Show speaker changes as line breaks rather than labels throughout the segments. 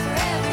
for everyone.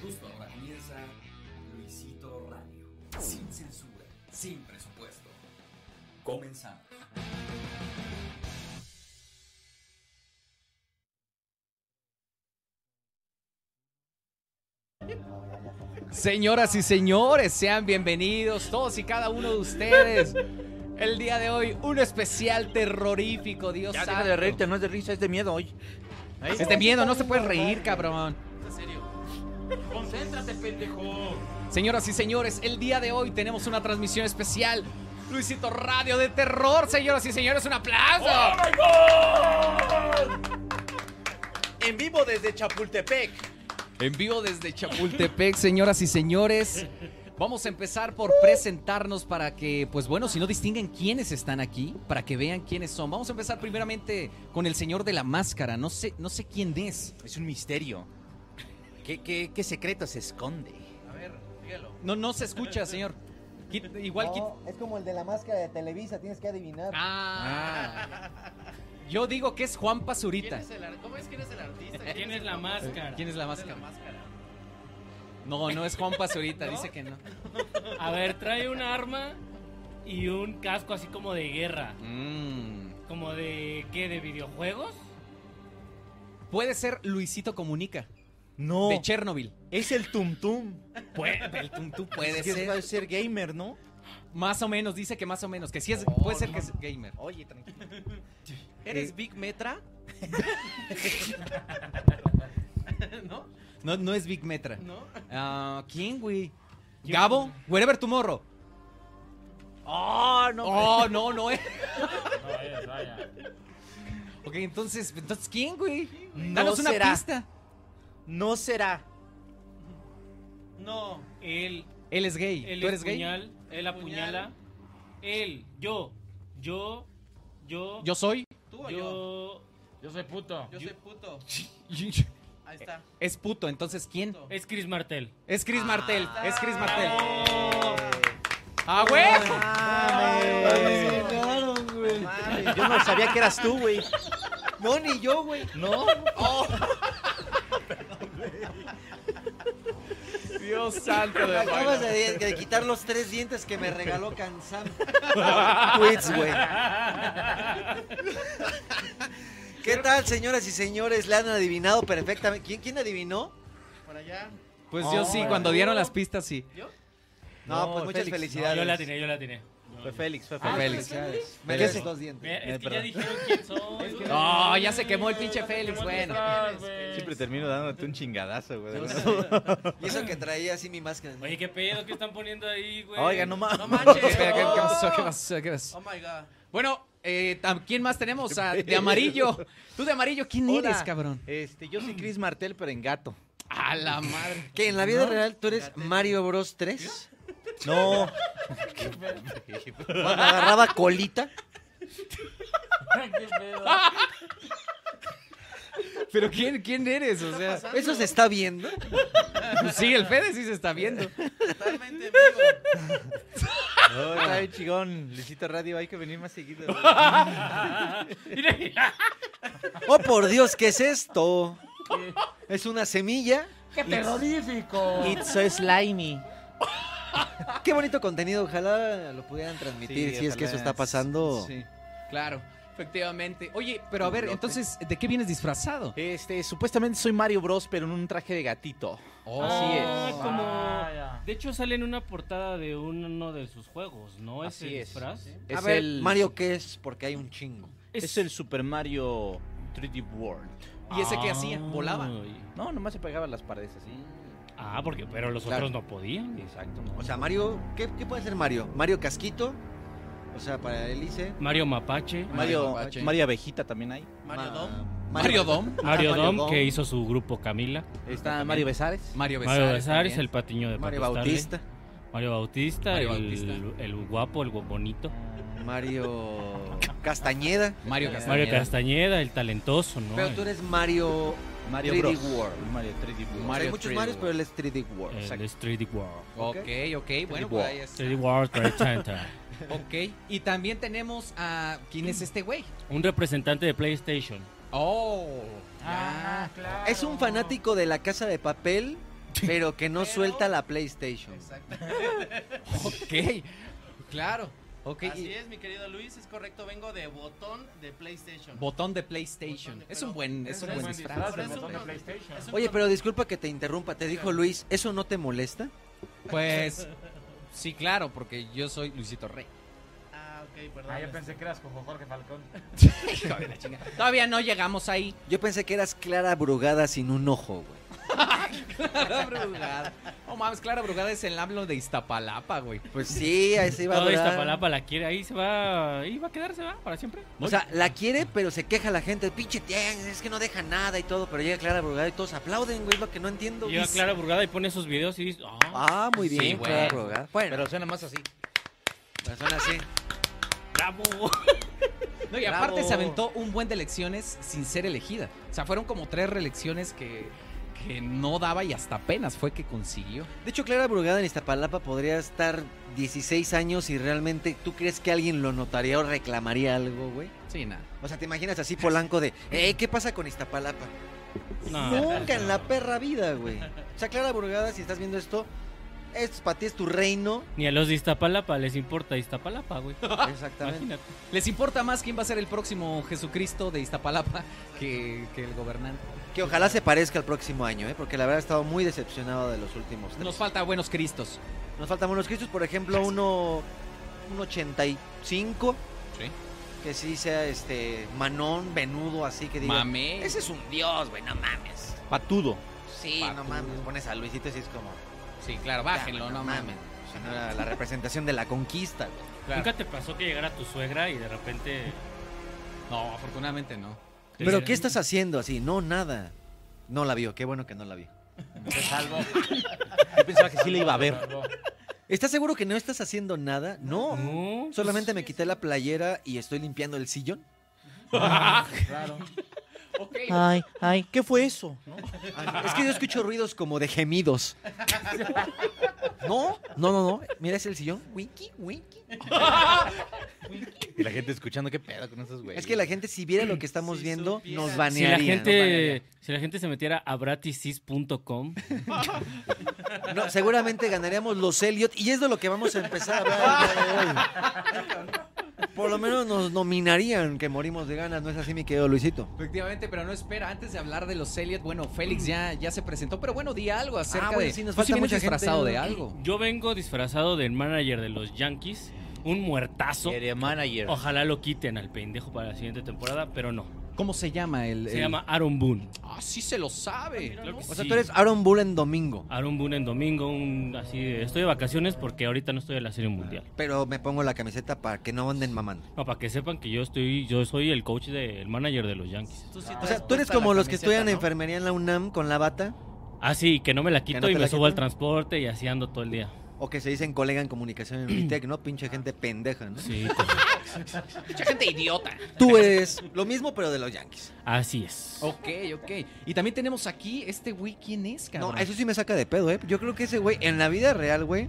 Justo ahora comienza Luisito Radio. Sin censura, sin presupuesto. Comenzamos.
Señoras y señores, sean bienvenidos todos y cada uno de ustedes. El día de hoy, un especial terrorífico, Dios
Ya deja
santo.
de reírte, no es de risa, es de miedo hoy. ¿Eh?
Es de miedo, no se puede reír, cabrón.
Concéntrate, pendejo.
Señoras y señores, el día de hoy tenemos una transmisión especial. Luisito Radio de Terror, señoras y señores, un aplauso.
En vivo desde Chapultepec.
En vivo desde Chapultepec, señoras y señores. Vamos a empezar por presentarnos para que, pues bueno, si no distinguen quiénes están aquí, para que vean quiénes son. Vamos a empezar primeramente con el señor de la máscara. No sé, no sé quién es.
Es un misterio. ¿Qué, qué, qué secreto se esconde?
No, no se escucha, señor. Quit- igual
No,
quit-
es como el de la máscara de Televisa, tienes que adivinar.
Ah. Yo digo que es Juan Pazurita.
¿Cómo es que eres el artista? ¿Quién es la máscara?
¿Quién es la máscara? No, no es Juan Pazurita, dice que no.
A ver, trae un arma y un casco así como de guerra.
Mm.
¿Como de qué? ¿De videojuegos?
Puede ser Luisito Comunica,
No.
de Chernobyl.
es el Tumtum.
El tuntú puede
es que
ser.
debe ser gamer, ¿no?
Más o menos, dice que más o menos, que sí es, puede ser que es gamer.
Oye, tranquilo. Eh.
¿Eres
Big Metra?
No, no es Big Metra. Ah, ¿Quién, güey? ¿Gabo? Wherever Tomorrow.
Oh, no.
Oh, no, no es. Ok, entonces, entonces ¿quién, güey?
No
Danos una
será.
pista.
No será.
No. Él,
Él es gay.
él
¿Tú eres gay?
puñal, él apuñala. Él, yo, yo, yo,
Yo soy.
yo, yo.
Ahí está. Es puto, Ah, entonces ¿quién?
Es Chris Martel.
Es Chris Martel. Es Chris Martel. ¡Ah, güey!
Mames. Mames, Yo no sabía que eras tú, güey. No, ni yo, güey. No.
Dios santo de
Acabas de, de quitar los tres dientes que me regaló Kansam.
Tweets, güey.
¿Qué tal, señoras y señores? Le han adivinado perfectamente. ¿Quién, quién adivinó?
Pues yo sí, cuando dieron las pistas, sí.
No,
No,
pues muchas
Félix, no,
felicidades.
Yo la tenía, yo la tenía.
Fue Félix, fue
Ah,
Félix.
Felicidades.
Me
Me
des-
dos dientes.
Es que ya
perdón.
dijeron quién son.
No, ya se quemó el pinche Félix, bueno.
Siempre termino dándote un chingadazo, güey.
Y eso que traía así mi máscara.
Oye, qué pedo que están poniendo ahí, güey.
Oiga, no mames.
Espera, ¿qué, qué pasó? ¿Qué pasó? ¿Qué
Oh
pasó? Bueno, eh, tam- ¿quién más tenemos? Ah, de amarillo. Tú de amarillo, ¿quién
Hola.
eres, cabrón?
Este, yo soy Chris Martel, pero en gato.
A la madre.
¿Qué? ¿En la vida real tú eres Mario Bros 3?
No.
Cuando agarraba colita.
Pero ¿quién, quién eres? O sea, pues
¿Eso se está viendo?
sí, el Fede sí se está viendo.
Totalmente en vivo.
Está bien chingón. Luisito Radio, hay que venir más seguido. güey.
Oh, por Dios, ¿qué es esto? ¿Es una semilla?
¡Qué terrorífico!
It's so slimy.
Qué bonito contenido, ojalá lo pudieran transmitir
Sí,
si es que eso
ojalá.
está pasando.
Sí, claro, efectivamente. Oye, pero a ver, entonces, ¿de qué vienes disfrazado?
Este, supuestamente soy Mario Bros, pero en un traje de gatito.
Oh,
Así
Ah,
es.
como-
Vaya.
De hecho, sale en una portada de uno de sus juegos, ¿no? Ese
Así es.
disfraz.
Es
a ver,
el
Mario, ¿qué es? Porque hay un chingo.
es... el Super Mario 3D World.
¿Y ese qué hacía?
Ah,
¿Volaba?
y-
No, nomás se pegaba las paredes así.
Ah, porque, pero los
Claro.
otros no podían.
Exacto. no.
O sea, Mario, ¿qué, qué puede ser Mario? ¿Mario Casquito? O sea, para Elise.
Mario Mapache,
Mario,
Mapache.
Mario Abejita también hay.
Ah.
Mario Dom.
Mario Dom,
Mario
Mario
Dom,
Dom.
que hizo su grupo Camila,
Está Mario Besares.
Mario Besares.
Mario Besares,
también.
el patiño de
Mario
Paco Stanley,
Bautista.
Mario Bautista,
Mario
el,
Bautista.
el guapo, el bonito.
Mario Castañeda.
Mario Castañeda.
Mario Castañeda, el talentoso, ¿no?
Pero tú eres Mario.
Mario
3D
Bros.
World.
Mario 3D World.
o sea, hay muchos
3D
Marios, pero
World.
él es 3D World.
El
Exacto.
3D World.
Ok, ok, bueno, pues ahí está.
3D World Trade Center.
Ok, y también tenemos a... ¿Quién es este güey?
Un representante de PlayStation.
Oh,
Ah,
ya.
claro.
Es un fanático de la casa de papel, pero que no suelta la PlayStation.
ok, claro. Ok,
Así
y-
es, mi querido Luis, es correcto, vengo de botón de PlayStation.
botón de PlayStation.
Botón de-
es un buen, es un
Pero
buen disfraz.
pero es
¿no?
un- es un
Oye,
botón-
pero disculpa que te interrumpa, te dijo Luis, ¿eso no te molesta?
Pues sí, claro, porque yo soy Luisito Rey.
Ah, ok, perdón.
Ah, yo pensé que eras como Jorge Falcón.
Hijo de la chingada. Todavía no llegamos ahí.
Yo pensé que eras Clara Brugada sin un ojo, güey.
Clara Brugada. No mames, Clara Brugada es el AMLO de Iztapalapa, güey.
Pues sí, ahí se iba a
Toda esta
durar.
palapa la quiere, ahí se va, ahí va a quedarse, va, para siempre.
O sea, la quiere, pero se queja la gente. Pinche tianguis, es que no deja nada y todo. Pero llega Clara Brugada y todos aplauden, güey, es lo que no entiendo.
Llega
Dice-
Clara Burgada y pone sus videos y dice, "Ah,
Ah, muy bien,
Sí, güey.
Clara Brugada. Bueno,
Pero suena más así.
pero son así.
bravo.
No, y
Bravo.
aparte se aventó un buen de elecciones sin ser elegida. O sea, fueron como tres reelecciones que, que no daba y hasta apenas fue que consiguió.
De hecho, Clara Brugada en Iztapalapa podría estar 16 años y realmente tú crees que alguien lo notaría o reclamaría algo, güey.
Sí, nada.
O sea, te imaginas así Polanco de, eh, ¿qué pasa con Iztapalapa?
No,
Nunca en la
no.
perra vida, güey. O sea, Clara Brugada, si estás viendo esto, es para ti es tu reino.
Ni a los de Iztapalapa les importa Iztapalapa, güey.
Exactamente.
Imagínate.
¿Les importa más quién va a ser el próximo Jesucristo de Iztapalapa que, que el gobernante?
Que ojalá se parezca al próximo año, ¿eh? Porque la verdad he estado muy decepcionado de los últimos tres.
Nos falta buenos cristos.
Nos faltan unos cristos, por ejemplo, uno, un 85.
Sí.
Que sí sea este Manón, Venudo, así que diga.
Mame.
Ese es un dios, güey, no mames.
Patudo.
Sí, no mames. Pones a Luisito y es como.
Sí, claro, bájenlo, no mames.
O sea, no era la representación de la conquista, güey.
Claro.
Nunca te pasó que llegara tu suegra y de repente.
No, afortunadamente no.
Pero ¿qué estás haciendo así? No, nada. No la vio, qué bueno que no la vio.
Te salvo.
Yo pensaba que sí le iba a ver.
salvo.
¿Estás seguro que no estás haciendo nada? No.
No.
Solamente me quité la playera y estoy limpiando el sillón.
Claro.
Ay, ay, ¿qué fue eso?
Es que yo escucho ruidos como de gemidos. No, no, no, no. Mira, es el sillón. Wiki, wiki.
Y la gente escuchando, ¿qué pedo con esos güeyes?
Es que la gente, si viera lo que estamos
Si
viendo,
supiera.
nos
Si la,
banearía.
gente, si la gente se metiera a bratisis.com,
No, seguramente ganaríamos los Elliot y es de lo que vamos a empezar a hablar. el día de hoy. Por lo menos nos nominarían que morimos de ganas, ¿no es así, mi querido Luisito?
Efectivamente, pero no espera, antes de hablar de los Elliot, bueno, Félix ya, ya se presentó, pero bueno, di algo acerca
Mm. Ah, bueno,
de...
sí, nos
Pues
Tú
falta
vienes
mucha gente,
disfrazado
¿no?
de algo.
yo vengo disfrazado del manager de los Yankees, un muertazo.
Ere manager.
Ojalá lo quiten al pendejo para la siguiente temporada, pero no.
¿Cómo se llama el...?
Se
el-
llama Aaron Boone.
Ah, sí se lo sabe.
Creo que
O sea,
sí.
tú eres ah. Aaron Bull en domingo,
Aaron Boone en domingo, un así de- estoy de vacaciones porque ahorita no estoy en la serie mundial.
pero me pongo la camiseta para que no anden mamando.
No, para que sepan que yo estoy, yo soy el coach del manager de los Yankees.
Tú sí
O
traes
sea, tú eres
puesta la
como los que
camiseta,
estudian
¿no?
enfermería en la UNAM con la bata.
Ah, sí, que no me la
Que
quito
no te
y me
la
subo al
quitas.
transporte y así ando todo el día.
O que se dicen colega en comunicación en Unitec, ¿no? Pinche gente pendeja, ¿no?
Sí,
Mucha gente idiota.
Tú eres lo mismo, pero de los Yankees.
así es.
Ok, ok. Y también tenemos aquí este güey, ¿quién es, cabrón?
No, eso sí me saca de pedo, ¿eh? Yo creo que ese güey, en la vida real, güey,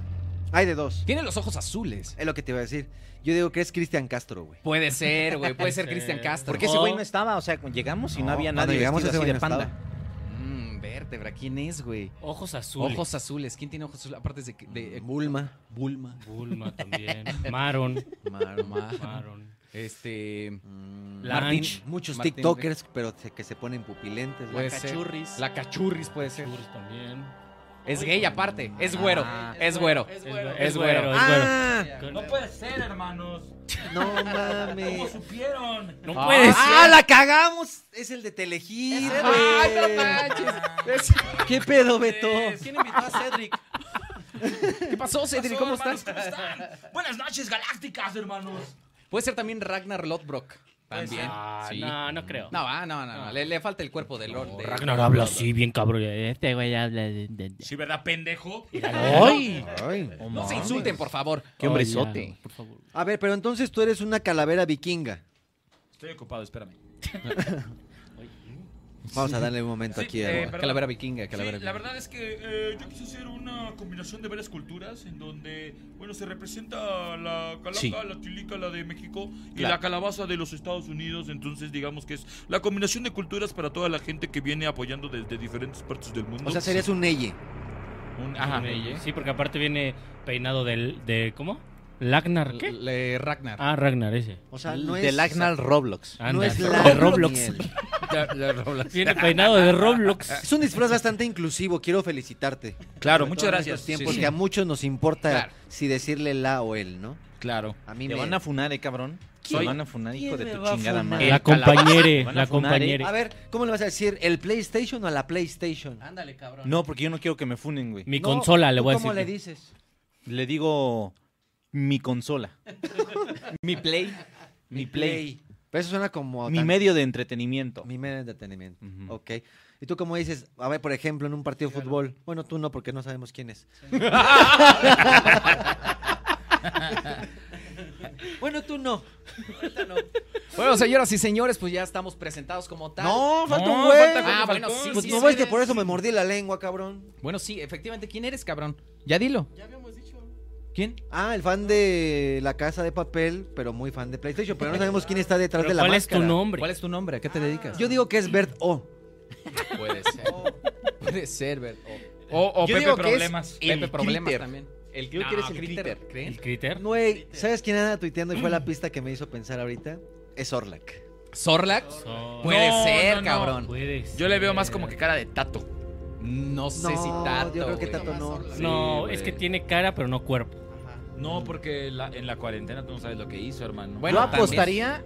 hay de dos.
Tiene los ojos azules.
Es lo que te iba a decir. Yo digo que es Cristian Castro, güey.
Puede ser, güey. Puede ser Cristian Castro.
Porque
Ese
Oh.
güey no estaba, o sea, llegamos y no,
No,
había
cuando
nadie
llegamos
vestido así
ese
de
güey no
panda.
estaba.
Mm, vértebra, ¿quién es, güey?
Ojos azules.
Ojos azules. ¿Quién tiene ojos azules? Aparte de... de-
Bulma.
Bulma.
Bulma también. Eh, Maron.
Ma-
Maron.
Este...
Mm,
Lange.
Martín-
Muchos
Martín,
TikTokers, pero se- que se ponen pupilentes,
Puede
güey.
ser.
Cachurris.
La cachurris puede ser.
Churros también.
Es gay aparte. Es güero.
Ah.
es güero.
Es
Es
güero.
güero,
Es güero.
es güero.
¡Ah!
No puede ser, hermanos.
No mames.
supieron? No
Ah.
puede ser.
¡Ah, la cagamos! Es el de Telehit,
Ay,
güey.
no manches.
¿Qué pedo, Beto?
¿Quién invitó a Cedric?
¿Qué pasó, Oh, Cedric? ¿Cómo estás?
Buenas noches, galácticas, hermanos.
Puede ser también Ragnar Lodbrok. También. Sí. No,
Ah, No, no creo.
va, no, no, no. Le, le falta el cuerpo de Lord. de-
Ragnar habla así, bien cabrón. Este güey habla. De, Sí, ¿verdad, pendejo? ¡Ay!
Ay.
No se insulten, por favor.
¡Qué hombrezote! Por favor.
A ver, pero entonces tú eres una calavera vikinga.
Estoy ocupado, espérame.
Vamos a darle un momento
Sí,
aquí.
eh,
al-
perdón.
Calavera vikinga, calavera
Sí, la
vikinga.
verdad es que eh, yo quise hacer una combinación de varias culturas en donde, bueno, se representa la calaca,
Sí.
la tilica, la de México y la calabaza de los Estados Unidos. Entonces, digamos que es la combinación de culturas para toda la gente que viene apoyando desde diferentes partes del mundo.
O sea, serías un Neye.
Un,
Ajá.
un- sí, porque aparte viene peinado del. De, ¿Cómo? Lagnar. ¿Qué?
Le- Ragnar.
Ah, Ragnar ese.
O sea, no es.
Del Agnal Roblox.
No
Anda.
es
De
la
Roblox.
Roblox.
Viene peinado de Roblox.
Es un disfraz bastante inclusivo, quiero felicitarte.
Claro,
Sobre
muchas
todo en
gracias.
estos tiempos
Sí, sí.
que a muchos nos importa
Claro.
si decirle la o él, ¿no?
Claro.
A mí
Te
me
van a funar, eh, cabrón. Te
Soy-
van a funar, hijo
¿Quién
de
me
tu
va a
chingada
funar?
madre.
La compañere.
Van a funar,
La
¿eh?
compañere.
A ver, ¿cómo le vas a decir? ¿El PlayStation o la PlayStation?
Ándale, cabrón.
No, porque yo no quiero que me funen, güey.
Mi
No,
consola, le
¿tú
voy a decir.
¿Cómo le dices?
Le digo mi consola,
Mi play.
mi play,
Pero eso suena como.
mi
tan-
medio de entretenimiento.
Mi medio de entretenimiento.
Ujú.
Ok. ¿Y tú cómo dices? A ver, por ejemplo, en un partido de fútbol. Bueno, tú no, porque no sabemos quién es. bueno, tú no.
Bueno, señoras y señores, pues ya estamos presentados como tal.
No, falta un
No,
güey.
falta Jorge
Ah, bueno,
Falcón.
sí,
Pues
sí,
no
sí,
ves que
eres-
por eso me mordí la lengua, cabrón.
Bueno, sí, efectivamente, ¿quién eres, cabrón? Ya dilo.
Ya habíamos dicho.
¿Quién?
Ah, el fan de La Casa de Papel, pero muy fan de PlayStation. Pero no sabemos quién está detrás
Pero
de la
¿Cuál es
máscara. Ah.
tu nombre?
¿Cuál es tu nombre? ¿A qué te dedicas?
Yo digo que es Bert O.
Puede ser. Puede ser, Bert. O, o, o
Yo
Pepe
digo que es
Problemas.
el
Pepe Problemas
Critter.
también.
El creo que
No,
eres el
Critter,
critter.
¿creen?
¿El Critter?
Güey, ¿sabes quién anda tuiteando y fue la pista que me hizo pensar ahorita? Es Orlac.
¿Sorlax?
So-
Puede
No,
ser,
no, no.
cabrón.
Puede
Yo le veo
ser.
más como que cara de tato.
No sé
No,
si Tato.
yo creo que
güey.
Tato no.
Sí,
No,
güey.
es que tiene cara, pero no cuerpo.
No, porque la- en la cuarentena tú no sabes lo que hizo, hermano.
Bueno,
Yo
también.
apostaría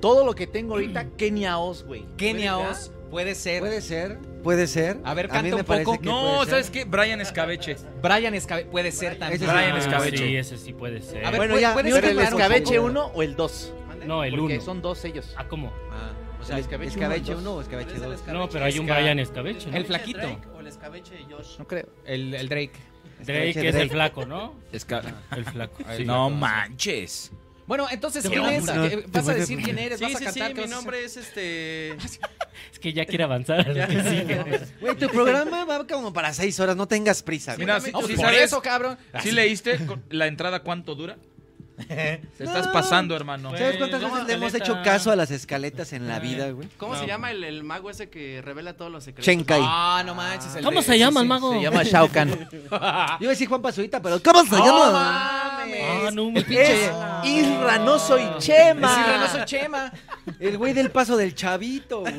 todo lo que tengo ahorita Kenia Oz, güey.
Kenia Oz puede ser.
Puede ser, puede ser.
A ver,
mí
canta
me
un
parece
poco.
que puede
no,
ser.
¿sabes qué? Brian Escabeche.
Brian Escabe puede ser también.
Ese es
Brian
Ah,
Escabeche.
Sí, ese sí puede ser.
A ver,
Bueno,
¿puede-
ya,
puedes
mi
Pero
orden
el
cantar un
escabeche
poco?
uno o el dos.
No, el
Porque
uno.
son dos ellos.
Ah, ¿cómo?
Ah, o
¿El
sea,
escabeche
escabeche,
uno o
uno o
¿Cuál
escabeche
es el
dos.
escabeche?
No, pero hay un
Esca-
Brian Escabeche, ¿no?
El
El,
flaquito.
Drake ¿O el escabeche de Josh?
No creo.
El, el Drake.
Drake
Escabeche,
es
Drake.
el flaco, ¿no?
Esca-
El flaco.
Ay,
sí.
no manches.
Bueno, entonces,
Te
¿quién
voy a
es?
funar,
¿Qué-
te
¿Vas
voy a
a decir
funar.
quién eres?
Sí,
¿Vas a
sí,
cantar?
sí, mi
¿Qué vas a hacer?
nombre es este...
Es que ya quiere avanzar a lo que sigue.
Güey, tu programa va como para seis horas, no tengas prisa, güey.
Mira, si,
No,
si
pues por
sabes,
eso, cabrón.
¿sí leíste con- la entrada cuánto dura? Te estás pasando, hermano.
Eh. ¿Sabes cuántas
no,
veces le hemos
escaleta.
hecho caso a las escaletas en la vida, güey?
¿Cómo
No.
se llama el, el mago ese que revela todos los secretos?
Shenkai. Yo
Ah, no manches. el
¿Cómo
de-
se
sí,
llama el
sí.
mago?
Se llama Shao Kahn.
iba a decir Juan Pazuita, pero ¿cómo se
¡No
llama?
Ah,
mames!
no.
El pinche...
Es Isra, no soy
Ah.
Chema.
Es Irranoso Chema.
El güey del paso del chavito, güey.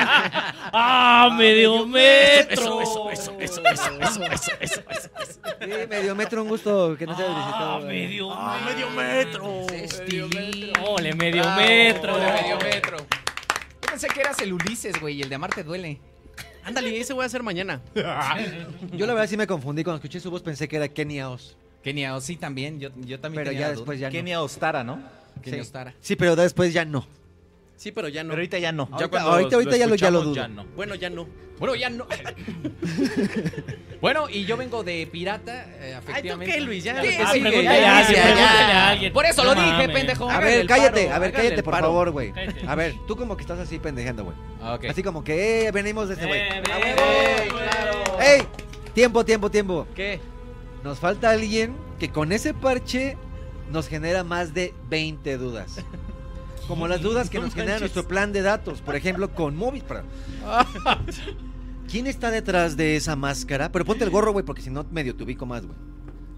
¡Ah, medio metro!
eso, eso, eso, eso, eso, eso.
Sí, medio metro, un gusto que no se haya visitado.
¡Ah,
güey.
medio
medio metro.
metro! ¡Ole, medio metro!
Ole, medio metro. Yo pensé que eras el Ulises, güey, y el de Amarte duele.
Ándale, ese voy a hacer mañana.
Yo la verdad sí me confundí. Cuando escuché su voz pensé que era Kenia Oz.
Kenia Oz, sí, también. Yo, yo también
Pero
tenía
ya
la duda.
después ya no.
Kenia Ostara, ¿no?
Kenia
Sí.
Ostara.
Sí, pero después ya no.
Sí, pero ya no.
Pero ahorita ya no.
Ya cuando ahorita- ahorita ya lo- ya lo escuchamos, dudo. ya no.
Bueno, ya no.
Bueno, ya no. bueno, y yo vengo de pirata, eh, efectivamente.
qué, Luis? Ya.
Claro que
Ah,
sí,
pregúntale
güey.
a
Ya,
alguien,
ya,
pregúntale
ya.
a alguien.
Por eso
No
lo dije,
mames.
pendejo.
A
Háganle
ver,
el
cállate,
paro,
a ver,
háganle
cállate,
el
por
paro.
favor, güey.
Cállate.
A ver, tú como que estás así pendejeando, güey.
Ah, ok.
Así como que, eh, venimos de este güey.
Eh,
¡A
bien,
huevo!
claro.
¡Ey! Tiempo, tiempo, tiempo.
¿Qué?
Nos falta alguien que con ese parche nos genera más de 20 dudas. Como las dudas que
No
nos genera
manches.
nuestro plan de datos, por ejemplo, con móvil. para- ¿Quién está detrás de esa máscara? Pero ponte el gorro, güey, porque si no medio te ubico más, güey.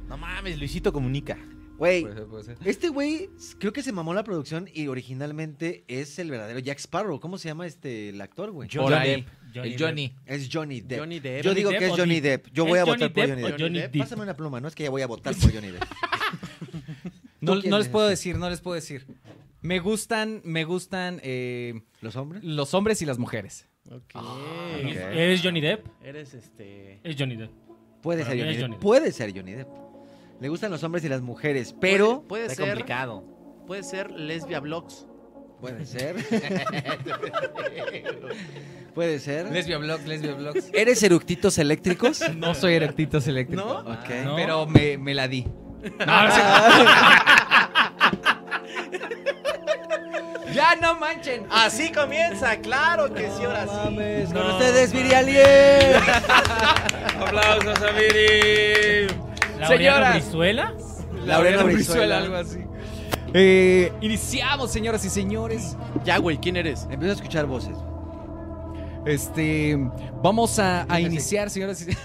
No mames, Luisito comunica.
Güey,
Puede ser, puede ser.
este güey s- creo que se mamó la producción y originalmente es el verdadero Jack Sparrow. ¿Cómo se llama este el actor, güey?
Johnny Por ahí. Depp. Johnny El Johnny.
Es Johnny Depp.
Johnny Depp.
Yo
Johnny
digo
Depp
que es
o
Johnny
Depp.
Depp. Yo
¿Es
voy a
Johnny
votar por
Depp
Johnny
o
Depp.
Johnny Depp?
Pásame una pluma, no es que ya voy a votar por Johnny Depp.
No,
¿Tú quién
no les
eres?
puedo decir, no les puedo decir. Me gustan, me gustan. eh,
¿Los hombres?
Los hombres y las mujeres. Ah,
ok. ¿Eres Johnny Depp?
Eres este.
Es Johnny Depp.
Puede
Para
ser
mí
Johnny
es
Depp.
Johnny Depp.
Puede ser Johnny Depp. Le gustan los hombres y las mujeres, pero
Puede
Está
ser.
complicado.
Puede ser Lesbia Vlogs.
puede ser. puede ser.
Lesbia blogs, lesbia blogs.
¿Eres eructitos eléctricos?
No soy erectitos eléctricos.
¿No?
Ok.
No.
Pero me, me la di. Ah, ya no manchen.
Así comienza, claro que sí, ahora sí.
Con ustedes, Viri Alien.
Aplausos a Viri.
¿Laureano Brizuela?
Laureano Brizuela.
Brizuela, algo así. Eh, iniciamos, señoras y señores.
Ya, güey, ¿quién eres?
Empiezo a escuchar voces.
Este, vamos a, a iniciar, señoras y señores.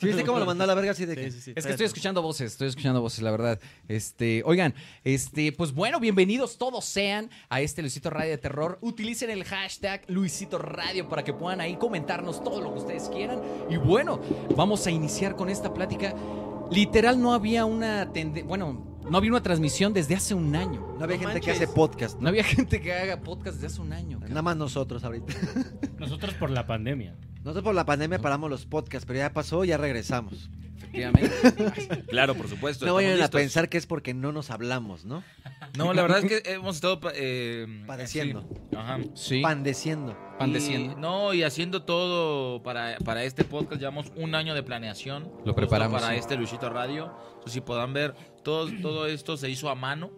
¿Sí ¿Viste cómo lo mandó a la verga así de que?
Es que estoy escuchando voces, estoy escuchando voces, la verdad. Este, oigan, este, pues bueno, bienvenidos todos sean a este Luisito Radio de Terror. Utilicen el hashtag Luisito Radio para que puedan ahí comentarnos todo lo que ustedes quieran. Y bueno, vamos a iniciar con esta plática. Literal no había una tende- bueno, no había una transmisión desde hace un año.
No había
No
gente que
manches.
hace podcast.
No había gente que haga podcast desde hace un año. cabrón.
Nada más nosotros ahorita.
Nosotros por la pandemia.
Nosotros por la pandemia paramos los podcasts, pero ya pasó, ya regresamos.
Efectivamente.
Claro, por supuesto.
No
estamos
vayan a
listos.
pensar que es porque no nos hablamos, ¿no?
No, la verdad es que hemos estado pa- eh,
Padeciendo.
sí, Ajá.
Sí.
Pandeciendo.
Pandeciendo.
Y- no, y haciendo todo para, para este podcast. Llevamos un año de planeación. justo
preparamos,
Para
sí.
este Luisito Radio. Entonces, si podrán ver, todo, todo esto se hizo a mano.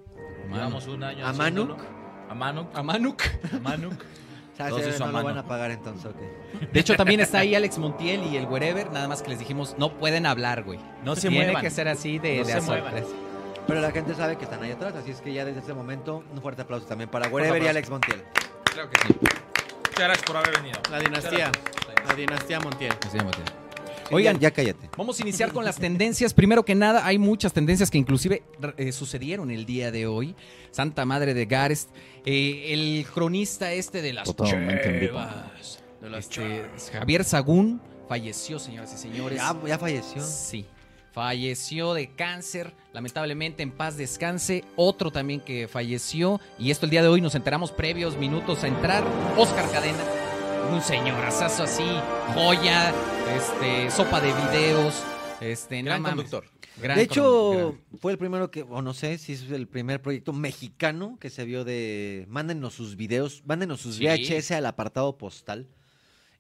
mano.
Llevamos un año.
¿A
haciéndolo.
Manuk?
A mano.
A Manuk.
A Manuk.
O sea,
Todos
se-
hizo a
no lo
mano.
van a pagar entonces, ok.
De hecho, también está ahí Alex Montiel y el Wherever. Nada más que les dijimos, no pueden hablar, güey.
No se
Tiene
muevan.
que ser así de,
No
de
se
a
muevan.
sorpresa.
Pero la gente sabe que están ahí atrás, así es que ya desde este momento un fuerte aplauso también para Wherever y Alex Montiel.
Claro que sí. Muchas gracias por haber venido.
La dinastía. La dinastía Montiel.
Oigan,
ya, ya cállate.
vamos a iniciar con las tendencias. Primero que nada, hay muchas tendencias que inclusive eh, sucedieron el día de hoy. Santa Madre de Garest, eh, el cronista este de las
Totalmente en vivo.
chivas, este, Javier Sagún, falleció, señoras y señores.
Ya, ya falleció.
Sí. Falleció de cáncer, lamentablemente en paz descanse. Otro también que falleció, y esto el día de hoy nos enteramos previos minutos a entrar. Oscar Cadena, un señorazazo así, joya, este, sopa de videos, este,
Gran
no mames.
conductor.
Gran
de
condu-
hecho,
gran-
fue el primero que, o no sé si es el primer proyecto mexicano que se vio de. Mándenos sus videos, mándenos sus
Sí.
VHS al apartado postal.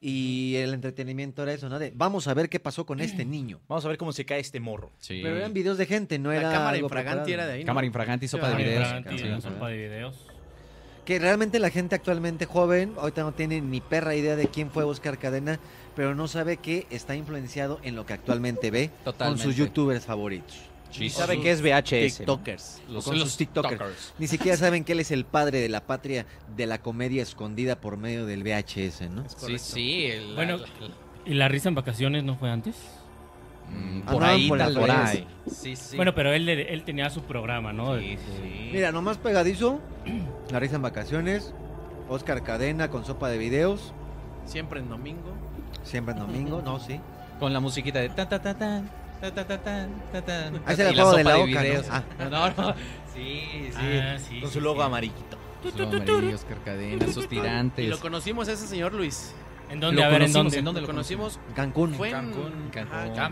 Y el entretenimiento era eso, ¿no? De vamos a ver qué pasó con este niño.
Vamos a ver cómo se cae este morro.
Sí.
Pero eran videos de gente, no
La
era.
cámara
algo
infragante
preparado.
era de ahí. ¿no?
Cámara infragante y sopa de
Cámara
videos.
Infragante,
Sí,
una
sí.
sopa de videos.
Que realmente la gente actualmente joven, ahorita no tiene ni perra idea de quién fue Oscar Cadena, pero no sabe que está influenciado en lo que actualmente ve
Totalmente.
con sus youtubers favoritos.
Y sabe que es VHS.
TikTokers.
o con sus tiktokers. Ni siquiera saben que él es el padre de la patria de la comedia escondida por medio del VHS, ¿no?
Sí, sí. el-
Bueno,
la- la-
¿y la risa en vacaciones no fue antes?
mm,
Ah,
por
no,
ahí,
por la-
tal
por
vez.
ahí.
Sí, sí.
Bueno, pero él, él tenía su programa, ¿no? Este,
Sí, sí.
Mira, nomás pegadizo, La Risa en Vacaciones, Oscar Cadena con sopa de videos,
Siempre en domingo.
siempre en domingo, no, sí.
Con la musiquita de ta ta ta tan, ta ta ta tan, ta tan.
Ahí se la
Y
juego de
sopa
la Oca, ¿no? Ah.
No, no, no. Sí, sí.
Ah, sí,
Con
sí,
su logo
sí.
amarillito.
Los amarillos, carcadenas, sus
Y
tirantes.
lo conocimos a ese señor Luis.
¿En dónde? A ver, ¿en dónde?
lo
¿Lo
conocimos?
En Cancún.
Fue en
Cancún,
Cancún,
Cancún.
Me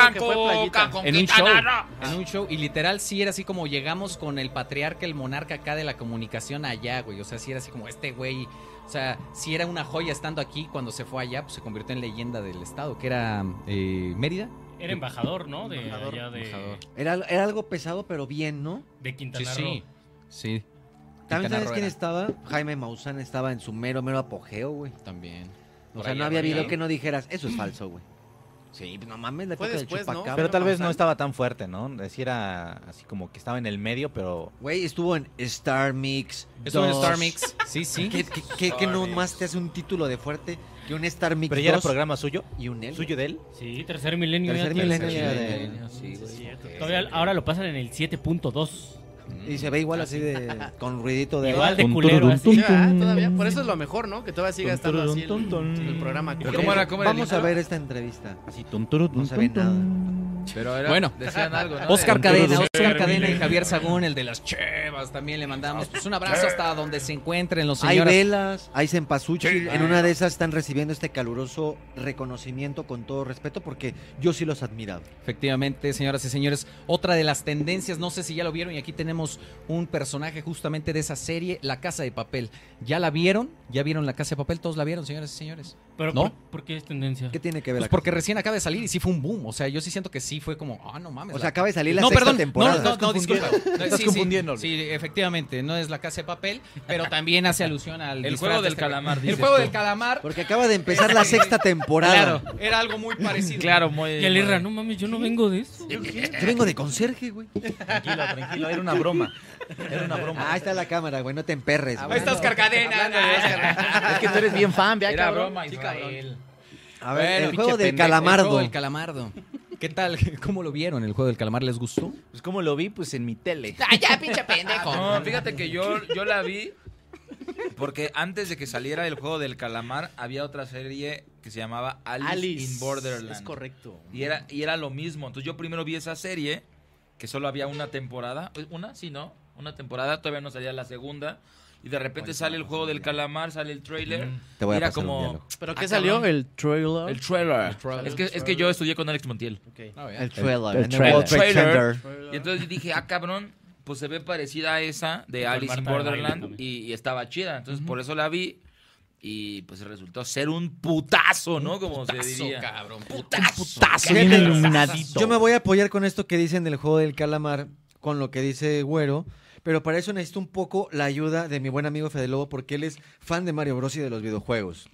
acuerdo que fue Cancún, playita. Cancún,
En un show,
Quintana Roo.
en un show. Y literal sí era así como llegamos con el patriarca, el monarca acá de la comunicación allá, güey. O sea, sí era así como este güey. O sea, sí era una joya estando aquí. Cuando se fue allá, pues se convirtió en leyenda del estado, que era eh, Mérida.
Era embajador, ¿no? De
Embajador,
allá de,
embajador.
Era, era algo pesado, pero bien, ¿no?
de Quintana
Sí, sí.
Roo.
Sí.
¿También
Quintana
sabes
Roo
quién
era.
estaba? Jaime Maussan estaba en su mero, mero apogeo, güey.
También.
O
Por
sea,
ahí
no había
arriba.
video que no dijeras, eso es falso, güey. Sí, pues no mames, la
Fue
época del
después, ¿no?
chupacabra.
Pero tal vez no
Maussan.
estaba tan fuerte, ¿no? Decir era así como que estaba en el medio, pero.
Güey, estuvo en Star Mix.
Estuvo en
2.
Star Mix,
sí, sí.
¿Qué, qué, qué- qué
Star
no
Mix.
más te hace un título de fuerte que un Star Mix
Pero ya era
2?
programa suyo.
Y un él.
¿Suyo de él?
Sí, tercer milenio.
Tercer
ya,
milenio
tercer
ya de-
milenio,
sí, güey.
cierto.
Ok.
Todavía ahora lo pasan en el 7.2.
Y se ve igual así de. con ruidito de.
Igual de
Tum,
culero.
tururún,
así.
tum,
Sí, ¿verdad? ah, Todavía. Por eso es lo mejor, ¿no? Que todavía siga
Tum,
estando así el,
turun, tum, tum.
el programa.
Pero
culero.
¿cómo era? ¿Cómo era el
Vamos a ver esta entrevista.
Así, tum, turu, tum,
No se ve
tum,
nada.
Pero era-
Bueno,
decían algo, ¿no?
Oscar
De-
Cadena,
Tercer
Oscar Cadena y
milenio.
Javier Sagún, el de las chevas, también le mandamos pues, un abrazo hasta donde se encuentren los
Hay
señores.
velas, hay cempasúchil.
Sí.
en una de esas están recibiendo este caluroso reconocimiento con todo respeto porque yo sí los admiraba.
Efectivamente, señoras y señores, otra de las tendencias, no sé si ya lo vieron y aquí tenemos un personaje justamente de esa serie, La Casa de Papel. ¿Ya la vieron? ¿Ya vieron La Casa de Papel? Todos la vieron, señoras y señores.
Pero
¿No?
¿por, por qué es tendencia?
¿Qué tiene que ver?
Pues
la
porque
cosa?
recién acaba de salir y sí fue un boom. O sea, yo sí siento que sí fue como, ah, no mames.
O sea, acaba de salir la
no,
sexta
perdón,
temporada.
No, no, no,
Estás
disculpa.
confundiendo.
No,
Estás
sí, sí,
confundiéndolo.
Sí, efectivamente, no es la casa de papel, pero también hace alusión al.
El
disfraz
juego
de
del
este-
calamar,
El
dices
juego
tú.
del calamar.
Porque acaba de empezar la sexta temporada.
Claro, era algo muy parecido.
Claro, muy.
Que el Irra, no mames, yo no vengo de eso.
Yo vengo de conserje, güey.
Tranquilo, tranquilo, Ah, era una broma. Era una broma. Ah,
Ah, está la cámara, güey, no te emperres.
Ahí
güey.
está Oscar Cadena.
Es que tú eres bien fan, vea,
Era
cabrón.
broma, Israel.
A ver,
Bueno,
el juego
pinche
del
pendejo, El
calamardo.
juego del calamardo. ¿Qué tal? ¿Cómo lo vieron el juego del calamar? ¿Les gustó?
Pues como lo vi, pues en mi tele.
¡Ah, ya, pinche pendejo!
No, fíjate que yo, yo la vi porque antes de que saliera el juego del calamar había otra serie que se llamaba Alice,
Alice.
in Borderland.
Es correcto.
Y era, y era lo mismo. Entonces yo primero vi esa serie, que solo había una temporada. Pues, ¿Una? Sí, ¿no? Una temporada, todavía no salía la segunda. Y de repente sale el juego del calamar, sale el trailer.
pues, Te voy a
y era
pasar un
como.
diálogo.
¿Pero
ah,
qué salió?
cabrón.
¿El trailer?
El trailer.
trailer.
Es, que, es que yo estudié con Alex Montiel.
Ok.
El trailer.
el
and the
trailer.
World
El
Trade
Ah, trailer.
Center.
Y entonces dije, ah, cabrón, pues se ve parecida a esa de
Con
Alice in
Marta de baile
Borderland
también.
y, y estaba chida. Entonces por eso la vi y pues resultó ser un putazo, ¿no? Como se diría.
cabrón.
Putazo.
Bien
Fíjate,
iluminadito.
Yo me voy a apoyar con esto que dicen del juego del calamar, con lo que dice Güero. Pero para eso necesito un poco la ayuda de mi buen amigo Fede Lobo, porque él es fan de Mario Bros. y de los videojuegos.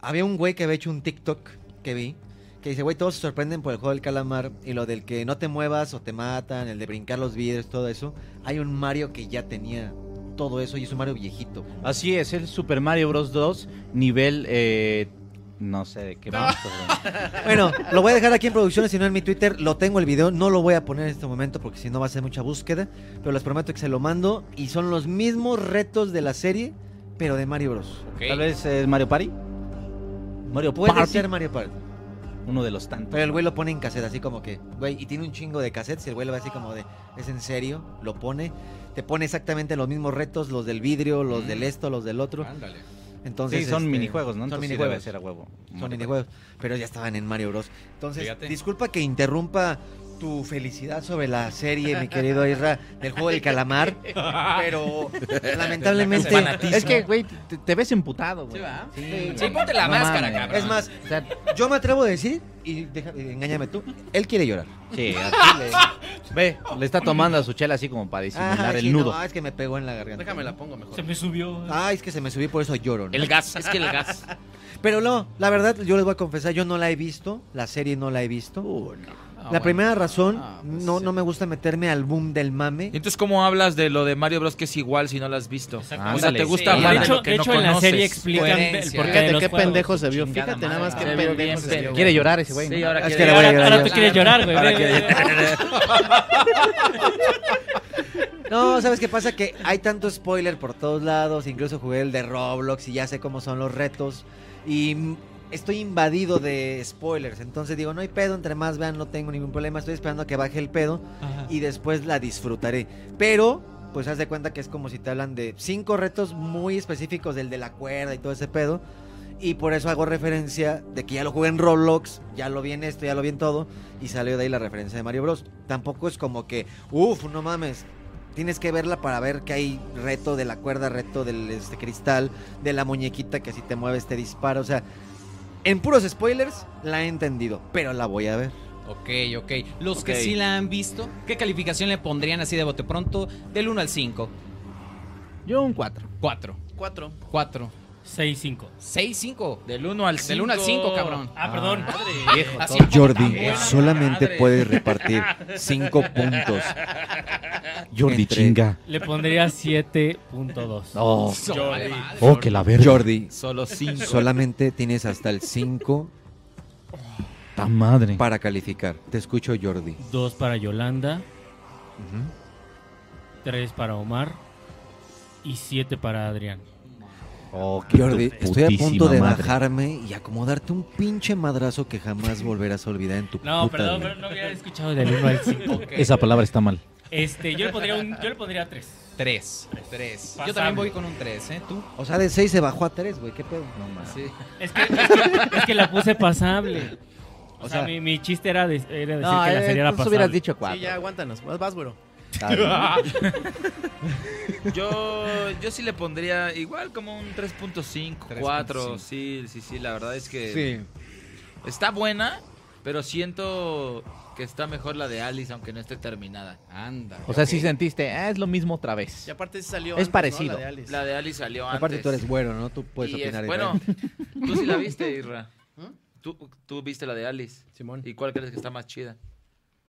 Había un güey que había hecho un TikTok que vi, que dice, güey, todos se sorprenden por el juego del calamar y lo del que no te muevas o te matan, el de brincar los vidrios, todo eso. Hay un Mario que ya tenía todo eso y es un Mario viejito.
Así es, el Super Mario Bros. 2, nivel. eh, no sé de qué vamos, perdón.
Bueno, lo voy a dejar aquí en producciones, si no en mi Twitter. Lo tengo el video, no lo voy a poner en este momento porque si no va a ser mucha búsqueda. Pero les prometo que se lo mando y son los mismos retos de la serie, pero de Mario Bros.
Tal vez eh, es Mario Party. Mario
Puede
Party.
ser Mario Party.
Uno de los tantos.
Pero el güey lo pone en cassette, así como que, güey, y tiene un chingo de cassettes. Y el güey lo va así como de, ¿es en serio? Lo pone, te pone exactamente los mismos retos: los del vidrio, los del esto, los del otro.
Ándale.
Entonces,
Mm. sí, son
este,
minijuegos, ¿no?
Son
Entonces sí
minijuegos.
debe ser a huevo.
Son minijuegos, pero ya estaban en Mario Bros. Entonces,
Fíjate.
disculpa que interrumpa tu felicidad sobre la serie, mi querido Isra, del juego del calamar, pero lamentablemente...
Es que, güey, te, te ves emputado, güey.
Sí,
Sí,
güey.
ponte la
No
máscara,
mames.
cabrón.
Es más,
O sea,
yo me atrevo a decir, y deja- y engáñame tú, él quiere llorar.
sí, así le- Ve, le está tomando a su chela así como para disimular
Ah,
el
sí,
nudo.
no, es que me pegó en la garganta.
Déjame la pongo mejor.
Se me subió.
Ah, es que se me subí, por eso lloro. ¿no?
El gas, es que el gas.
Pero no, la verdad, yo les voy a confesar, yo no la he visto, la serie no la he visto. la
bueno.
primera razón,
Ah, pues
no,
sí.
no me gusta meterme al boom del mame.
¿Y entonces cómo hablas de lo de Mario Bros que es igual si no lo has visto?
Exactamente.
o sea, te
Ándale.
gusta
Sí,
hablar
de
de,
hecho,
lo que
de
no
hecho en
conoces.
la serie explican
Coherencia.
el porqué de
Fíjate
los
qué
juegos.
pendejo se vio.
Chingada
Fíjate nada más
madre.
qué
Se
vio
pendejo
bien
se
pendejo.
vio.
Quiere llorar ese güey.
Sí,
¿no?
ahora
Es
que
que le voy a
Ahora,
llorar.
ahora tú quieres llorar, güey.
Ahora
ve,
que-
ve, ve.
No, ¿sabes qué pasa? Que hay tanto spoiler por todos lados, incluso jugué el de Roblox y ya sé cómo son los retos. Y mm, estoy invadido de spoilers, entonces digo, no hay pedo, entre más vean, no tengo ningún problema, estoy esperando a que baje el pedo y después la disfrutaré. Pero, pues haz de cuenta que es como si te hablan de cinco retos muy específicos, del de la cuerda y todo ese pedo. Y por eso hago referencia de que ya lo jugué en Roblox, ya lo vi en esto, ya lo vi en todo. Y salió de ahí la referencia de Mario Bros. Tampoco es como que, uff, no mames. Tienes que verla para ver que hay reto de la cuerda, reto del este, cristal, de la muñequita que si te mueves te dispara. O sea, en puros spoilers la he entendido, pero la voy a ver.
Ok, ok. Los
Ok.
que sí la han visto, ¿qué calificación le pondrían así de bote pronto? Del 1 al 5.
Yo un 4.
4.
4.
4.
6, 5.
6, 5.
Del 1 al 5.
Del 1 al 5, cabrón.
Ah, perdón.
viejo,
Así-
todo.
Jordi
Bueno,
solamente
madre.
puede repartir cinco puntos.
Jordi
Entre-
chinga.
Le pondría 7.2.
No.
Jordi.
Oh, que la verga. Jordi.
Solo cinco.
Solamente tienes hasta el 5.
Ta madre.
Para calificar. Te escucho, Jordi.
2 para Yolanda. 3 para Omar. Y 7 para Adrián.
Jordi, estoy a punto de
Oh, madre.
bajarme y acomodarte un pinche madrazo que jamás volverás a olvidar en tu
No,
puta
perdón,
vida.
pero no había escuchado del 1 al 5.
Esa palabra está mal.
Este, yo le pondría un, yo le pondría 3.
3. 3. Yo también voy con un 3, ¿eh? ¿Tú?
O sea, de 6 se bajó a 3, güey. ¿Qué pedo? No
Sí.
Es que, es que, es que la puse pasable. O, sea, mi, mi chiste era, de- era decir
No,
que
eh,
la serie era
tú
pasable.
hubieras dicho cuatro. Sí, ya, aguántanos. Vas- vas, güero. Está
Yo, yo sí le pondría igual como un 3.5, 4. Sí, sí, sí, la verdad es que está buena, pero siento que está mejor la de Alice, aunque no esté terminada.
Anda.
O sea, si sentiste, ah, es lo mismo otra vez.
Y aparte salió
Es antes, ¿no? parecido. La
La
de
de
Alice.
Alice. salió antes.
Aparte, tú eres güero, ¿no? Tú puedes
Y es-
opinar
Bueno,
diferente.
tú sí la viste, Irra. Tú, tú viste la de Alice. ¿Mm? Simón. ¿Y cuál crees que está más chida?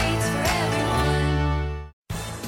rates for everyone.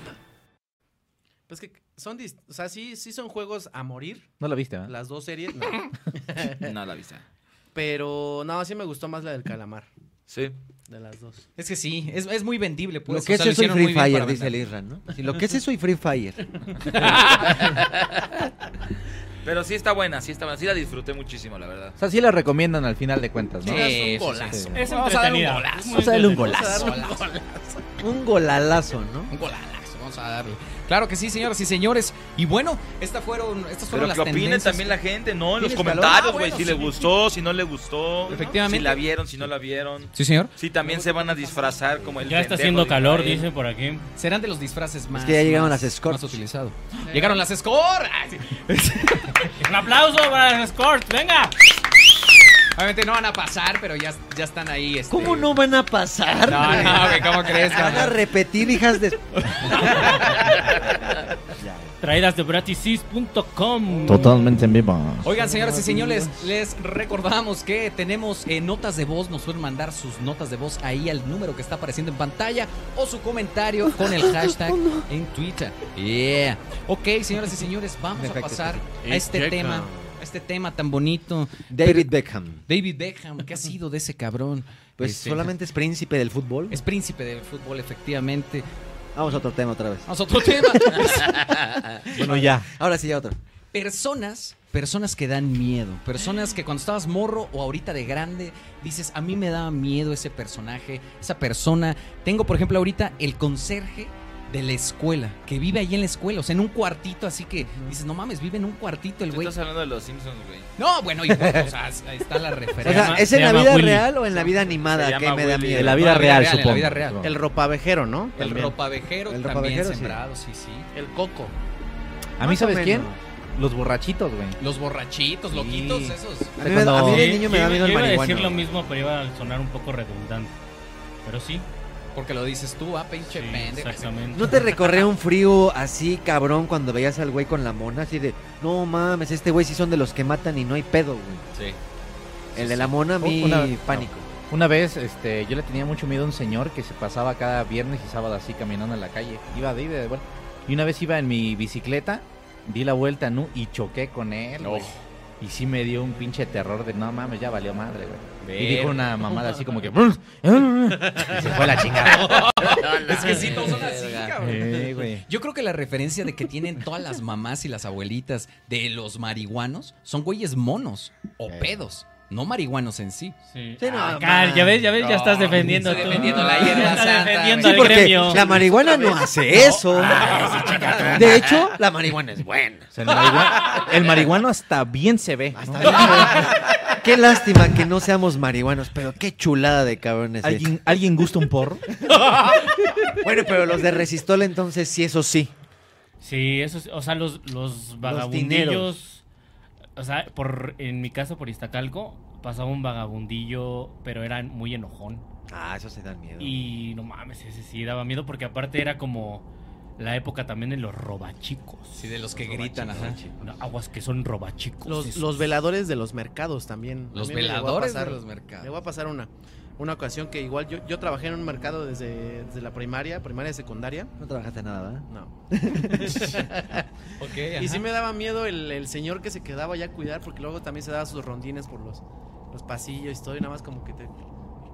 Pues que son, dis- o sea, sí, sí son juegos a morir.
No la viste, ¿verdad?
Las dos series, no.
No la viste.
Pero no, sí me gustó más la del calamar.
Sí.
De las dos.
Es que sí, es, es muy vendible. Pues.
Lo que
O
es
sea, lo
eso y
hicieron muy
Free
bien
Fire,
para
dice el
vender.
Isra, ¿no? Sí, lo que es eso y Free Fire.
Pero sí está buena, sí está buena. Sí la disfruté muchísimo, la verdad.
O sea, sí la recomiendan al final de cuentas, ¿no?
Sí, es un golazo.
Es
Vamos a darle
entretenida.
un golazo.
Es muy
Vamos a darle un
entretenida.
golazo.
Un golalazo, ¿no?
Un golalazo, vamos a darle. Claro que sí, señoras y señores. Y bueno, estas fueron, estas
Pero
fueron las
que opinen
tendencias.
también la gente, ¿no? En los
¿Tienes calor? Ah,
comentarios, güey,
bueno,
si
sí.
le gustó, si no le gustó.
Efectivamente.
Si la vieron, si no la vieron.
Sí, señor.
Si también se van a disfrazar como el
Ya está
pendejo
haciendo
de
eh.
calor,
Israel.
dice por aquí.
Serán de los disfraces más.
que ya llegaron
más-
las escorts.
Más utilizado. Llegaron las escorts. Ay, sí.
Un aplauso para los Scorch, venga.
Obviamente no van a pasar, pero ya, ya están ahí. este-
¿Cómo no van a pasar?
No, no, güey, ¿cómo crees,
Van a
cabrón?
repetir, hijas de...
Traídas de bratisys.com.
Totalmente en vivo.
Oigan, señoras y señores, les recordamos que tenemos eh, notas de voz. Nos pueden mandar sus notas de voz ahí al número que está apareciendo en pantalla o su comentario con el hashtag en Twitter. Yeah. Ok, señoras y señores, vamos a
Perfecto.
pasar a este
Beckham.
tema, a este tema tan bonito.
David Beckham.
David Beckham, ¿qué ha sido de ese cabrón?
Pues
Este,
solamente es príncipe del fútbol.
es príncipe del fútbol, efectivamente.
Vamos a otro tema otra vez.
Vamos a otro tema.
Bueno, ya.
Ahora sí, ya otro.
personas, personas que dan miedo, personas que cuando estabas morro o ahorita de grande dices, a mí me daba miedo ese personaje, esa persona. Tengo, por ejemplo, ahorita el conserje de la escuela, que vive ahí en la escuela, o sea, en un cuartito, así que dices, no mames, vive en un cuartito el
Tú
güey.
estás hablando de los Simpsons, güey.
No, bueno, y bueno, o sea, ahí está la
O
referencia.
sea,
llama-
¿es
se
en la
llama
vida
Willy.
real o en la vida animada
Se
que
llama
me da
Willy.
miedo?
En la vida
No,
real,
en la
supongo.
vida real.
El ropavejero, ¿no?
El
También.
ropavejero
El
también
ropavejero, sí.
sembrado, sí, sí.
El coco.
¿A mí sabes quién? Los borrachitos, güey.
Los borrachitos, loquitos, esos.
A mí me da- a mí de
niño me da
miedo el
Yo iba a decir
marihuano.
lo mismo, pero iba a sonar un poco redundante. Pero sí.
Porque lo dices tú, ah, pinche pendejo.
Exactamente.
¿No te recorría un frío así, cabrón, cuando veías al güey con la mona? Así de, no mames, este güey sí son de los que matan y no hay pedo, güey.
Sí.
El de la mona, a mí,
Oh, Una-
pánico.
Una vez, este, yo le tenía mucho miedo a un señor que se pasaba cada viernes y sábado así caminando en la calle. Iba de ida y de vuelta. Y una vez iba en mi bicicleta, di la vuelta ¿no? y choqué con él. güey. Y sí me dio un pinche terror de no mames, ya valió madre, güey. Y
Ver-
dijo una mamada así como que. eh, y se fue a la chingada.
es que sí, todos son así, cabrón.
Eh, güey.
Yo creo que la referencia de que tienen todas las mamás y las abuelitas de los marihuanos son güeyes monos o pedos, no marihuanos en sí.
Sí.
no,
Ah, Car, ya ves, ya ves, ya estás defendiendo
estoy
tú.
defendiendo la
Ya
hierba
estás
santa,
defendiendo
güey.
al
Sí, porque
gremio.
La marihuana no hace eso. De hecho, la marihuana es buena.
O sea, el, marihuana- el marihuano hasta bien se ve. ¿no?
Qué lástima que no seamos marihuanos, pero qué chulada de cabrones. es.
¿Alguien, ¿Alguien gusta un porro?
Bueno, pero los de Resistol entonces sí, eso sí.
Sí, eso es- o sea, los, los vagabundillos. o sea, por, en mi caso, por Iztacalco, pasaba un vagabundillo, pero era muy enojón.
Ah, eso se dan miedo.
Y no mames, ese sí daba miedo porque aparte era como la época también de los robachicos.
Sí, de los que gritan, ajá.
No, aguas que son robachicos.
Los,
esos.
los veladores de los mercados también.
Los
A mí me llegó a
veladores de
pasar-
los mercados.
Me voy a pasar una. Una ocasión que igual yo, yo trabajé en un mercado desde, desde la primaria, primaria y secundaria.
No trabajaste nada, ¿eh? ¿verdad?
No.
Ok,
y
ajá.
sí me daba miedo el, el señor que se quedaba allá a cuidar porque luego también se daba sus rondines por los, los pasillos y todo y nada más como que te...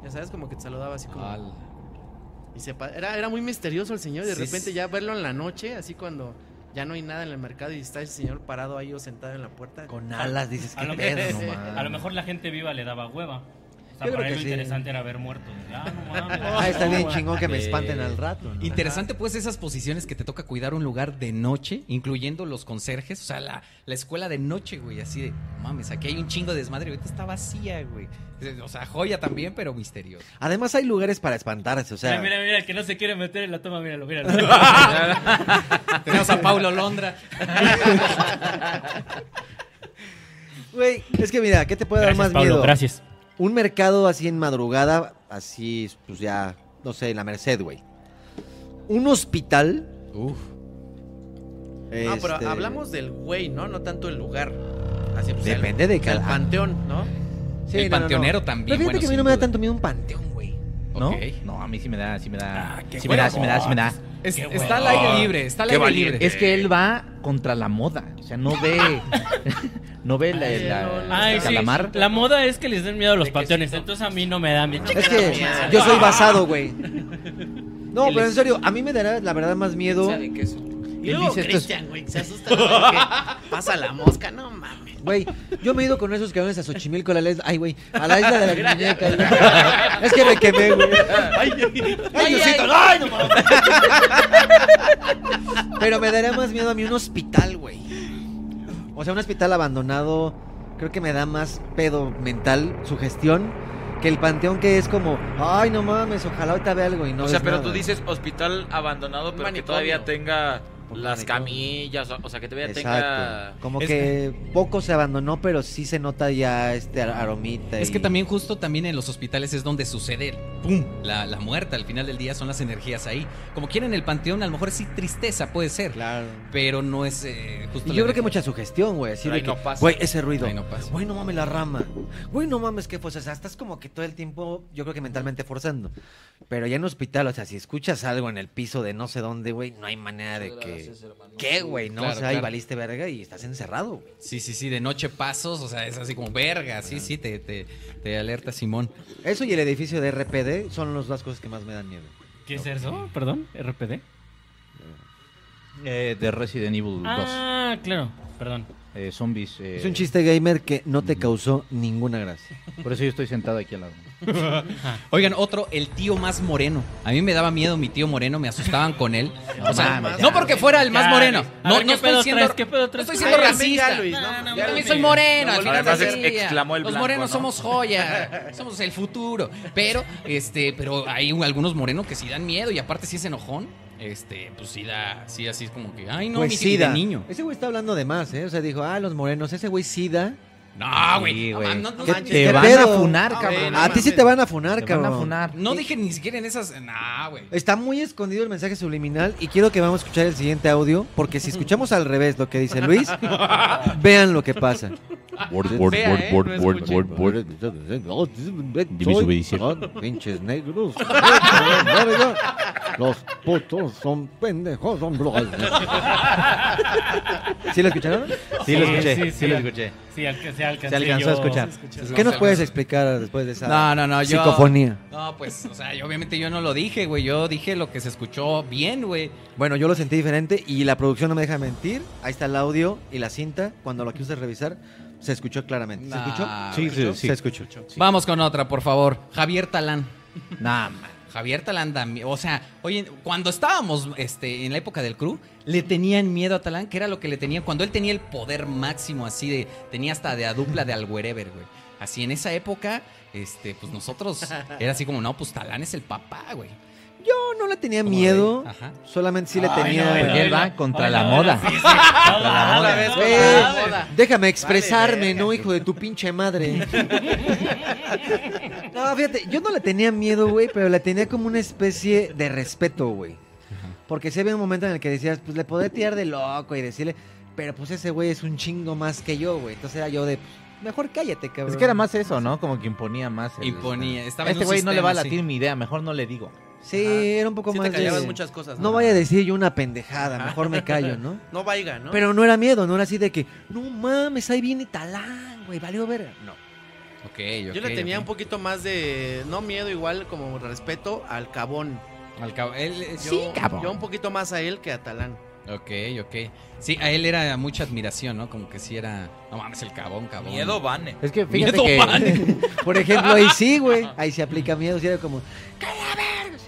Ya sabes, como que te saludaba así como...
Ala.
Y se pa- era, era muy misterioso el señor y de
Sí,
repente
sí.
ya verlo en la noche, así cuando ya no hay nada en el mercado y está el señor parado ahí o sentado en la puerta.
Con alas, dices,
A
qué
lo,
pedo,
mejor,
no mames.
a lo mejor la gente viva le daba hueva. O sea,
Yo creo
para
que
él lo
sí.
interesante era ver muertos. Ya, no mames.
Ah, está bien chingón que me
Sí.
espanten al rato. ¿no?
Interesante pues esas posiciones que te toca cuidar un lugar de noche, incluyendo los conserjes, o sea, la, la escuela de noche, güey, así de, mames, aquí hay un chingo de desmadre, ahorita está vacía, güey. O sea, joya también, pero misterioso.
Además hay lugares para espantarse, o sea,
mira, mira, mira, el que no se quiere meter en la toma, míralo, míralo.
Tenemos a Paulo Londra.
güey, es que mira, ¿qué te puede dar
Gracias,
más
Pablo,
miedo?
gracias.
Un mercado así en madrugada, así, pues ya, no sé, en la Merced, güey. Un hospital. Este, Uf.
No, Ah, pero hablamos del güey, ¿no? No tanto el lugar. Así, pues,
Depende
el-
de
el
cada-
panteón, ¿no?
El panteonero también,
Pero fíjate
bueno,
que a mí
sin
no me da
duda.
tanto miedo un panteón, güey.
¿No?
Ok. Ah,
No, a mí sí me da, sí me da.
qué
sí me da, sí me da, sí me da.
huevos.
Es-
Qué
está al aire
huevos.
libre, está al
Qué
aire
valiente.
libre.
Es que él va contra la moda. O sea, no ve. no ve la,
Eh,
la-
Ay,
el
sí.
calamar.
La moda es que les den miedo a los panteones. Entonces a mí no me da miedo.
Es que yo soy basado, güey. No, pero en serio, a mí me dará la verdad más miedo.
Y
Él
luego
dice, esto es-
Cristian, güey, que se asusta. porque Pasa la mosca, no mames.
Güey, yo me he ido con esos cabrones a Xochimilco, a la isla, ay, güey, a la isla de las muñecas. güey. Es que me quemé, güey. Ay, Diosito, ay, no mames. Pero me daría más miedo a mí un hospital, güey. O sea, un hospital abandonado, creo que me da más pedo mental, sugestión, que el panteón que es como, ay, no mames, ojalá ahorita vea algo y no
o sea,
ves
pero
nada.
tú dices hospital abandonado, pero que
manicomio.
todavía tenga las
manicomio.
camillas, o, o sea, que todavía
Exacto.
tenga...
Como
Es-
que poco se abandonó, pero sí se nota ya este ar- aromita.
Es
y-
que también justo también en los hospitales es donde sucede, ¡pum!, la, la muerte. Al final del día son las energías ahí. Como quieren el panteón, a lo mejor sí tristeza puede ser,
Claro.
pero no es eh, justo...
Y yo creo
la
que
energía.
mucha sugestión, güey. Así
Pero
de
ahí
que,
no pasa.
güey, ese ruido.
Ahí no pasa.
Güey, no mames la rama. Güey, no mames qué fue. O sea, estás como que todo el tiempo, yo creo que mentalmente forzando. Pero ya en hospital, o sea, si escuchas algo en el piso de no sé dónde, güey, no hay manera de que. ¿Qué, güey? No,
Claro,
o sea, ahí
claro.
valiste verga y estás encerrado, güey.
Sí, sí, sí, de noche pasos, o sea, es así como verga, sí, sí, te, te, te alerta Simón.
Eso y el edificio de RPD son las dos cosas que más me dan miedo.
¿Qué es eso? Perdón, RPD.
Eh, de Resident Evil 2.
Ah, claro, perdón.
Eh, zombies. eh,
Es un chiste gamer que no te causó ninguna gracia.
Por eso yo estoy sentado aquí al lado.
Oigan, otro, el tío más moreno. A mí me daba miedo mi tío moreno, me asustaban con él.
No
O sea,
mames,
no porque fuera el más
Ya,
moreno.
Luis. A
No,
ver,
no
¿qué pedo
estoy siendo,
traes? ¿Qué pedo
no
traes?
estoy siendo
Ay, ya
racista.
venga, Luis, no,
No, no,
ya
yo también
venga.
soy moreno.
No,
al final
además
del
ex-
día.
exclamó el
Los
blanco,
morenos
¿no?
somos joya, somos el futuro. Pero, este, pero hay algunos morenos que sí dan miedo y aparte sí es enojón. este, pues sí da, sí así es como que, ah, ay no,
Pues
mi
sida.
de niño.
Ese güey está hablando de más, ¿eh? O sea, dijo, ah, los morenos, ese güey sida.
No, güey.
Sí,
no
güey.
mames, no- no
¿Qué
manches.
te
Te
van
pedo?
a funar,
No, güey,
cabrón.
no
A ti sí
mames.
te van a funar,
Ah, Te van a
cabrón.
funar. No dije ni siquiera en esas, nah, güey.
Está muy escondido el mensaje subliminal y quiero que vamos a escuchar el siguiente audio porque si escuchamos al revés lo que dice Luis, vean lo que pasa.
Word, word, Vea, word, eh, word, no word, escuchen. word, word.
Oh, Soy
subedición.
tan Pinches negros. Los putos son pendejos, son blogs. ¿Sí lo escucharon?
Sí lo escuché, sí, lo
al-
escuché.
Sí, alca- se alcancé
Se alcanzó a
yo.
escuchar.
Sí, escuché.
¿Qué nos puedes explicar después de esa
No, no, no, yo.
psicofonía?
No, pues, o sea, yo, obviamente yo no lo dije, güey. Yo dije lo que se escuchó bien, güey.
Bueno, yo lo sentí diferente y la producción no me deja mentir. Ahí está el audio y la cinta. Cuando lo quise revisar, se escuchó claramente. ¿Se
Nah,
escuchó?
Sí, sí, sí.
Se escuchó.
Vamos con otra, por favor. Javier Talán. Nah, man. Javier Talán también. O sea, oye, cuando estábamos este, en la época del crew, le tenían miedo a Talán, que era lo que le tenían. Cuando él tenía el poder máximo así de. Tenía hasta de a dupla de Alguerever, güey. Así en esa época, este, pues nosotros. Era así como, no, pues Talán es el papá, güey.
Yo no le tenía miedo, solamente sí le
Ay,
tenía.
no, bueno,
Él va
bueno,
contra la
bueno, bueno,
moda.
sí, sí.
Contra
Otra
la moda.
vez
Güey,
contra la moda.
Eh, déjame expresarme, ¿no, hijo de tu pinche madre? No, fíjate, yo no le tenía miedo, güey, pero le tenía como una especie de respeto, güey. Porque sí había un momento en el que decías, pues le podré tirar de loco y decirle, pero pues ese güey es un chingo más que yo, güey. Entonces era yo de, pues, mejor cállate, cabrón.
Es que era más eso, ¿no? Como que imponía más. el-
Imponía, estaba en
este
un
güey no le va a
sistema,
latir
sí.
mi idea, mejor no le digo.
Sí, era un poco
Sí te
más
callabas
de...
muchas cosas,
No
¿no?
vaya a decir yo una pendejada, mejor me callo, ¿no?
No vaya, ¿no?
Pero no era miedo, no era así de que, no mames, ahí viene Talán, güey, valió verga. No.
Ok,
Yo le tenía un poquito más de, no miedo igual, como respeto al cabón.
Al cabo, él, eh,
Yo-
sí, cabrón.
Yo un poquito más a él que a Talán.
Ok, ok. Sí, a él era mucha admiración, ¿no? Como que sí era. No mames, el cabón, cabón.
Miedo vane.
Es que
fíjate que- Por ejemplo, ahí sí, güey. Ahí se aplica miedo. Si era como, ¡Cala verga!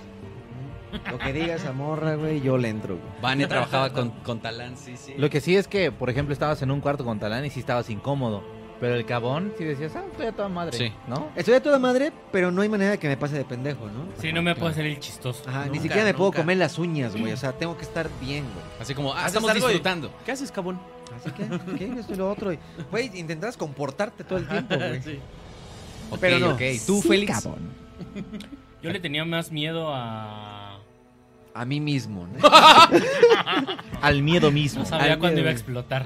Lo que diga esa morra, güey, yo le entro. güey.
Vane trabajaba con, con Talán, sí, sí.
Lo que sí es que, por ejemplo, estabas en un cuarto con Talán y sí estabas incómodo. Pero el cabón sí decías, ah, estoy a toda madre.
Sí.
¿No?
Estoy a toda madre, pero no hay manera de que me pase de pendejo, ¿no?
Sí, no me puedo hacer el chistoso.
Ajá, Ah, ni siquiera me puedo comer las uñas, güey. O sea, tengo que estar bien, güey.
Así como, ah,
Haces
estamos
algo y-
disfrutando.
¿Qué haces, cabón?
Así que, ¿qué? Esto y lo otro. y- Güey, intentarás comportarte todo el tiempo, güey.
Sí.
Ok,
Pero no.
ok. ¿Tú,
Sí,
Félix?
cabrón.
Yo le tenía más miedo a.
A mí mismo, ¿no?
Al miedo mismo.
No sabía
Al
cuándo
miedo
iba a
mismo.
explotar.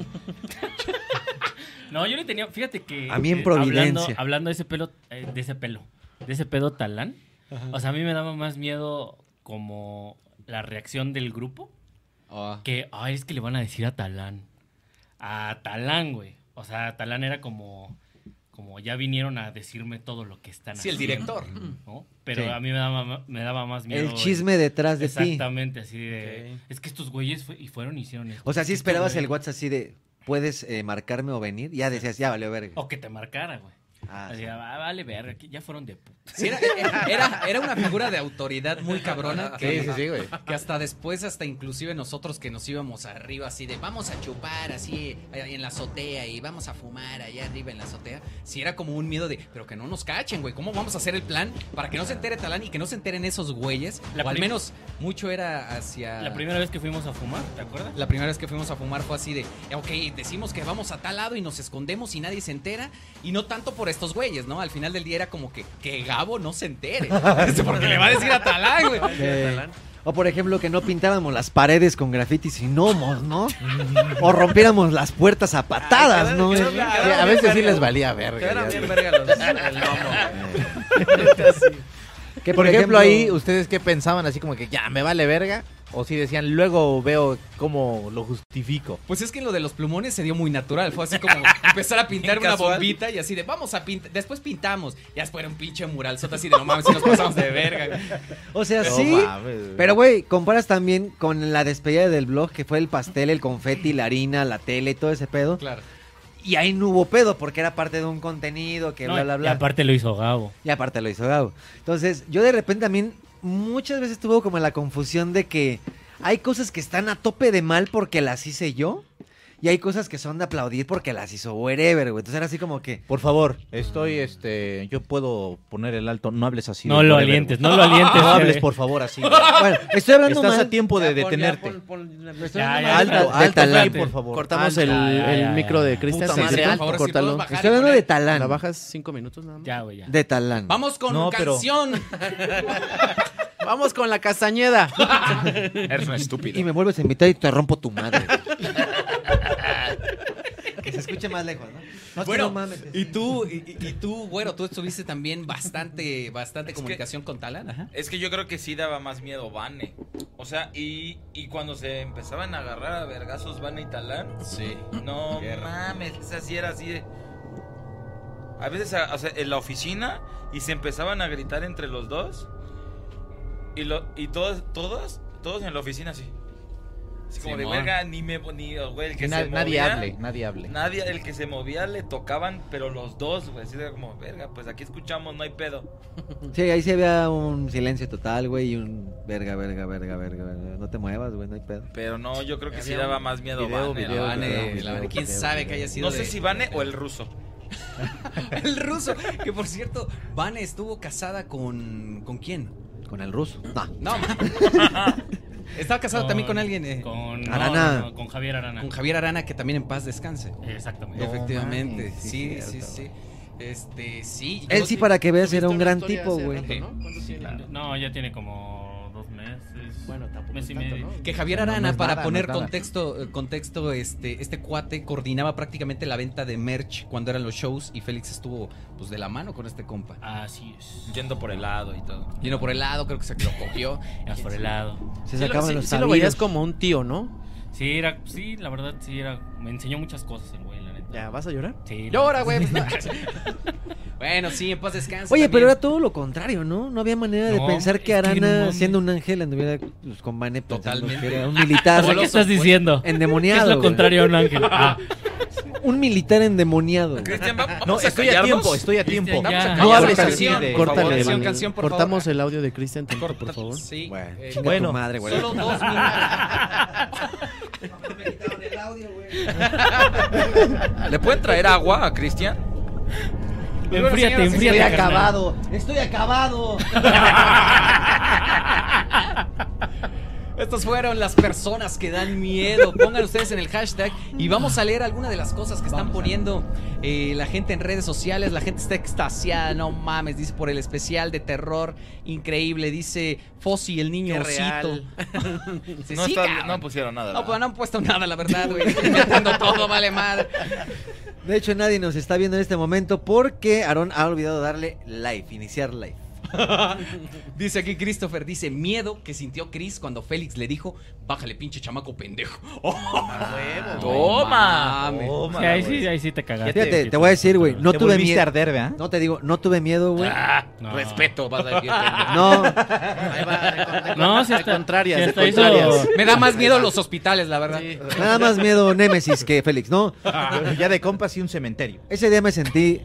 no, yo le tenía. Fíjate que.
A mí en
eh,
Providencia.
Hablando, hablando de ese pelo. eh, de ese pelo. De ese pedo talán.
Ajá.
O sea, a mí me daba más miedo como la reacción del grupo.
Ah.
Que, ay, es que le van a decir a Talán. A Talán, güey. O sea, Talán era como. Como ya vinieron a decirme todo lo que están
Sí, el
haciendo,
director. Mm.
¿no? Pero
Sí.
a mí me daba, me daba más miedo.
El chisme detrás de ti.
Exactamente, así de. Es que estos güeyes fue- y fueron y hicieron esto. Este
O sea, si
Estos
esperabas el
güeyes-
WhatsApp así de, ¿puedes eh, marcarme o venir? Ya decías, ya valió verga.
O que te marcara, güey.
Ah,
Así, "Ah, vale, verga, que ya fueron de puta.
Sí, era, era, era una figura de autoridad muy cabrona. Que,
Sí, sí, sí, güey.
Que hasta después, hasta inclusive nosotros que nos íbamos arriba así de vamos a chupar así eh, en la azotea y vamos a fumar allá arriba en la azotea. Sí era como un miedo de, pero que no nos cachen, güey. ¿Cómo vamos a hacer el plan para que no se entere Talán y que no se enteren esos güeyes?
La
o al
prim-
menos mucho era hacia...
La primera vez que fuimos a fumar, ¿te acuerdas?
La primera vez que fuimos a fumar fue así de, ok, decimos que vamos a tal lado y nos escondemos y nadie se entera. Y no tanto por estos güeyes, ¿no? Al final del día era como que, que Gabo no se entere. Este, Porque le va a decir a Talán, güey.
Sí. O por ejemplo que no pintáramos las paredes con graffiti sino mos, ¿no? o rompiéramos las puertas a patadas, ¿no?
quedaron-
Sí,
quedaron
a veces sí
bien
les valía verga.
Quedaron
ya.
bien
verga los- el
Que por ejemplo, ahí, ¿ustedes qué pensaban? Así como que ya me vale verga. O si decían, luego veo cómo lo justifico.
Pues es que lo de los plumones se dio muy natural. Fue así como empezar a pintar
Bien
una
casual.
bombita y así de, vamos a pintar. Después pintamos. Ya después era un pinche mural sota así de, no mames, si nos pasamos de verga. güey".
O sea,
No
sí.
mames, güey.
pero güey, comparas también con la despedida del blog que fue el pastel, el confeti, la harina, la tele, todo ese pedo.
Claro.
Y ahí no hubo pedo porque era parte de un contenido que
No,
bla bla
Y
bla.
aparte lo hizo Gabo.
Y aparte lo hizo Gabo. Entonces, yo de repente también muchas veces tuve como la confusión de que hay cosas que están a tope de mal porque las hice yo. Y hay cosas que son de aplaudir porque las hizo wherever, güey. Entonces era así como que.
Por favor, estoy, este, yo puedo poner el alto, no hables así. de
No lo
whatever,
alientes,
güey.
no lo alientes,
No eh. hables,
Fede.
por favor, así. güey.
Bueno, estoy hablando
Estás
mal.
a tiempo de
Ya, pon, ya,
detenerte.
pon, pon, la-
Alto,
estoy hablando mal
alto,
de- de
alto,
Talán.
por favor.
Cortamos
Alto.
el,
Ya,
el
ya, ya.
micro de Cristian.
Puta madre,
Sencillo,
alto,
por favor,
si
córtalo.
puedes bajar
Estoy hablando de Talán.
¿La bajas cinco minutos nada más?
Ya, güey, ya.
De Talán.
Vamos con
No, pero-
canción.
Vamos con la castañeda.
Eres un estúpido. Y me vuelves a invitar y te rompo tu madre. que se escuche más lejos, ¿no? No, es que
bueno,
no mames.
y tú, y, y- y tú, güero, tú estuviste también bastante, bastante comunicación con Talán, ajá.
Es que yo creo que sí daba más miedo Vane. O sea, y, y cuando se empezaban a agarrar a vergazos Vane y Talán.
Sí.
No
Guerra.
mames, esa sí era así de. A veces a- o sea, en la oficina y se empezaban a gritar entre los dos. Y, lo, y todos, todos, todos en la oficina así. Así como
Simón.
de verga, ni me. Ni, güey, el que
Na-
se
nadie
movía,
hable, nadie hable.
Nadie, el que se movía le tocaban, pero los dos, güey. Así de como, verga, pues aquí escuchamos, no hay pedo.
Sí, ahí se vea un silencio total, güey, y un verga, verga, verga, verga, verga. No te muevas, güey, no hay pedo.
Pero no, yo creo que sí
Había un
daba más miedo
video,
Vane.
video, Vane, video, Eh, la video, Vane, quién video, sabe video. que haya sido
No sé
de-
si Vane o el ruso.
El ruso, que por cierto, Vane estuvo casada con. ¿Con quién?
Con el ruso. No.
No, ma- Estaba casado también con alguien. eh,
Con, no, no,
Arana.
no, con Javier Arana.
Con Javier Arana, que también en paz descanse.
Exactamente.
Efectivamente.
No mames, sí,
sí, sí,
cierto.
sí. Este, sí.
Él
yo
sí, para que veas, era un gran
historia
tipo,
hace
güey.
rato, ¿no?
Sí, sí, No, ya tiene como dos meses. Bueno, tampoco. Mes y
tanto,
medio.
¿no?
Que Javier
No, no
Arana,
es
para
nada,
poner
no es nada.
contexto, eh, contexto este, este cuate coordinaba prácticamente la venta de merch cuando eran los shows y Félix estuvo pues de la mano con este compa.
Así es.
Yendo por helado y todo.
Lleno por el lado, creo que se lo copió.
Lleno por helado.
Se
Sí lo-
sacaban
sí-
los
sí lo veías
tabiros.
como un tío, ¿no?
Sí, era, sí, la verdad, sí, era. Me enseñó muchas cosas el güey, la neta.
¿Ya vas a llorar?
Sí.
Llora, güey. pues, no. bueno, sí, en paz descanse.
Oye, pero
también.
era todo lo contrario, ¿no? No había manera de
No,
pensar que
es que no
Arana,
mames.
siendo un ángel, anduviera pues, con Vane pensando
Totalmente.
que era un militar.
O sea, ¿qué estás diciendo?
Endemoniado.
¿Qué es lo
güey.
contrario a un ángel? Ah.
Un militar endemoniado. güey.
No, estoy a tiempo, estoy a
Cristian,
tiempo.
ya.
No hables
Corta el
así
video,
de...
por
Córtale,
favor.
el-
Canción, canción, por favor.
Cortamos el audio de Cristian tantito, por favor.
Sí.
Bueno,
eh,
chinga
bueno,
tu madre, güey.
Solo dos
¿Le pueden traer agua a Cristian?
Enfríate, enfríate. carnal.
estoy acabado.
Estas fueron las personas que dan miedo. Pongan ustedes en el hashtag y vamos a leer algunas de las cosas que están poniendo eh, la gente en redes sociales. La gente está extasiada, no mames. Dice por el especial de terror increíble. Dice Fossi, el niño
Qué
osito.
real.
Sí,
no,
sí,
está-
cabrón.
no pusieron nada.
No,
¿verdad?
pues no han puesto nada, la verdad, güey. Están Inventando todo, vale madre.
De hecho, nadie nos está viendo en este momento porque Aaron ha olvidado darle live, iniciar live.
Dice aquí Christopher, dice miedo que sintió Chris cuando Félix le dijo, bájale pinche chamaco pendejo.
pues, Toma.
Oh, Mames.
Sí, ahí sí, ahí sí te cagaste.
Fíjate, te voy a decir, güey, no
Te
tuve
volviste a
miedo.
arder, ¿verdad?
No te digo, no tuve miedo, güey.
Ah,
No.
Respeto, vas a decir.
No.
No, si
de
hasta,
contrarias,
si
de
hasta hizo-
contrarias.
Me da más miedo los hospitales, la verdad.
Nada más miedo Némesis que Félix, ¿no?
Ah.
Ya de compas y un cementerio.
Ese día me sentí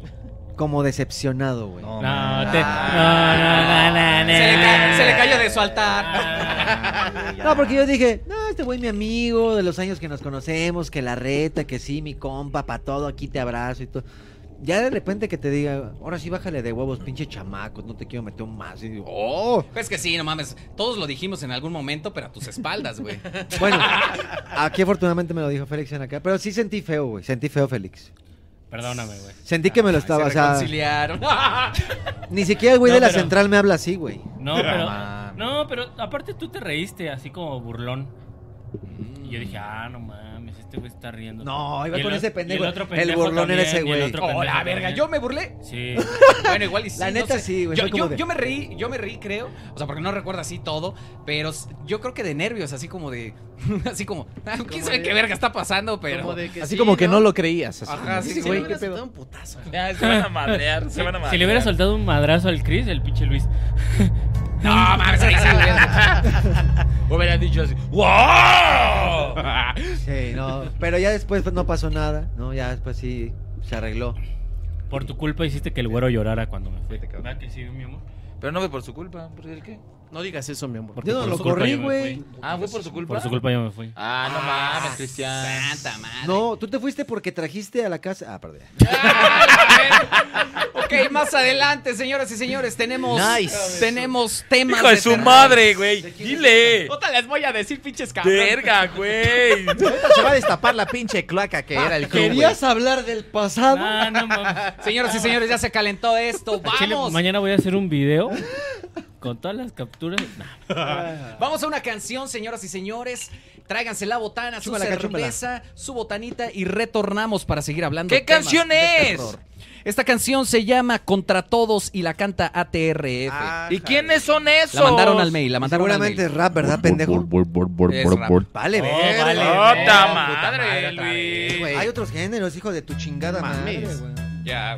como decepcionado, güey.
No,
No, te- no, no, no, no,
Ah. Se le, ca-
no.
se le cayó de su altar.
No, porque yo dije, no, este güey mi amigo de los años que nos conocemos, que la reta, que sí, mi compa, pa' todo, aquí te abrazo y todo. Ya de repente que te diga, ahora sí bájale de huevos, pinche chamaco, no te quiero meter un más. Y digo, oh.
Pues que sí, no mames. Todos lo dijimos en algún momento, pero a tus espaldas, güey.
Bueno, aquí afortunadamente me lo dijo Félix en acá, pero sí sentí feo, güey, sentí feo Félix.
Perdóname, güey. Ah,
Sentí que me lo estaba,
Se
o sea,
reconciliaron.
ni siquiera el güey
No,
de la
pero-
central me habla así, güey.
No,
Ah,
pero. No, pero aparte tú te reíste así como burlón. Y yo dije, ah, no mames, este güey está riendo.
No, iba
Y el
con
o-
ese
y
pendejo.
El, otro
El
pendejo
burlón era
también,
ese
y el
güey.
otro
Oh,
pendejo
la verga,
también.
yo me burlé.
Sí.
Bueno, igual y sí.
La
no
neta
sé.
sí, güey,
Yo,
fue como
yo-
de-
yo me reí, yo me reí, creo. O sea, porque no recuerdo así todo. Pero s- yo creo que de nervios, así como de. Así como. ah, ¿Quién
Como
sabe
de-
qué verga está pasando? Pero.
Como de que
Así
sí,
como que no lo creías. así.
Ajá, sí,
Sí,
güey.
güey, qué pedo. un putazo.
Ya, se van a madrear, se van a madrear.
Si le hubiera soltado un madrazo al Chris, el pinche Luis.
No mames, ahí
Hubieran dicho así. ¡Wow!
Sí, no, pero ya después pues, no pasó nada, ¿no? Ya después sí se arregló.
Por tu culpa hiciste que el güero llorara cuando me fui. ¿Verdad que sí, mi amor?
Pero no fue por su culpa. ¿Por el qué?
No digas eso, mi amor.
Porque Yo no por lo su culpa corrí, yo me güey. fui. Ah, ¿fue por su culpa?
Por su culpa yo me fui.
Ah, no mames, Cristian.
Santa madre. No, tú te fuiste porque trajiste a la casa. Ah, perdón.
Ok, más adelante, señoras y señores, tenemos,
Nice.
tenemos temas.
Hijo de su
terror.
madre, güey. Dile.
No te les voy a decir, pinches cabrón.
Verga, güey.
Se va a destapar la pinche cloaca que era el club, güey.
hablar del pasado?
Señoras y señores, ya se calentó esto.
A Chile,
Vamos.
mañana voy a hacer un video con todas las capturas.
Vamos a una canción, señoras y señores. Tráiganse la botana, su
Chúpala, cachúpala.
cerveza, su botanita y retornamos para seguir hablando.
¿Qué
temas
canción
de
es?
terror. Esta canción se llama Contra Todos y la canta ATRF.
¿Y quiénes son esos?
la mandaron al mail, la mandaron al mail.
Seguramente es rap, ¿verdad, pendejo?
Es rap.
Vale,
Oh,
ver.
vale,
puta
verga,
madre,
otra vez,
Luis.
güey. Hay otros géneros, hijo de tu chingada madre,
Mames.
güey.
Ya.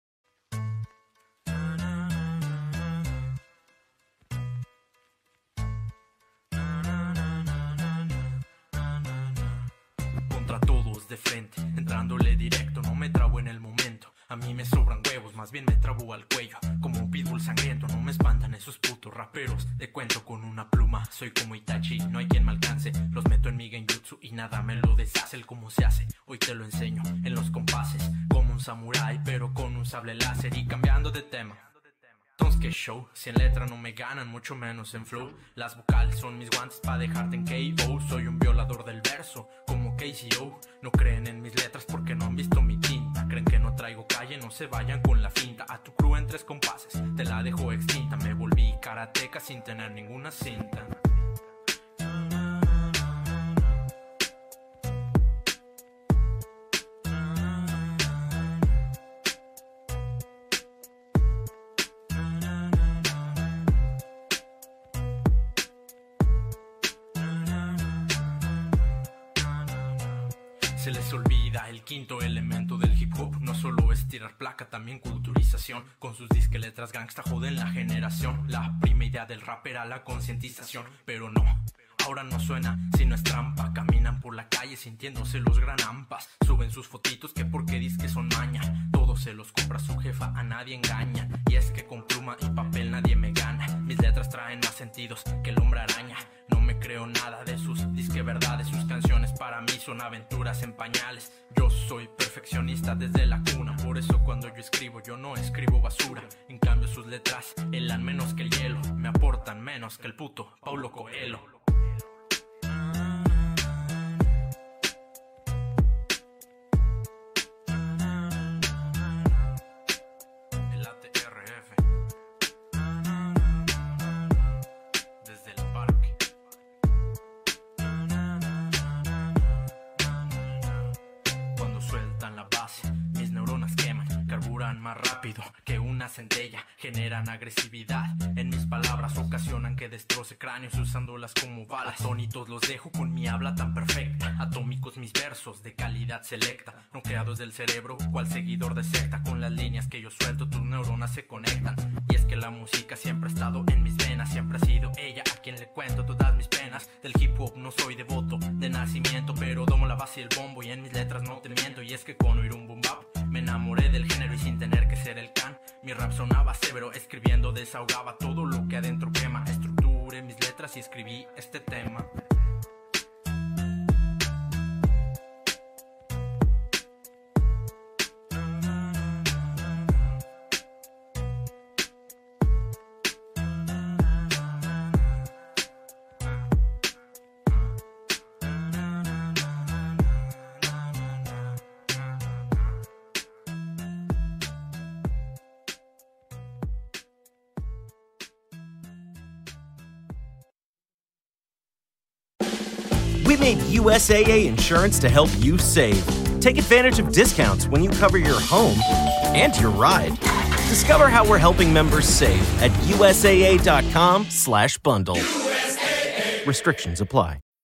contra todos de frente, entrándole directo, no me trabo en el momento. A mí me sobran huevos, más bien me trabo al cuello, como un pitbull sangriento, no me espantan esos putos raperos. Te cuento con una pluma, soy como Itachi, no hay quien me alcance. Los meto en mi genjutsu y nada me lo deshace, el cómo se hace. Hoy te lo enseño en los compases, como un samurái, pero con un sable láser y cambiando de tema. Entonces, ¿qué show? Si en letra no me ganan, mucho menos en flow. Las vocales son mis guantes para dejarte en KO. Soy un violador del verso, como KCO. No creen en mis letras porque no han visto mi tinta. Creen que no traigo calle, no se vayan con la finta. A tu crew en tres compases, te la dejo extinta. Me volví karateca sin tener ninguna cinta. Se les olvida el quinto elemento del hip hop. No solo es tirar placa, también culturización. Con sus disque letras gangsta joden la generación. La prima idea del rap era la concientización, pero no. Ahora no suena, sino es trampa. Caminan por la calle sintiéndose los gran ampas. Suben sus fotitos que porque que son maña. Todos se los compra su jefa, a nadie engaña. Y es que con pluma y papel nadie me gana. Mis letras traen más sentidos que el hombre araña. No me creo nada de sus disque verdades, sus canciones para mí son aventuras en pañales. Yo soy perfeccionista desde la cuna, por eso cuando yo escribo yo no escribo basura. En cambio sus letras helan menos que el hielo, me aportan menos que el puto Paulo Coelho. El ATRF. Desde el parque. Cuando sueltan la base, mis neuronas queman, carburan más rápido que una centella, generan agresividad. En mis palabras ocasionan que destroce cráneos usándolas como balas. Atónitos los dejo con mi habla tan perfecta. Atómicos mis versos de calidad selecta, no creados del cerebro, cual seguidor de secta. Con las líneas que yo suelto, tus neuronas se conectan. Y es que la música siempre ha estado en mis venas, siempre ha sido ella a quien le cuento todas mis penas. Del hip hop no soy devoto de nacimiento, pero domo la base y el bombo y en mis letras no te miento. Y es que con oír un boom bap me enamoré del género y sin tener que ser el can. Mi rap sonaba severo, escribiendo desahogaba todo lo que adentro quema. Estructuré mis letras y escribí este tema.
We made USAA insurance to help you save. Take advantage of discounts when you cover your home and your ride. Discover how we're helping members save at usaa.com slash bundle. Restrictions apply.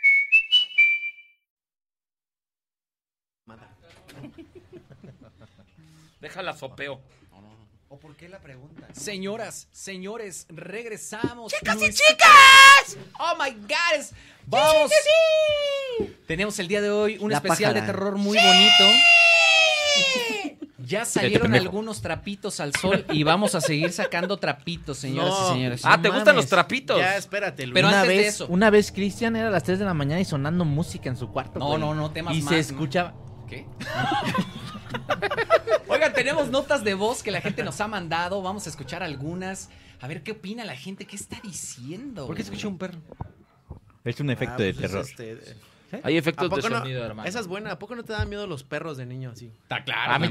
Déjala sopeo.
¿O por qué la pregunta? Señoras, señores, regresamos.
¡Chicas y
chicas! ¡Oh my God! es- ¡Vamos! Tenemos el día de hoy un
La
especial
pájara.
de terror muy
¡Sí!
bonito. Ya salieron
pendejo.
algunos trapitos al sol y vamos a seguir sacando trapitos, señoras
No.
y señores.
Ah, ¿te gustan los
trapitos?
Ya, espérate, Luis.
Pero
una
antes
vez,
de eso.
Una vez Cristian era a las 3 de la mañana y sonando música en su cuarto.
No,
güey.
no, no, temas
Y
más,
se
¿no?
escuchaba.
¿Qué? Oigan, tenemos notas de voz que la gente nos ha mandado. Vamos a escuchar algunas. A ver qué opina la gente, qué está diciendo.
¿Por qué
escucha un perro?
Ah, pues Es este, un efecto de terror.
¿Eh?
Hay efectos
¿A poco
de
no-
sonido, hermano.
Esa es buena. ¿A poco no te dan miedo los perros de niño así?
Está
claro.
A mí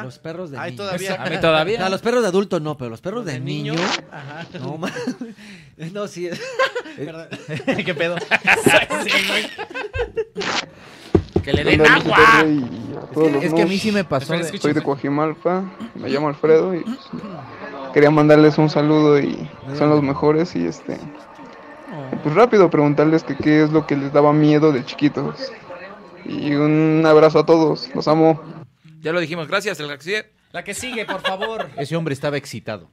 Ah.
Los perros de
Ay,
niño.
todavía.
Exacto.
A mí todavía.
No, los perros de adulto no, pero los perros de,
de
niño.
niño, ajá.
No, ma- No, sí.
Perdón.
¿Qué pedo?
que le
den Ándale, agua. perro, y a todos los
Es que a mí
mus.
sí me pasó. de-
Soy de Coajimalpa, me llamo Alfredo y pues, quería mandarles un saludo y son los mejores y este pues rápido preguntarles que qué es lo que les daba miedo de chiquitos. Y un abrazo a todos, los amo.
Ya lo dijimos, gracias, el García.
La que sigue, por favor.
Ese hombre estaba excitado.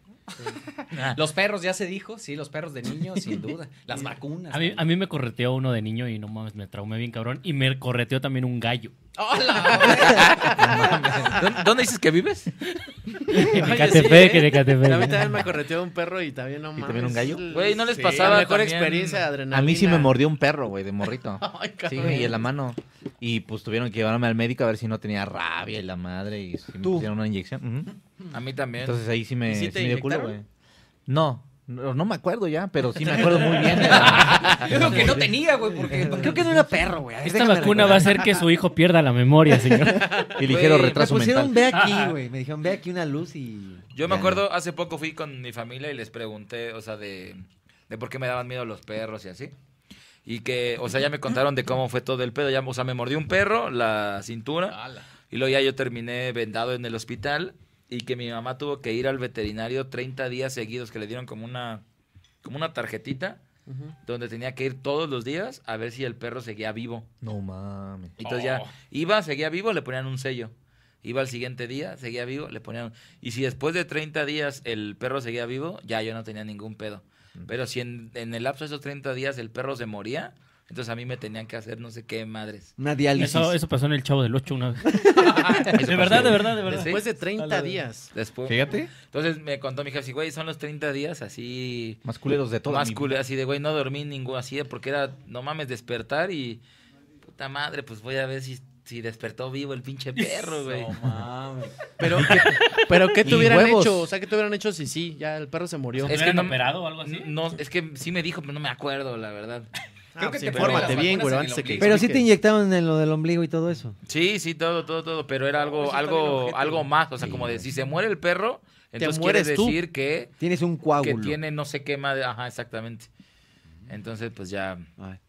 Los perros, ya se dijo, sí, los perros de niños, sin duda. Las vacunas.
A mí, a mí me correteó uno de niño y no mames, me traumé bien cabrón. Y me correteó también un gallo.
¿Dónde- dónde dices que vives?
En
Oye,
Ecatepec,
sí, ¿eh?
en Ecatepec.
A mí también me correteó un perro y también no mames.
también un gallo?
Güey,
¿no les
pasaba
La mejor
también-
experiencia de adrenalina.
A mí sí me mordió un perro, güey, de morrito.
Ay,
sí,
cabrón.
güey, en la mano. Y pues tuvieron que llevarme al médico a ver si no tenía rabia y la madre. Y si me
¿Tú?
pusieron una inyección. Ujú.
A mí también.
Entonces ahí sí me,
¿Y si
sí
te
me dio culo,
inyectaron?
güey. No, no, no me acuerdo ya, pero sí me acuerdo muy bien. de la-
Yo creo que
Ah,
no tenía, güey, porque creo que no era perro, güey. A ver,
Esta
déjame
vacuna va a hacer que su hijo pierda la memoria, señor.
Y
Güey, Me pusieron ve aquí, güey. Me dijeron ve aquí una luz y.
Yo me
Ya
acuerdo, hace poco fui con mi familia y les pregunté, o sea, de, de por qué me daban miedo los perros y así. Y que, o sea, ya me contaron de cómo fue todo el pedo. Ya, o sea, me mordió un perro, la cintura. Y luego ya yo terminé vendado en el hospital. Y que mi mamá tuvo que ir al veterinario 30 días seguidos, que le dieron como una, como una tarjetita, donde tenía que ir todos los días a ver si el perro seguía vivo.
No mames.
Entonces
Oh.
ya iba, seguía vivo, le ponían un sello. Iba al siguiente día, seguía vivo, le ponían... Y si después de 30 días el perro seguía vivo, ya yo no tenía ningún pedo.
Mm.
Pero si en, en el lapso de esos 30 días el perro se moría, entonces a mí me tenían que hacer no sé qué madres.
Una
Eso, eso pasó en el Chavo del Ocho una vez.
Eso
de verdad,
pasó.
de verdad, de verdad.
Sí.
Dale,
Después.
Fíjate.
Entonces me contó mi jefe, así, güey, son los 30 días así.
Más culeros de toda
Más
mi
cule- así de, güey, no dormí ningún así, de- porque era, no mames, despertar y. Puta madre, pues voy a ver si, si despertó vivo el pinche perro, güey. No mames.
Pero, pero ¿qué te hubieran hecho? O sea, ¿qué te hubieran hecho si sí? Ya el perro se murió.
Es que no,
o algo así?
No, es que sí me dijo, pero no me acuerdo, la verdad.
Creo que
Sí,
te
pero-
Ah, fórmate bien, güey, antes de que
Pero sí te inyectaron en lo del ombligo y todo eso.
Sí, sí, todo, todo, todo, pero era algo, algo, algo más, o sea, como de si se muere el perro,
Te
entonces quiere
mueres tú.
decir que
Tienes un
que
coágulo.
tiene no sé qué madre, ajá, exactamente. Entonces, pues ya.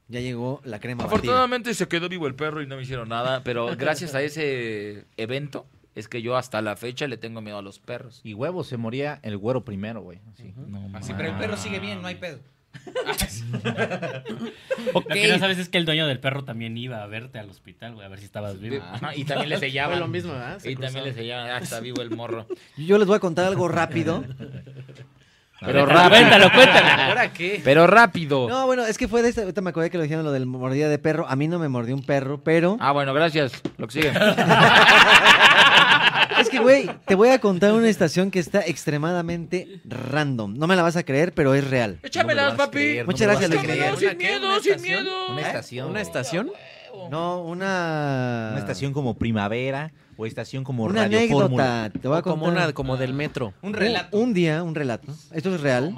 Ya llegó la crema. batida.
Afortunadamente se quedó vivo el perro y no me hicieron nada, pero gracias a ese evento es que yo hasta la fecha le tengo miedo a los perros.
Y huevo, se moría el güero primero, güey. Así.
Sí, pero el perro sigue bien, no hay pedo.
Lo que no sabes es que el dueño del perro también iba a verte al hospital, güey, a ver si estabas vivo.
Ajá, y también le sellaban.
Fue lo mismo, ¿verdad? Se
y también
cruzaban.
le sellaban. Ah, está vivo el morro.
Yo les voy a contar algo rápido.
Pero rápido. Cuéntalo, cuéntalo.
¿Ahora qué?
Pero rápido.
No, bueno, es que fue de esta. Ahorita me acordé que lo dijeron lo del mordida de perro. A mí no me mordió un perro, pero.
Ah, bueno, gracias. Lo que sigue.
Es que, güey, te voy a contar una estación que está extremadamente random. No me la vas a creer, pero es real.
Échamelas, papi.
Muchas gracias, Luis Miguel.
Sin miedo, sin miedo.
¿Eh? Una estación.
No, una.
Una estación como primavera o o estación como
Una
Radio
anécdota,
Fórmula.
te voy a
O como
contar.
una como del metro.
Un, un día, un relato. Esto es real.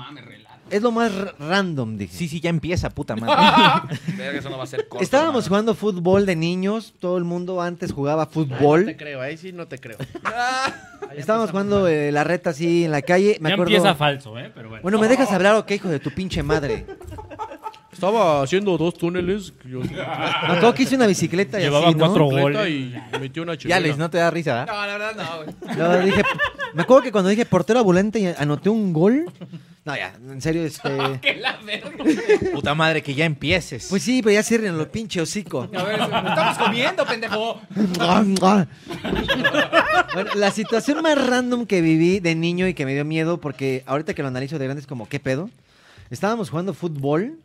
Es lo más r- random, dije.
Sí, sí, ya empieza, puta madre.
Verga, eso no va a ser corto.
Estábamos jugando fútbol de niños. Todo el mundo antes jugaba fútbol.
No te creo, ahí sí no te creo.
Estábamos jugando eh, la reta así en la calle. Me
Ya
acuerdo...
empieza falso, ¿eh? Pero bueno.
Bueno, ¿me dejas hablar o qué, hijo de tu pinche madre?
Estaba haciendo dos túneles. que Yo...
Me acuerdo que hice una bicicleta y así, ¿no?
Y metió una
Ya, Luis, no te da risa, ¿verdad?
No, la verdad no, Luego dije, me acuerdo que cuando dije portero ambulante y anoté un gol. No, ya, en serio, este.
Puta madre, que ya empieces.
Pues sí, pero ya cierren los pinche hocico.
estamos comiendo, pendejo.
Bueno, la situación más random que viví de niño y que me dio miedo, porque ahorita que lo analizo de grande es como, ¿qué pedo? Estábamos jugando fútbol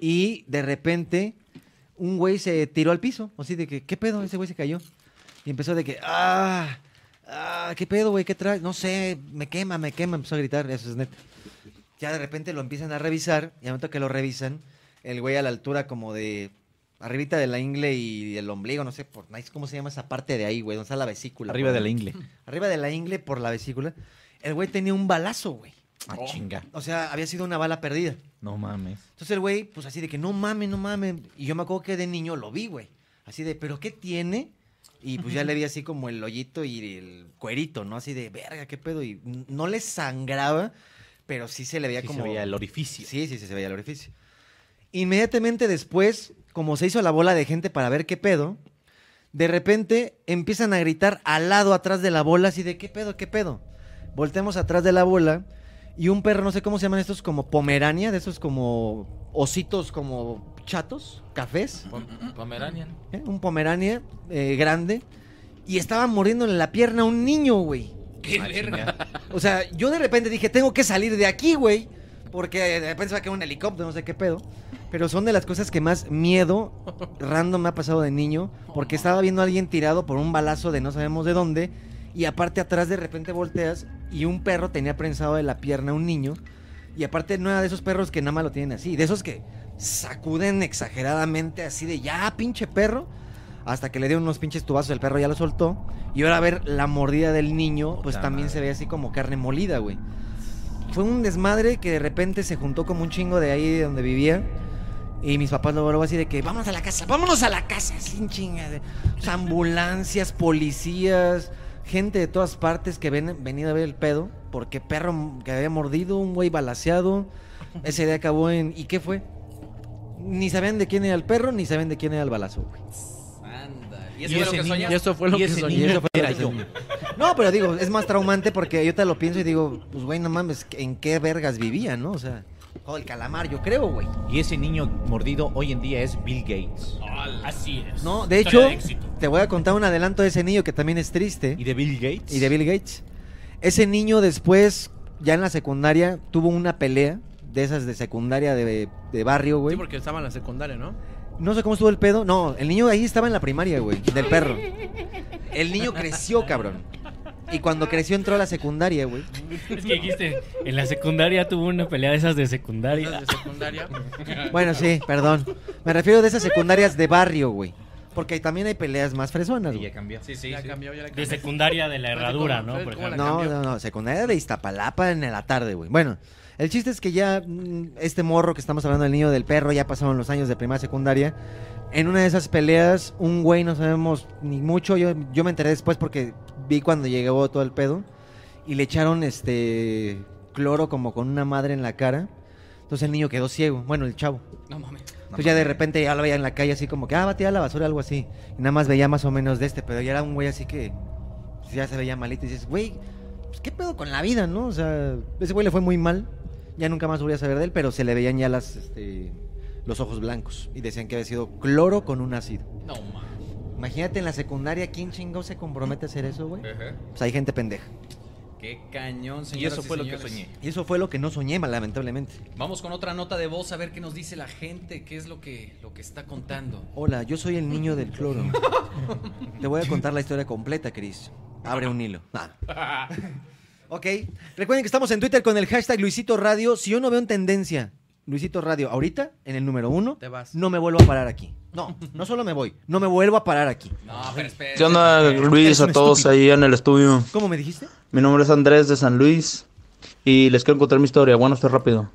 y de repente un güey se tiró al piso. Así de que, ¿qué pedo? Ese güey se cayó. Y empezó de que, ¡ah! ¡ah! ¿Qué pedo, güey? ¿Qué traes? No sé, me quema, me quema. Empezó a gritar, eso es neta. Ya de repente lo empiezan a revisar y al momento que lo revisan, el güey a la altura como de arribita de la ingle y el ombligo, no sé por nice cómo se llama esa parte de ahí, güey, donde está la vesícula.
Arriba
Por
de la
ahí.
ingle.
Arriba de la ingle por la vesícula. El güey tenía un balazo, güey.
Ah, chinga.
O sea, había sido una bala perdida.
No mames.
Entonces el güey, pues así de que no mames, no mames. Y yo me acuerdo que de niño lo vi, güey. Así de, ¿pero qué tiene? Y pues ya le vi así como el hoyito y el cuerito, ¿no? Así de, verga, qué pedo. Y n- no le sangraba, pero sí se le veía
Sí se
como.
veía el orificio.
Sí, sí, sí, se veía el orificio. Inmediatamente después, como se hizo la bola de gente para ver qué pedo, de repente empiezan a gritar al lado atrás de la bola, así de, ¿qué pedo, qué pedo? Volteamos atrás de la bola y un perro, no sé cómo se llaman estos, como pomerania, de esos como ositos como chatos, cafés.
Pomeranian.
¿eh? Un pomerania eh, grande. Y estaba mordiéndole la pierna a un niño, güey.
Qué
O sea, yo de repente dije, tengo que salir de aquí, güey. Porque de repente se va a caer un helicóptero, no sé qué pedo. Pero son de las cosas que más miedo random me ha pasado de niño. Porque estaba viendo a alguien tirado por un balazo de no sabemos de dónde. Y aparte atrás de repente volteas y un perro tenía prensado de la pierna a un niño. Y aparte no era de esos perros que nada más lo tienen así. De esos que sacuden exageradamente así de ya, pinche perro. Hasta que le dio unos pinches tubazos, el perro ya lo soltó. Y ahora a ver la mordida del niño, pues
Puta
también se ve así como carne molida, güey. Fue un desmadre que de repente se juntó como un chingo de ahí de donde vivía. Y mis papás lo luego así de que, vámonos a la casa, vámonos a la casa, sin chingada. Pues, ambulancias, policías, gente de todas partes que ven, venido a ver el pedo. Porque perro m- que había mordido, un güey balaseado. Ese día acabó en... ¿Y qué fue? Ni sabían de quién era el perro, ni sabían de quién era el balazo, güey.
Y eso fue lo que soñaste.
y eso fue lo que soñé.
Y eso fue lo que soñé. No, pero digo, es más traumante porque yo te lo pienso y digo, pues güey, no mames, ¿en qué vergas vivía, no? O sea, o Oh, el calamar, yo creo, güey.
Y ese niño mordido hoy en día es Bill Gates. Así es.
No, de hecho, te voy a contar un adelanto de ese niño que también es triste.
¿Y de Bill Gates?
Y de Bill Gates. Ese niño después, ya en la secundaria, tuvo una pelea de esas de secundaria de, de barrio, güey.
Sí, porque estaba en la secundaria, ¿no?
No sé cómo estuvo el pedo. No, el niño ahí estaba en la primaria, güey, del perro. El niño creció, cabrón. Y cuando creció entró a la secundaria, güey.
Es que dijiste, en la secundaria tuvo una pelea de esas de secundaria.
secundaria.
Bueno, sí, perdón. Me refiero de esas secundarias de barrio, güey. Porque también hay peleas más fresonas, güey.
cambió.
Sí, sí.
Ya cambió, ya la
De
cambió.
secundaria de la herradura, ¿no? Por ejemplo.
No, no, no, secundaria de Iztapalapa en la tarde, güey. Bueno, el chiste es que ya mm, este morro que estamos hablando del niño del perro, ya pasaron los años de primaria secundaria. En una de esas peleas, un güey, no sabemos ni mucho, yo, yo me enteré después porque vi cuando llegó todo el pedo, y le echaron este cloro como con una madre en la cara. Entonces el niño quedó ciego, bueno, el chavo.
No mames.
Entonces ya de repente ya lo veía en la calle así como que, ah, va a tirar la basura, algo así. Y nada más veía más o menos de este, pero ya era un güey así que pues, ya se veía malito. Y dices, güey, pues, ¿qué pedo con la vida, no? O sea, ese güey le fue muy mal. Ya nunca más volví a saber de él, pero se le veían ya las, este, los ojos blancos. Y decían que había sido cloro con un ácido.
No mames.
Imagínate en la secundaria, ¿quién chingado se compromete a hacer eso, güey?
Ajá.
Pues hay gente pendeja.
Qué cañón, señoras
Y eso fue lo que
señores.
soñé.
Y eso fue lo que no soñé, lamentablemente.
Vamos con otra nota de voz a ver qué nos dice la gente, qué es lo que, lo que está contando.
Hola, yo soy el niño del cloro. Te voy a contar la historia completa, Chris. Abre un hilo. Ah. Nada. Ok. Recuerden que estamos en Twitter con el hashtag Luisito Radio. Si yo no veo en tendencia Luisito Radio, ahorita, en el número uno,
Te vas.
no me vuelvo a parar aquí. No, no solo me voy, no me vuelvo a parar aquí.
¿Qué onda, Luis?
Eres
A
un
todos
estúpido.
ahí en el estudio.
¿Cómo me dijiste?
Mi nombre es Andrés de San Luis y les quiero contar mi historia. Bueno, estoy rápido.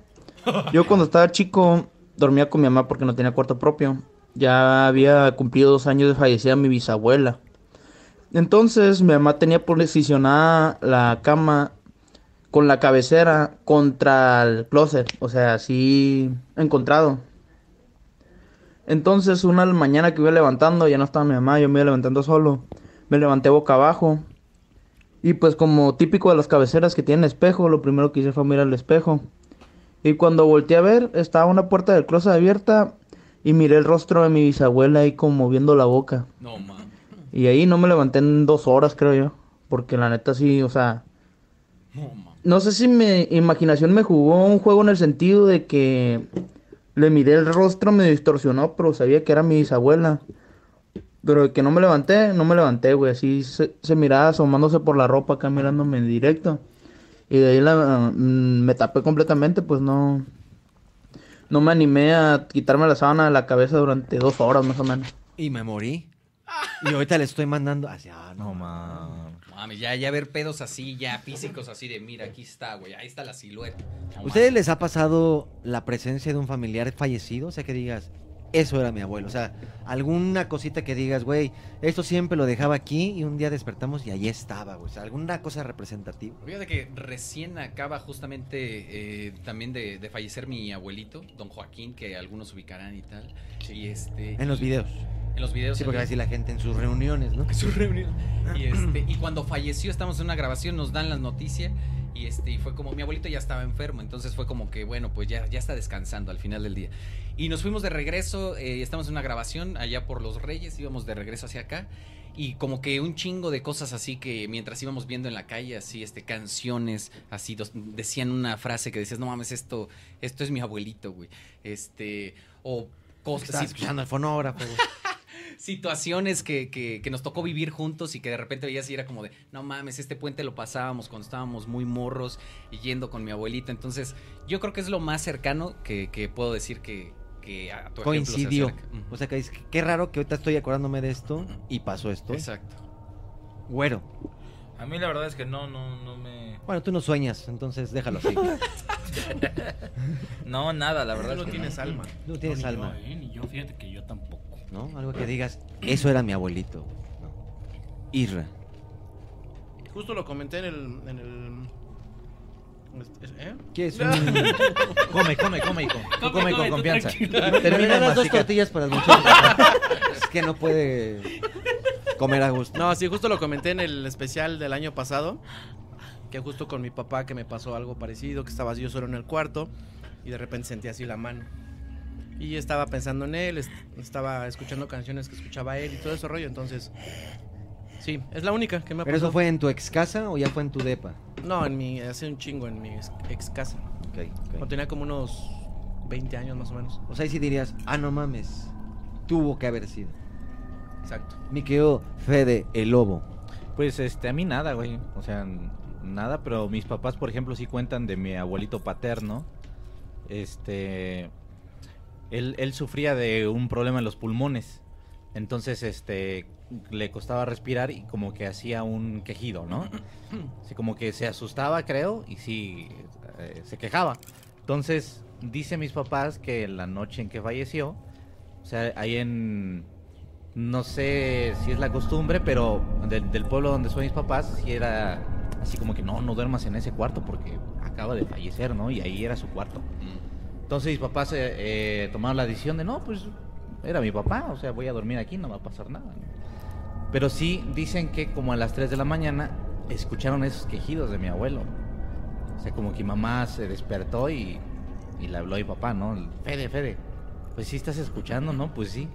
Yo cuando estaba chico dormía con mi mamá porque no tenía cuarto propio. Ya había cumplido dos años de fallecida mi bisabuela. Entonces mi mamá tenía posicionada la cama con la cabecera contra el closet, o sea, así encontrado. Entonces una mañana que iba levantando, ya no estaba mi mamá, yo me iba levantando solo. Me levanté boca abajo y pues como típico de las cabeceras que tienen espejo, lo primero que hice fue mirar el espejo. Y cuando volteé a ver, estaba una puerta del closet abierta y miré el rostro de mi bisabuela ahí como moviendo la boca.
No, man.
Y ahí no me levanté en dos horas, creo yo. Porque la neta sí, o sea... No sé si mi imaginación me jugó un juego en el sentido de que le miré el rostro, me distorsionó, pero sabía que era mi bisabuela. Pero de que no me levanté, no me levanté, güey. Así se, se miraba asomándose por la ropa acá, mirándome en directo. Y de ahí la, mm, me tapé completamente, pues no... No me animé a quitarme la sábana de la cabeza durante dos horas más o menos.
Y me morí. Y ahorita le estoy mandando hacia... no,
Mami, ya, ya ver pedos así, ya físicos así de mira, aquí está, güey, ahí está la silueta. No,
¿Ustedes les ha pasado la presencia de un familiar fallecido? O sea, que digas, eso era mi abuelo. O sea, alguna cosita que digas, güey, esto siempre lo dejaba aquí y un día despertamos y allí estaba, güey. O sea, alguna cosa representativa.
Fíjate que recién acaba justamente eh, también de, de fallecer mi abuelito, don Joaquín, que algunos ubicarán y tal. Y este,
En los
y-
videos.
En los videos.
Sí, porque
en-
así la gente en sus reuniones, ¿no? En
sus reuniones. Y, este, y cuando falleció, estamos en una grabación, nos dan la noticia. Y este, y fue como, mi abuelito ya estaba enfermo, entonces fue como que, bueno, pues ya, ya está descansando al final del día. Y nos fuimos de regreso, eh, estamos en una grabación allá por Los Reyes, íbamos de regreso hacia acá. Y como que un chingo de cosas así que mientras íbamos viendo en la calle, así, este, canciones, así, dos- decían una frase que decías, no mames, esto, esto es mi abuelito, güey. Este, o cosas.
Estaba
sí,
escuchando el fonógrafo, güey.
situaciones que, que- que nos tocó vivir juntos y que de repente veías y era como de, no mames, este puente lo pasábamos cuando estábamos muy morros y yendo con mi abuelita. Entonces, yo creo que es lo más cercano que, que puedo decir que, que a tu ejemplo se
Coincidió.
acerca. Mm.
O sea, que dices, qué raro que ahorita estoy acordándome de esto y pasó esto.
Exacto.
Güero.
A mí la verdad es que no, no, no me...
Bueno, tú no sueñas, entonces déjalo así.
No, nada, la verdad.
no
es que
tienes alma.
No tienes
ni
alma.
Yo, eh, ni yo, fíjate que yo tampoco.
¿No? Algo que digas, eso era mi abuelito. güey. Irra.
Justo lo comenté en el. En el este, ¿eh?
¿Qué es un-
Come, come, come, hijo. Tú come, con
tú
confianza.
tranquilo.
Termina
de
las dos
masticar.
tortillas para el muchacho. es que no puede comer a gusto.
No, sí, justo lo comenté en el especial del año pasado. Que justo con mi papá que me pasó algo parecido, que estaba yo solo en el cuarto y de repente sentí así la mano. Y estaba pensando en él, est- estaba escuchando canciones que escuchaba él y todo ese rollo, entonces... Sí, es la única que me ha
¿Pero
pasado.
eso fue en tu ex casa o ya fue en tu depa?
No, en mi, hace un chingo, en mi ex, ex casa. Cuando tenía como unos 20 años más o menos.
O sea, ahí sí dirías, ah, no mames, tuvo que haber sido.
Exacto.
Mi querido Fede, el lobo.
Pues este, a mí nada, güey. O sea, n- nada, pero mis papás, por ejemplo, sí cuentan de mi abuelito paterno. Este. Él, él sufría de un problema en los pulmones. Entonces, este. Le costaba respirar y como que hacía un quejido, ¿no? Así como que se asustaba, creo, y sí, eh, se quejaba. Entonces, dice mis papás que la noche en que falleció, o sea, ahí en... No sé si es la costumbre, pero del, del pueblo donde son mis papás, sí era así como que no, no duermas en ese cuarto porque acaba de fallecer, ¿no? Y ahí era su cuarto. Entonces mis papás eh, eh, tomaron la decisión de, no, pues era mi papá, o sea, voy a dormir aquí, no va a pasar nada. ¿no? Pero sí dicen que como a las 3 de la mañana escucharon esos quejidos de mi abuelo. O sea, como que mi mamá se despertó y, y le habló a mi papá, ¿no? Fede, Fede, pues sí estás escuchando, ¿no? Pues sí.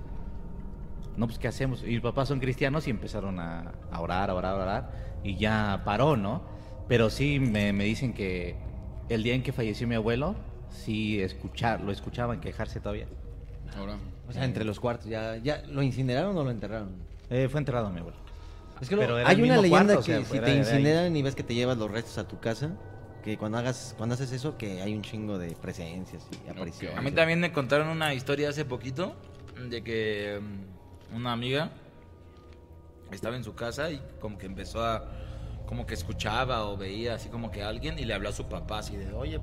No, pues ¿qué hacemos? Y mis papás son cristianos y empezaron a, a orar, a orar, a orar. Y ya paró, ¿no? Pero sí me, me dicen que el día en que falleció mi abuelo, sí escuchar, lo escuchaban quejarse todavía.
Ahora.
O sea, entre los cuartos, ya, ya ¿lo incineraron o lo enterraron?
Eh, fue enterrado mi abuelo.
Es que
Pero
lo-
era
hay
el
una
mismo
leyenda
cuarto, o
que
sea,
si
era-
te
era ahí.
incineran y ves que te llevas los restos a tu casa, que cuando hagas cuando haces eso que hay un chingo de presencias y apariciones.
A mí también me contaron una historia hace poquito de que mm, una amiga estaba en su casa y como que empezó a como que escuchaba o veía así como que alguien y le habló a su papá así de, "Oye,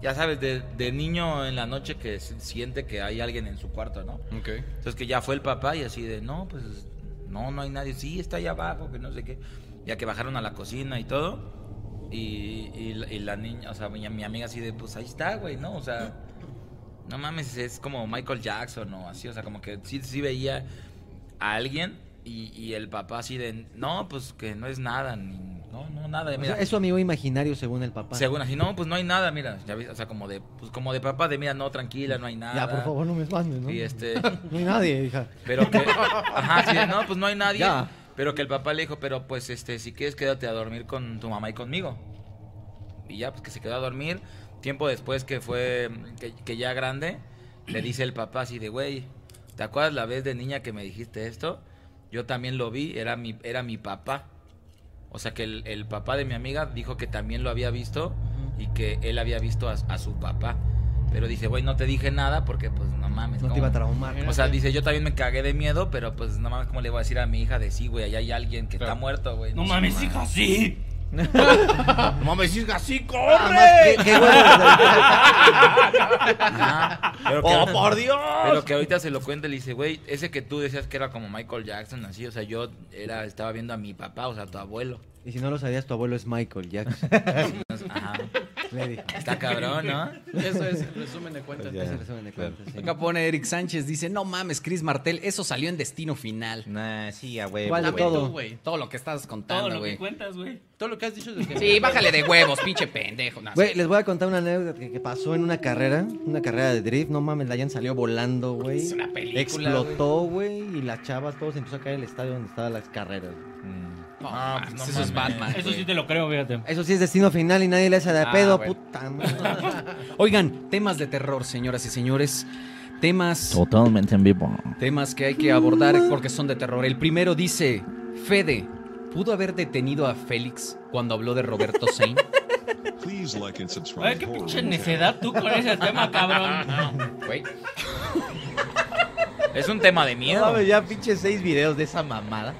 ya sabes, de, de niño en la noche que s- siente que hay alguien en su cuarto, ¿no?"
Ok.
Entonces que ya fue el papá y así de, "No, pues no, no hay nadie. Sí, está allá abajo, que no sé qué." Ya que bajaron a la cocina y todo. Y, y la- y la niña, o sea, mi, mi amiga así de, pues ahí está, güey, ¿no? O sea, no mames, es como Michael Jackson o así, o sea, como que sí, sí veía a alguien y, y el papá así de, no, pues que no es nada, ni- no, no, nada.
O
mira,
sea, es su amigo imaginario según el papá.
Según así, no, pues no hay nada, mira, ya ves, o sea, como de, pues como de papá de, mira, no, tranquila, no hay nada.
Ya, por favor, no me mandes, ¿no?
Y este...
No hay nadie, hija.
Pero que. Ajá, sí, de, no, pues no hay nadie.
Ya.
Pero que el papá le dijo, pero pues este, si quieres, quédate a dormir con tu mamá y conmigo. Y ya, pues que se quedó a dormir. Tiempo después que fue. que, que ya grande, le dice el papá así de, güey, ¿te acuerdas la vez de niña que me dijiste esto? Yo también lo vi, era mi, era mi papá. O sea que el, el papá de mi amiga dijo que también lo había visto y que él había visto a, a su papá. Pero dice, güey, no te dije nada porque pues no mames.
No te
¿cómo?".
iba a traumar.
O sea, dice, yo también me cagué de miedo, pero pues no mames, ¿cómo le voy a decir a mi hija de sí, güey? Allá hay alguien que está muerto, güey.
No
sé,
mames, hija, sí.
no mames, hija, sí, corre. Pero que-
¡Oh, por Dios!
Pero que ahorita se lo cuenta y le dice, güey, ese que tú decías que era como Michael Jackson, así, o sea, yo era, estaba viendo a mi papá, o sea, a tu abuelo.
Y si no lo sabías, tu abuelo es Michael Jackson.
Ajá.
Le dije.
Está cabrón, ¿no?
Eso es
el resumen de cuentas. Es el resumen de cuentas, sí.
Acá pone Eric Sánchez, dice, no mames, Chris Martel, eso salió en Destino Final.
Nah, sí, a huevo.
¿Cuál de
güey.
todo?
Tú, güey.
Todo lo que estás contando, güey.
cuentas, güey.
Todo lo que has dicho de que-
Sí, bájale de huevos, pinche pendejo. No,
Güey, les voy a contar una anécdota que, que pasó en una carrera, una carrera de drift, no mames, la hayan salió volando, güey.
Es una película,
Explotó, güey, y las chavas, todo se empezó a caer el estadio donde estaban las carreras.
No,
Ah,
pues,
no
eso
mames.
es Batman,
Eso
güey.
sí te lo creo, fíjate.
Eso sí es destino final y nadie le hace de
Ah,
pedo,
bueno.
puta madre.
Oigan, temas de terror, señoras y señores. Temas,
Totalmente en vivo.
temas que hay que abordar porque son de terror. El primero dice, Fede, ¿pudo haber detenido a Félix cuando habló de Roberto Sein?
Please like and subscribe.
Ay, qué pinche necedad tú con ese tema, cabrón.
Güey.
Es un tema de miedo.
No mames, ya pinche seis videos de esa mamada.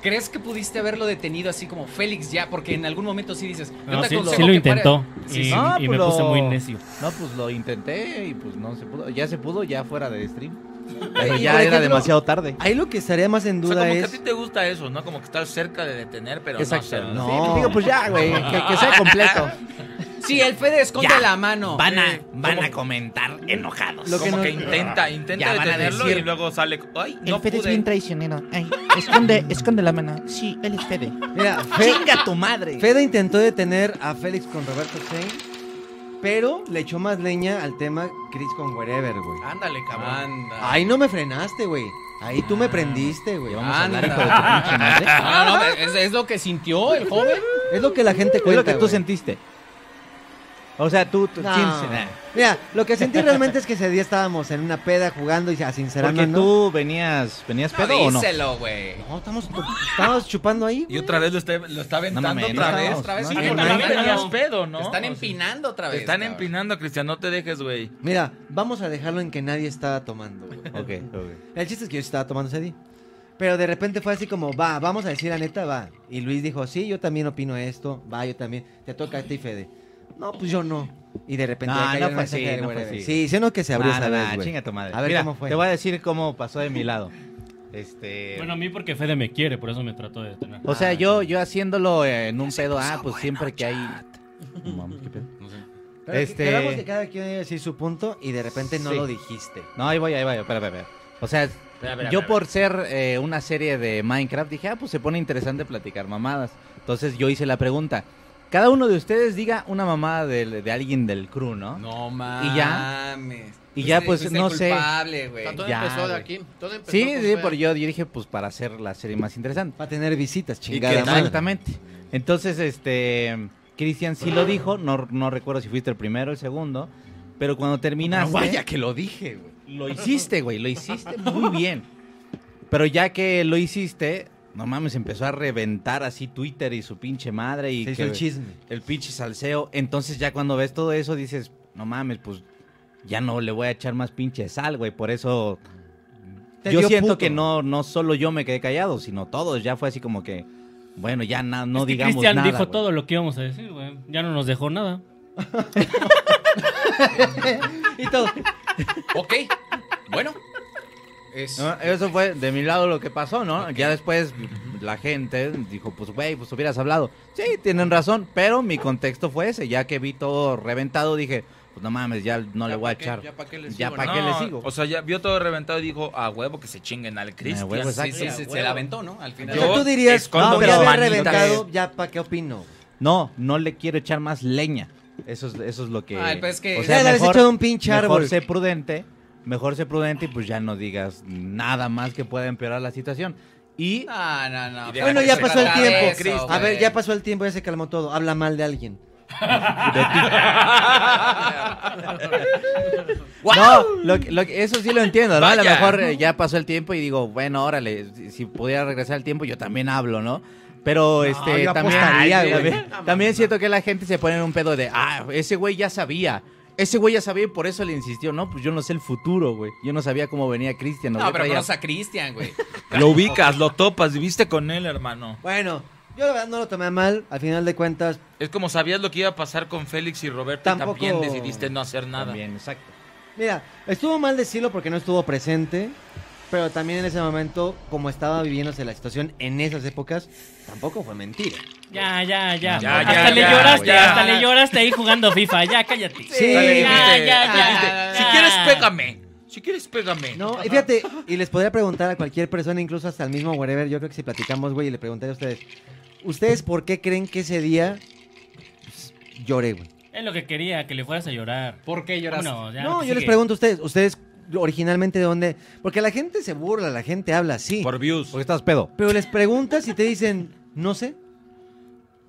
¿Crees que pudiste haberlo detenido así como Félix ya? Porque en algún momento sí dices, yo
No,
te
sí-
aconsejo
sí lo
que
intentó,
pare-
y- Ah, y me pues puse lo- muy necio.
No, pues lo intenté y pues no se pudo. Ya se pudo, ya fuera de stream.
Pero
Pero
ya era demasiado tarde. Ahí lo que estaría más en
O sea,
duda
como que a
es.
ti te gusta eso, ¿no? Como que estás cerca de detener, pero
Exacto.
no hacerlo.
No.
Sí,
Digo, pues ya, güey, que, que sea completo.
Sí, el Fede esconde
Ya.
la mano.
Van a, van a comentar enojados.
como que intenta, intenta
Ya van a
detenerlo
decir,
y luego sale. ¡Ay,
"El
no
Fede es
pude!
bien
traicionero. Ay, esconde, esconde la mano. Sí, él es Fede.
Mira,
¡Chinga tu madre!
Fede intentó detener a Félix con Roberto Stein, pero le echó más leña al tema Chris con Wherever, güey.
Ándale, cabrón.
Ahí no me frenaste, güey. Ahí tú me prendiste, güey.
Vamos a hablar, hijo de tu pinche madre. Ah. No, no, es, es lo que sintió el joven.
Es lo que la gente
Es
cuenta.
lo que tú
sentiste. O sea, tú, tú
No.
Mira, lo que sentí realmente es que ese día estábamos en una peda jugando y a sinceramente.
Porque
¿no?
tú venías, venías pedo o no?
güey.
No, estamos, estamos chupando ahí.
Y otra vez lo está, lo está aventando
mames,
otra,
no,
vez,
no,
otra vez.
no,
Sí,
no,
porque
no,
también
no,
tenías
no.
pedo, ¿no?
Te están
O sea,
empinando otra
Te
vez.
están
cabrón.
empinando, Cristian, no te dejes, güey.
Mira, vamos a dejarlo en que nadie estaba tomando. güey.
Ok, ok.
El chiste es que yo estaba tomando ese día. Pero de repente fue así como, va, vamos a decir la neta, va. Y Luis dijo, sí, yo también opino esto, va, yo también. Te toca a ti, Fede. No, pues yo no. Y de repente ya
Ah, No,
cayó
no
en
fue
ese
así,
que
no fue
whatever.
así.
Sí, sí, no que se abrió
No,
esa
no,
vez,
no,
güey.
chinga tu madre.
A ver
Mira,
cómo fue.
Te voy a decir cómo pasó de mi lado. Este...
Bueno, a mí porque Fede me quiere, por eso me trató de detener.
O sea, yo, yo haciéndolo eh, en un pedo, ah, pues siempre que hay. No mames, qué pedo.
Pero que-
Este-
quedamos que cada quien iba a decir su punto y de repente no
Sí.
lo dijiste.
No, ahí voy, ahí voy, espera, espera, espera. O sea,
espera,
yo
espera.
por ser eh, una serie de Minecraft dije, ah, pues se pone interesante platicar mamadas. Entonces yo hice la pregunta. Cada uno de ustedes diga una mamada de, de alguien del crew, ¿no?
No
Y ya.
mames.
Y ya,
Fuiste-
pues,
fuiste
no
el
sé.
culpable, güey.
Todo
Ya,
empezó de
güey.
aquí. Todo empezó
Sí,
con
sí,
Fede.
por yo dije, pues para hacer la serie más interesante.
Para tener visitas,
Y que-
chingada madre.
Exactamente. Entonces, este, Cristian sí lo dijo, no, no recuerdo si fuiste el primero o el segundo, pero cuando terminaste...
vaya que lo dije, güey.
Lo hiciste, güey, lo hiciste muy bien. Pero ya que lo hiciste, No mames, empezó a reventar así Twitter y su pinche madre y
Se hizo el chisme.
el pinche salseo. Entonces ya cuando ves todo eso dices, no mames, pues ya no le voy a echar más pinche sal, güey. Por eso
Te
yo
dio
siento
puto.
que no, no solo yo me quedé callado, sino todos. Ya fue así como que, bueno, ya na- no
Es que
digamos
Cristian
nada.
dijo todo lo que íbamos a decir, güey. Ya no nos dejó nada.
y todo. ok, bueno. Es...
No, Eso fue de mi lado lo que pasó, ¿no? Ya después la gente dijo, pues güey, pues hubieras hablado. Sí, tienen razón, pero mi contexto fue ese. Ya que vi todo reventado, dije, pues no mames, ya no le voy a echar.
ya pa' qué le
Ya
sigo,
pa'
¿no?
qué le
No,
sigo.
O sea, ya vio todo reventado y dijo, a huevo que se chinguen al Cristian.
huevo, exacto. Sí, sí,
a
se
huevo.
la aventó, ¿no? Al final.
O sea,
Yo
tú dirías,
escondo
no,
mis
ya había
manitas.
reventado, ya para qué opino.
No, no le quiero echar más leña. Eso es, eso es lo que.
Ay, pues es que- Ya le habías echado un pinche árbol.
Mejor sé prudente, mejor sé prudente y pues ya no digas nada más que pueda empeorar la situación. Y.
Ah,
No, no, no.
Bueno, ya pasó el tiempo.
Cristo,
a ver,
güey.
ya pasó el tiempo, ya se calmó todo. Habla mal de alguien.
No, lo que- lo que- eso sí lo entiendo, ¿no? A lo
Vaya.
mejor eh, ya pasó el tiempo y digo, bueno, órale, si- si pudiera regresar el tiempo, yo también hablo, ¿no? Pero este,
yo
también,
apostaría,
Ay,
güey.
también- también siento que la gente se pone en un pedo de, ah, ese güey ya sabía. Ese güey ya sabía y por eso le insistió, no, pues yo no sé el futuro, güey. Yo no sabía cómo venía Cristian.
No, pero conoce a Cristian, güey.
Lo ubicas, lo topas, viviste con él, hermano.
Bueno, yo la verdad no lo tomé a mal. Al final de cuentas,
Es como sabías lo que iba a pasar con Félix y Roberto
Tampoco-
y también decidiste no hacer nada. También,
exacto.
mira, estuvo mal decirlo porque no estuvo presente. Pero también en ese momento, como estaba viviéndose la situación en esas épocas, tampoco fue mentira.
Ya, ya, ya.
Ya,
hasta
ya,
le
ya,
lloraste,
ya.
hasta le lloraste ahí jugando FIFA. Ya, cállate.
Sí.
ya,
Dale,
ya,
dijiste,
ya,
dijiste,
Si quieres, pégame. Si quieres, pégame.
No, y fíjate, y les podría preguntar a cualquier persona, incluso hasta el mismo wherever, yo creo que si platicamos, güey, y le pregunté a ustedes, ¿ustedes por qué creen que ese día pues, lloré, güey?
Es lo que quería, que le fueras a llorar.
¿Por qué lloraste?
No, yo les pregunto a ustedes, ¿ustedes originalmente de dónde? Porque la gente se burla, la gente habla así. Por
views.
Porque estás pedo.
Pero les preguntas y te dicen, no sé.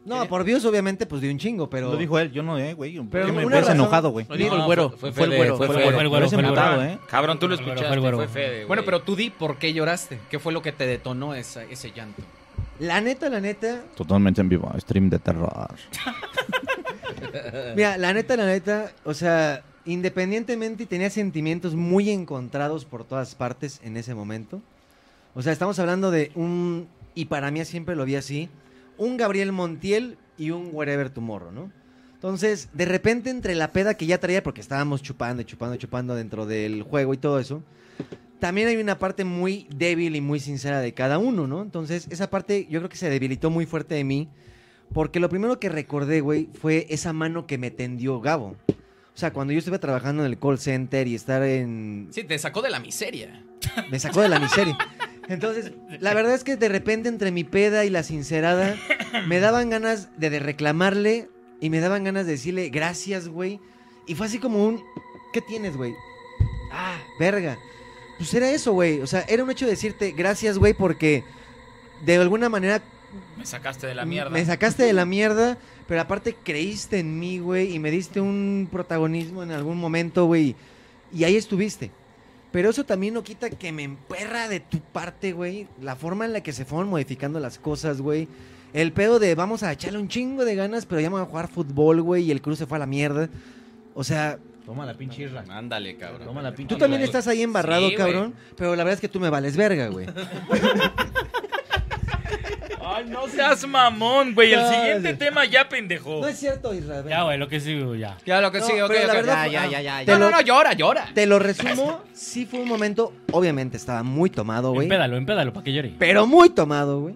No, por views obviamente pues de un chingo, pero...
Eh. Lo dijo él, yo no, eh, güey. ¿por
Pero
qué me
una
pones
razón-
enojado, güey?
Lo dijo el güero,
fue- fue el güero, fue el güero, fue el güero.
¿eh?
Cabrón, tú lo
Fue el güero,
escuchaste,
fue el güero.
fue Fede, güey.
Bueno, pero tú di por qué lloraste. ¿Qué fue lo que te detonó esa- ese llanto?
La neta, la neta,
Totalmente en vivo, stream de terror.
Mira, la neta, la neta, o sea, independientemente tenía sentimientos muy encontrados por todas partes en ese momento. O sea, estamos hablando de un, y para mí siempre lo vi así, un Gabriel Montiel y un Wherever Tomorrow, ¿no? Entonces, de repente entre la peda que ya traía, porque estábamos chupando y chupando y chupando dentro del juego y todo eso, también hay una parte muy débil y muy sincera de cada uno, ¿no? Entonces, esa parte yo creo que se debilitó muy fuerte de mí. Porque lo primero que recordé, güey, fue esa mano que me tendió Gabo. O sea, cuando yo estuve trabajando en el call center y estar en...
Sí, te sacó de la miseria.
Me sacó de la miseria. Entonces, la verdad es que de repente entre mi peda y la sincerada, me daban ganas de, de reclamarle y me daban ganas de decirle gracias, güey. Y fue así como un... ¿Qué tienes, güey? Ah, verga. Pues era eso, güey. O sea, era un hecho de decirte gracias, güey, porque de alguna manera
Me sacaste de la mierda.
me sacaste de la mierda, pero aparte creíste en mí, güey, y me diste un protagonismo en algún momento, güey, y ahí estuviste. Pero eso también no quita que me emperra de tu parte, güey, la forma en la que se fueron modificando las cosas, güey. El pedo de vamos a echarle un chingo de ganas, pero ya vamos a jugar fútbol, güey, y el cruce fue a la mierda. O sea,
Toma la pinche irra.
Ándale, cabrón.
Toma la
tú también estás ahí embarrado,
Sí, güey.
cabrón, pero la verdad es que tú me vales verga, güey.
Ay, no seas mamón, güey. El
No,
siguiente
sí.
tema ya, pendejo. No
es cierto, Israel.
Ya, güey, lo que sigo, ya.
Ya, lo que
No,
sigue, ok,
pero
ok,
la
ok.
verdad,
ya,
no,
ya, ya,
te
ya.
lo-
No, no, no, llora, llora.
Te lo resumo, sí fue un momento, obviamente estaba muy tomado, güey.
Empédalo, empédalo, para que llore.
Pero muy tomado, güey.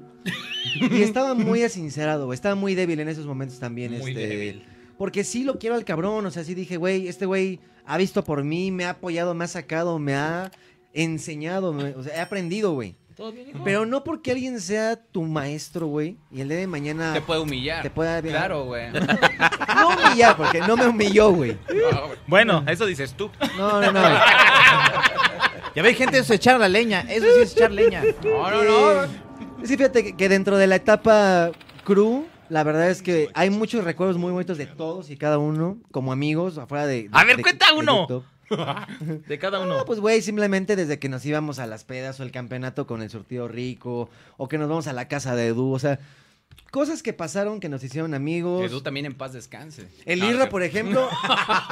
Y estaba muy asincerado, güey. Estaba muy débil en esos momentos también.
Muy
este,
débil.
Porque sí lo quiero al cabrón. O sea, sí dije, güey, este güey ha visto por mí, me ha apoyado, me ha sacado, me ha enseñado, me- o sea, he aprendido, güey.
¿Todo bien, hijo?
Pero no porque alguien sea tu maestro, güey, y el día de mañana...
Te puede humillar.
Te puede...
Claro, güey.
No humillar, porque no me humilló, güey.
Bueno, eso dices tú.
No, no, no.
Ya ve, gente, eso es echar la leña. Eso sí es echar leña.
No, Sí, fíjate que, que dentro de la etapa crew, la verdad es que hay muchos recuerdos muy bonitos de todos y cada uno, como amigos, afuera de.
A
de-
ver,
de-
cuenta
de
uno.
YouTube.
De cada uno.
No, pues güey, simplemente desde que nos íbamos a las pedas o el campeonato con el surtido rico, o que nos vamos a la casa de Edu, o sea, cosas que pasaron que nos hicieron amigos.
Que tú también en paz descanse.
pues, El
No,
Irra,
que-
por ejemplo.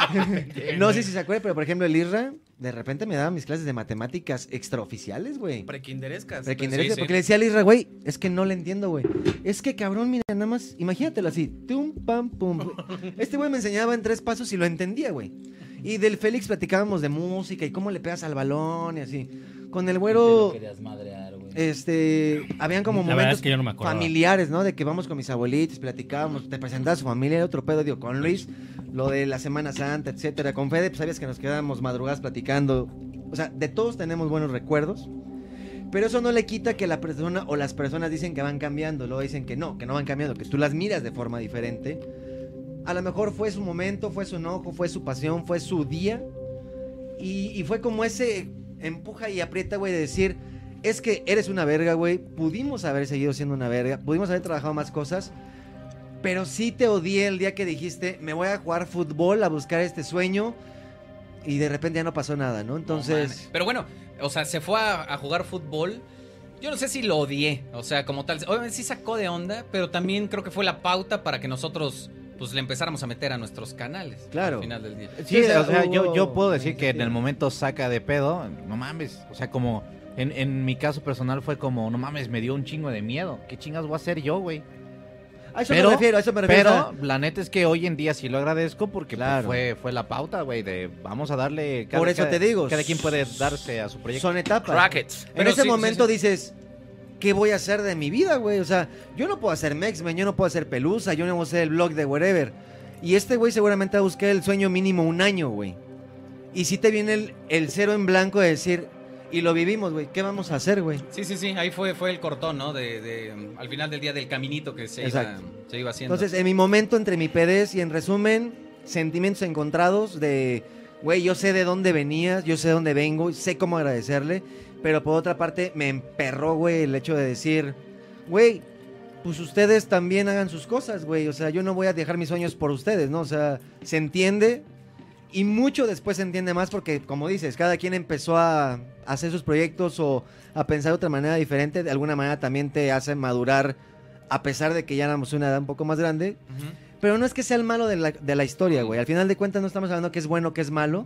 no sé si se acuerda, pero por ejemplo, el Irra, de repente me daba mis clases de matemáticas extraoficiales, güey.
Pues
Prequinderescas.
Prequinderesca, porque le decía al Irra, güey, es que no le entiendo, güey. Es que cabrón, mira, nada más, imagínatelo así. Tum, pam, pum. güey. Este güey me enseñaba en tres pasos y lo entendía, güey. Y del Félix platicábamos de música y cómo le pegas al balón y así. Con el güero. Este, habían como
La verdad
momentos
es que yo no me acordaba.
familiares, ¿no? De que vamos con mis abuelitos, platicábamos, te presentaba a su familia, era otro pedo, digo, con Luis, lo de la Semana Santa, etcétera. Con Fede, pues sabías que nos quedábamos madrugadas platicando. O sea, de todos tenemos buenos recuerdos. Pero eso no le quita que la persona o las personas dicen que van cambiando, luego dicen que no, que no van cambiando, que tú las miras de forma diferente. A lo mejor fue su momento, fue su enojo, fue su pasión, fue su día. Y, y fue como ese empuja y aprieta, güey, de decir, es que eres una verga, güey. Pudimos haber seguido siendo una verga, pudimos haber trabajado más cosas. Pero sí te odié el día que dijiste, me voy a jugar fútbol, a buscar este sueño. Y de repente ya no pasó nada, ¿no? Entonces...
Pero bueno, o sea, se fue a, a jugar fútbol. Yo no sé si lo odié, o sea, como tal. Obviamente sí sacó de onda, pero también creo que fue la pauta para que nosotros pues le empezáramos a meter a nuestros canales.
Claro.
Al final del día.
Sí, o
uh.
sea, yo, yo puedo decir que en el momento saca de pedo, no mames, o sea, como en, en mi caso personal fue como, no mames, me dio un chingo de miedo, ¿qué chingas voy a hacer yo, güey?
A eso me refiero, a eso me refiero,
Pero
o
la neta es que hoy en día sí lo agradezco porque pues,
Claro.
fue, fue la pauta, güey, de vamos a darle...
Por eso te digo,
Cada quien puede darse a su proyecto.
Son etapas.
Brackets.
En
Pero
ese
sí,
momento
sí, sí.
dices, ¿qué voy a hacer de mi vida, güey? O sea, yo no puedo hacer Mexman, yo no puedo hacer Pelusa, yo no puedo hacer el blog de wherever. Y este güey seguramente va a buscar el sueño mínimo un año, güey. Y si te viene el, el cero en blanco de decir, y lo vivimos, güey, ¿qué vamos a hacer, güey?
Sí, sí, sí, ahí fue, fue el cortón, ¿no? De, de, um, al final del día del caminito que se, iba,
Exacto.
se iba haciendo.
Entonces, en mi momento entre mi pedez y en resumen, sentimientos encontrados de, güey, yo sé de dónde venías, yo sé de dónde vengo, y sé cómo agradecerle, pero por otra parte me emperró, güey, el hecho de decir, güey, pues ustedes también hagan sus cosas, güey, o sea, yo no voy a dejar mis sueños por ustedes, ¿no? O sea, se entiende y mucho después se entiende más porque, como dices, cada quien empezó a hacer sus proyectos o a pensar de otra manera diferente, de alguna manera también te hace madurar a pesar de que ya éramos una edad un poco más grande. Pero no es que sea el malo de la, de la historia, güey. Al final de cuentas no estamos hablando que es bueno, que es malo,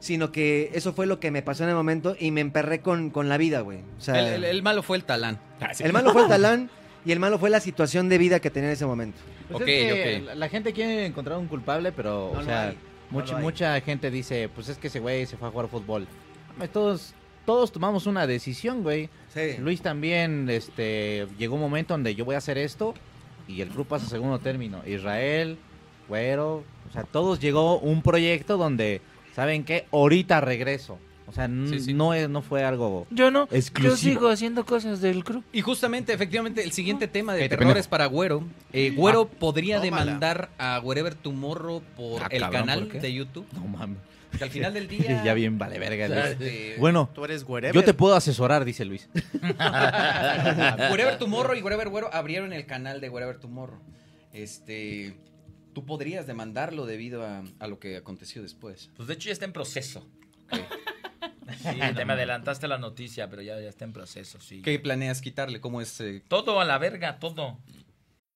sino que eso fue lo que me pasó en el momento y me emperré con, con la vida, güey. O sea,
el, el- el malo fue el talán.
Ah,
el malo fue el talán y el malo fue la situación de vida que tenía en ese momento.
Pues es que La, la gente quiere encontrar un culpable, pero,
No
o
lo
sea,
hay, no
mucha,
lo hay.
mucha gente dice, pues es que ese güey se fue a jugar fútbol. Mames, Todos, todos tomamos una decisión, güey. Luis también, este, llegó un momento donde yo voy a hacer esto y el club pasa a segundo término. Israel, Güero, o sea, todos llegó un proyecto donde, ¿saben qué? Ahorita regreso. O sea, n- no es, no fue algo exclusivo.
haciendo cosas del Ah. club.
Y justamente, efectivamente, el siguiente tema de
Cállate,
terrores
pendejo.
para Güero. Eh, Güero podría
Ah, tómala.
demandar a Wherever Tomorrow por
Ah,
el
cabrón,
canal
¿por qué?
de YouTube.
No mames.
Que al final del día.
ya bien vale verga.
O sea,
Luis.
este,
bueno,
tú eres wherever.
yo te puedo asesorar, dice Luis.
Wherever Tomorrow y Wherever Güero abrieron el canal de Wherever Tomorrow. Este. Tú podrías demandarlo debido a, a lo que aconteció después.
Pues de hecho ya está en proceso. Sí, te me adelantaste la noticia, pero ya, ya está en proceso, sí.
¿Qué planeas quitarle? ¿Cómo es? eh?
Todo a la verga, todo.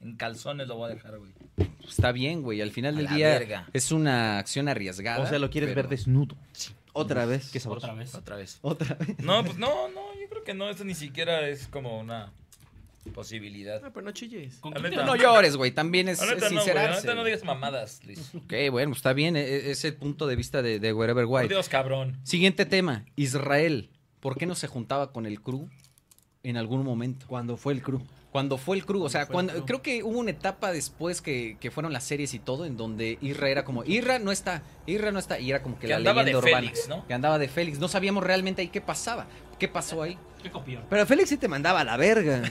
En calzones lo voy a dejar, güey.
Está bien, güey. Al final
A
del
la
día
verga.
es una acción arriesgada.
O sea, lo quieres ver
desnudo.
Otra vez.
Qué sabroso.
Otra vez. Otra vez.
Otra vez.
No, pues no, no, yo creo que no, eso ni siquiera es como una posibilidad.
Ah, pues No, pero no chilles.
¿Con
No,
quién te-
no llores, güey. También es,
La neta
es
no, güey, la
sincerarse.
neta no digas mamadas, Luis.
Ok, bueno, está bien. e- e- Es el punto de vista de, de Wherever White.
Dios, cabrón.
Siguiente tema. Israel. ¿Por qué no se juntaba con el crew en algún momento? Cuando fue el crew. Cuando fue el crew. O sea,
Fue el
cuando,
crew.
creo que hubo una etapa después que, que fueron las series y todo, en donde Israel era como, Irra no está, Irra no está. Y era como que,
Que
la
andaba de
leyenda urbana.
Félix, ¿no?
Que andaba de Félix. No sabíamos realmente ahí qué pasaba. ¿Qué pasó ahí?
¿Qué copión?
Pero Félix sí te mandaba a la verga.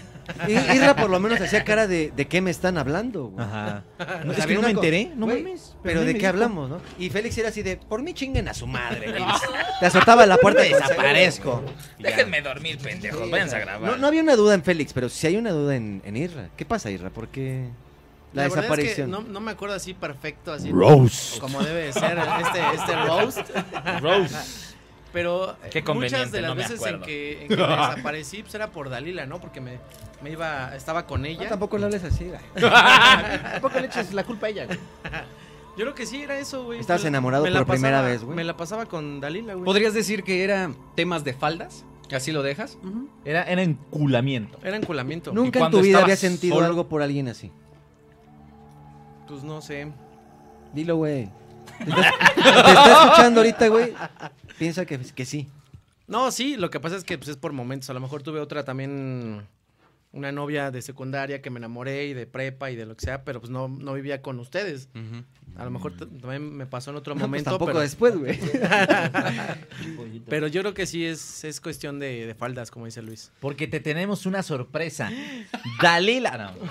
I- Irra por lo menos hacía cara de ¿de qué me están hablando? güey.
Ajá.
O
No,
sea,
es que
había
no
una
me
co-
enteré, no
güey,
mames.
Pero
Nadie
¿de
me
qué
dijo.
hablamos, no? Y Félix era así de, por mí chinguen a su madre. güey. Te azotaba la puerta y desaparezco.
Déjenme dormir, pendejos. Váyanse a grabar.
No, no había una duda en Félix, pero sí hay una duda en, en Irra. ¿Qué pasa, Irra? ¿Por qué la,
verdad es que
desaparición?
no, no me acuerdo así perfecto, así.
Roast.
Como debe de ser este, este roast.
Roast.
Pero eh,
Qué
muchas
conveniente,
de las
no me
veces en
acuerdo.
que, en que me desaparecí, pues era por Dalila, ¿no? Porque me, me iba, estaba con ella.
No, Ah, tampoco le hables así, güey.
tampoco le eches la culpa a ella, güey. Yo creo que sí era eso, güey.
Estabas
Yo-
enamorado
me la
por primera
pasaba-
vez, güey.
Me la pasaba con Dalila, güey.
¿Podrías decir que eran temas de faldas? ¿Así lo dejas?
Era, era enculamiento.
Era enculamiento.
Nunca
¿Y
en
cuando
tu vida
estabas
había sentido
solo?
algo por alguien así.
Pues no sé.
Dilo, güey. Te estás- te está escuchando ahorita, güey. Piensa que, que sí.
No, sí, lo que pasa es que pues, es por momentos. A lo mejor tuve otra también, una novia de secundaria que me enamoré y de prepa y de lo que sea, pero pues no, no vivía con ustedes. A lo mejor t- también me pasó en otro
No, pues,
momento.
tampoco
pero...
después, güey.
pero yo creo que sí es, es cuestión de, de faldas, como dice Luis.
Porque te tenemos una sorpresa. Dalila.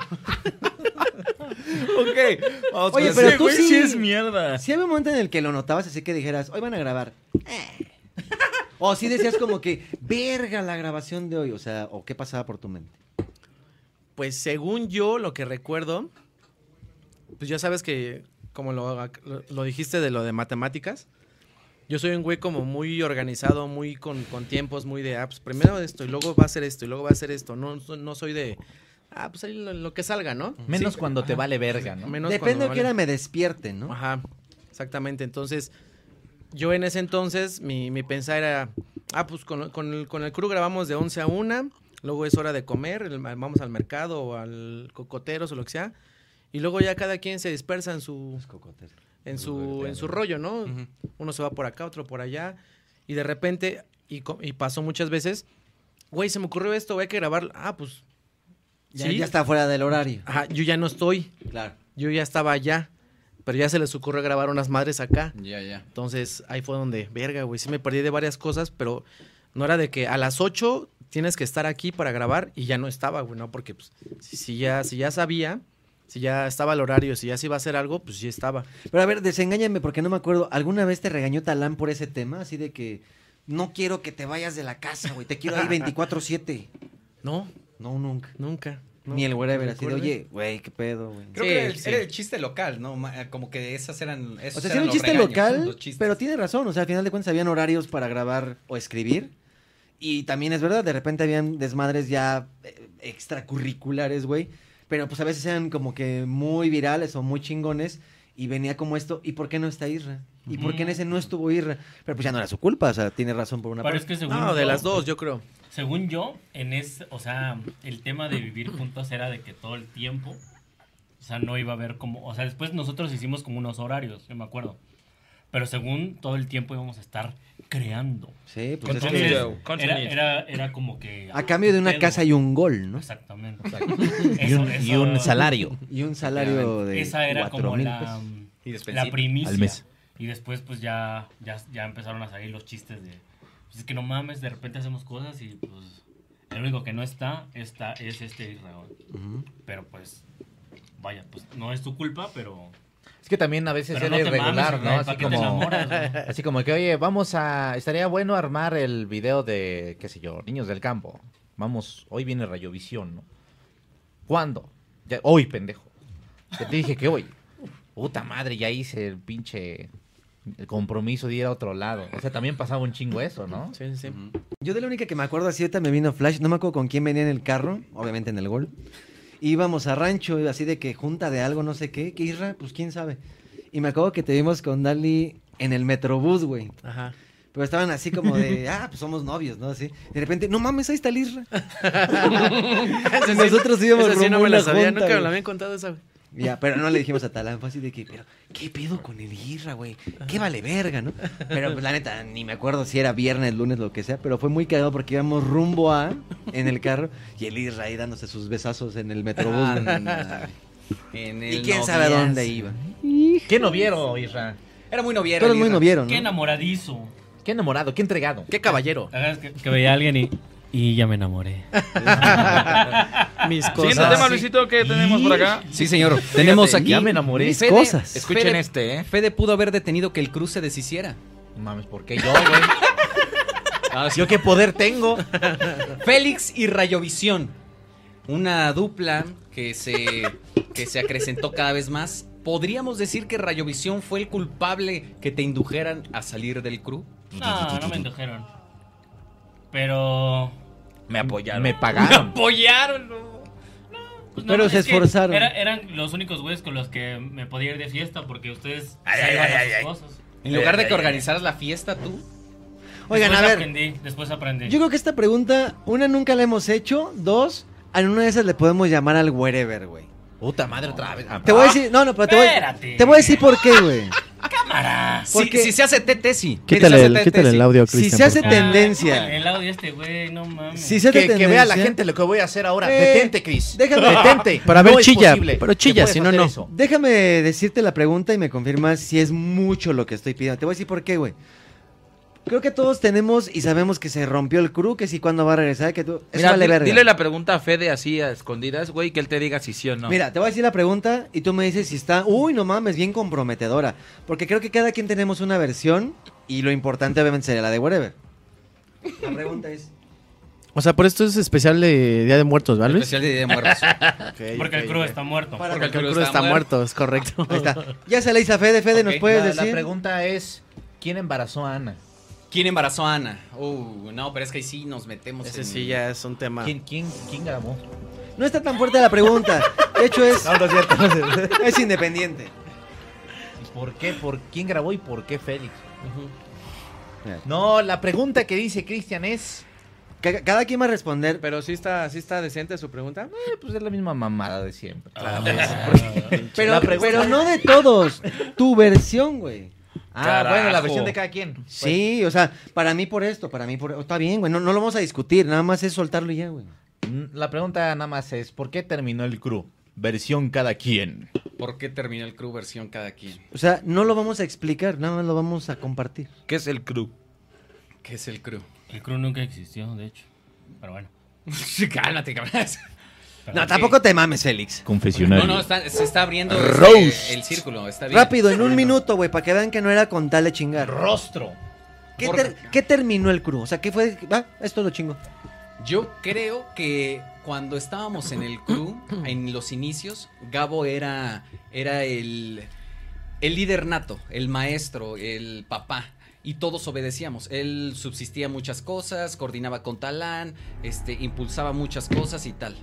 No.
ok.
vamos
Oye,
con
pero
ese
tú
güey
sí,
sí es
mierda. Sí había un momento en el que lo notabas así que dijeras, hoy van a grabar. Eh. o sí decías como que, verga la grabación de hoy. O sea, o qué pasaba por tu mente.
Pues según yo, lo que recuerdo, pues ya sabes que, como lo, lo- lo dijiste de lo de matemáticas, yo soy un güey como muy organizado, muy con, con tiempos, muy de, ah, pues primero esto y luego va a ser esto y luego va a ser esto. No, so- no soy de, ah, pues ahí lo, lo que salga, ¿no?
Menos cuando te vale verga, ¿no?
Menos
Depende de
cuando
qué
vale-
hora me despierte, ¿no?
Ajá, exactamente. Entonces, yo en ese entonces, mi, mi pensar era, ah, pues con, con el, con el crew grabamos de 11 a 1, luego es hora de comer, el- vamos al mercado o al cocoteros o lo que sea, y luego ya cada quien se dispersa en su... En su, en su rollo, ¿no? Uno se va por acá, otro por allá, y de repente, y, co- y pasó muchas veces, güey, se me ocurrió esto, voy a que grabar, ah, pues...
Ya, ya está fuera del horario.
Ajá, yo ya no estoy.
Claro.
Yo ya estaba allá. Pero ya se les ocurrió grabar unas madres acá.
Ya, ya.
Entonces ahí fue donde, verga, güey. Sí me perdí de varias cosas, pero no era de que a las 8 tienes que estar aquí para grabar y ya no estaba, güey, ¿no? Porque pues, si, si ya, si ya sabía, si ya estaba el horario, si ya se iba a hacer algo, pues ya estaba.
Pero a ver, desengáñame porque no me acuerdo. ¿Alguna vez te regañó Talán por ese tema? Así de que no quiero que te vayas de la casa, güey. Te quiero ahí 24-7.
No.
No, nunca.
Nunca.
Ni el wherever,
¿Te
así de,
acuerdas?
oye, güey, qué pedo, güey.
Creo que era el, era el chiste local, ¿no? Ma- eh, Como que esas eran.
O
esos
sea, sí
eran
era un
los
chiste
regaños,
local,
los chistes.
pero tiene razón. O sea, al final de cuentas habían horarios para grabar o escribir. Y también es verdad, de repente habían desmadres ya eh, extracurriculares, güey. Pero pues a veces eran como que muy virales o muy chingones. Y venía como esto, ¿y por qué no está Irra? ¿Y por qué en ese no estuvo Irra? Pero pues ya no era su culpa, o sea, tiene razón por una
Pero
parte.
es que según yo- Según yo, en es, o sea, el tema de vivir juntos era de que todo el tiempo, o sea, no iba a haber como, o sea, después nosotros hicimos como unos horarios, yo me acuerdo. Pero según todo el tiempo íbamos a estar creando.
Sí, pues es
Entonces,
que-
era, era, era como que
A cambio de una
pedo.
casa y un gol, ¿no?
Exactamente.
Y un- y un salario.
Y un
salario de
Esa era
cuatro
como
mil
la,
pesos.
Y despensita.
la primicia.
Al mes.
Y después, pues ya, ya, ya empezaron a salir los chistes de. pues, es que no mames, de repente hacemos cosas y pues. El único que no está, está es este Israel.
Ujú.
Pero pues. Vaya, pues no es tu culpa, pero.
Es que también a veces
Pero
era
no te
irregular,
mames,
¿no?
güey,
Así
¿pa' qué te
como,
enamoras, güey?
así como que, oye, vamos a... Estaría bueno armar el video de, qué sé yo, Niños del Campo. Vamos, hoy viene Rayovisión, ¿no? ¿Cuándo? Ya- hoy, pendejo. Ya te dije que hoy. Puta madre, ya hice el pinche el compromiso de ir a otro lado. O sea, también pasaba un chingo eso, ¿no?
Sí, sí.
Yo de la única que me acuerdo así ahorita me vino Flash, no me acuerdo con quién venía en el carro, obviamente en el gol. íbamos a rancho, y así de que junta de algo, no sé qué, que Isra, pues quién sabe. Y me acuerdo que te vimos con Dali en el Metrobús, güey. Ajá. Pero estaban así como de, ah, pues somos novios, ¿no? Así. De repente, no mames, ahí está el Isra.
Esa sí-
Nosotros íbamos
esa sí
rumbo
no
a
me la
una
sabía,
junta,
nunca me
güey.
la habían contado esa. güey.
Ya, pero no le dijimos a Talán, fue así de que, pero, ¿qué pedo con el Irra, güey? ¿Qué vale verga, no? Pero, pues, la neta, ni me acuerdo si era viernes, lunes, lo que sea, pero fue muy cagado porque íbamos rumbo a, en el carro, y el Irra ahí dándose sus besazos en el metrobús. güey.
Ándale. En
y
el
quién sabe a
noviazgo.
dónde iba.
¿Qué noviero, Isra?
Era muy noviero.
Tú eres muy
Isra.
noviero, ¿no?
Qué enamoradizo.
Qué enamorado, qué entregado.
Qué caballero.
Que veía a alguien y, y ya me enamoré.
Mis
Ah,
Siguiente tema, Luisito, ¿qué tenemos por acá?
Sí, señor. Tenemos aquí. Fede-
Escuchen
Fede-
este, ¿eh?
Fede pudo haber detenido que el cruce deshiciera.
Mames, ¿por qué yo, güey?
Ah,
¿Yo qué poder tengo?
Félix y Rayovisión. Una dupla que se, que se acrecentó cada vez más. ¿Podríamos decir que Rayovisión fue el culpable que te indujeran a salir del crew?
Ah,
Ah, No, no me indujeron. Pero.
Me apoyaron. Me
Me
pagaron.
apoyaron, no. No, pues no,
Pero se
es que
esforzaron.
era- eran los únicos güeyes con los que me podía ir de fiesta porque ustedes
Ay,
se
ay,
iban a
ay,
sus
ay.
cosas.
En lugar de
Ay,
que
ay,
organizaras la fiesta tú.
Oigan,
después
a ver.
Aprendí, después aprendí.
Yo creo que esta pregunta, una, nunca la hemos hecho, dos, a una de esas le podemos llamar al wherever, güey.
Puta madre, otra vez.
Te voy a decir, no, no, pero te voy,
Espérate.
te voy a decir por qué, güey.
Porque si, se hace TT, sí.
Quítale
Si se hace
el-
TT,
quítale
sí.
el audio,
Si se hace tendencia.
El audio este, güey, no mames.
Si se hace
que, que vea la
tendencia-
gente lo que voy a hacer ahora.
Eh,
Detente, Chris.
déjame-
Detente.
Para ver,
No es
chilla,
posible
pero
que
chilla,
puedas
si no,
hacer
no.
eso.
Déjame decirte la pregunta y me confirmas si es mucho lo que estoy pidiendo. Te voy a decir por qué, güey. Creo que todos tenemos y sabemos que se rompió el crew, que si cuándo va a regresar, que tú... Eso
Mira,
vale
di-
verga.
dile la pregunta a Fede así a escondidas, güey, que él te diga si sí o no.
Mira, te voy a decir la pregunta y tú me dices si está, uy, no mames, bien comprometedora. Porque creo que cada quien tenemos una versión y lo importante obviamente sería la de Wherever. La pregunta es...
O sea, por esto es especial de Día de Muertos, ¿vale?
Especial de Día de Muertos.
Porque el crew está muerto.
Porque, el cruz está, muerto, es correcto.
Ahí está. Ya se la hice a Fede, Fede, ¿nos
Ok.
puedes
La-
decir?
La pregunta es: ¿quién embarazó a Ana?
¿Quién embarazó a Ana? Uh, no, pero es que ahí sí nos metemos
Ese
en-
sí ya es un tema.
¿Quién, quién, quién grabó?
No está tan fuerte la pregunta. De hecho es... es independiente.
¿Por qué? ¿Por quién grabó y por qué Félix? No, la pregunta que dice Cristian es.
Ca- Cada quien va a responder.
Pero sí está, sí está decente su pregunta.
eh, pues es la misma mamada de siempre.
Ah,
Pero,
La pregunta-
pero no de todos. Tu versión, güey.
Ah, bueno, la versión de cada
pues.
quien.
Sí, o sea, para mí por esto, para mí por... Está bien, güey, no, no lo vamos a discutir, nada más es soltarlo y ya, güey.
Mm, La pregunta nada más es: ¿por qué terminó el crew? Versión cada quien.
¿Por qué terminó el crew versión cada quien?
O sea, no lo vamos a explicar, nada más lo vamos a compartir.
¿Qué es el crew?
¿Qué es el crew?
El crew nunca existió, de hecho. Pero bueno.
Sí, Cálmate, cabrón.
No, tampoco te mames, Félix.
No, no, está- se está abriendo este,
Roast.
el círculo. Está bien.
Rápido, en un minuto, güey, para que vean que no era con tal de chingar.
Rostro.
¿Qué,
Por-
ter- qué terminó el crew? O sea, ¿qué fue? Va, esto lo chingo.
Yo creo que cuando estábamos en el crew, en los inicios, Gabo era, era el, el líder nato, el maestro, el papá. Y todos obedecíamos. Él subsistía muchas cosas, coordinaba con Talán, este, impulsaba muchas cosas y tal.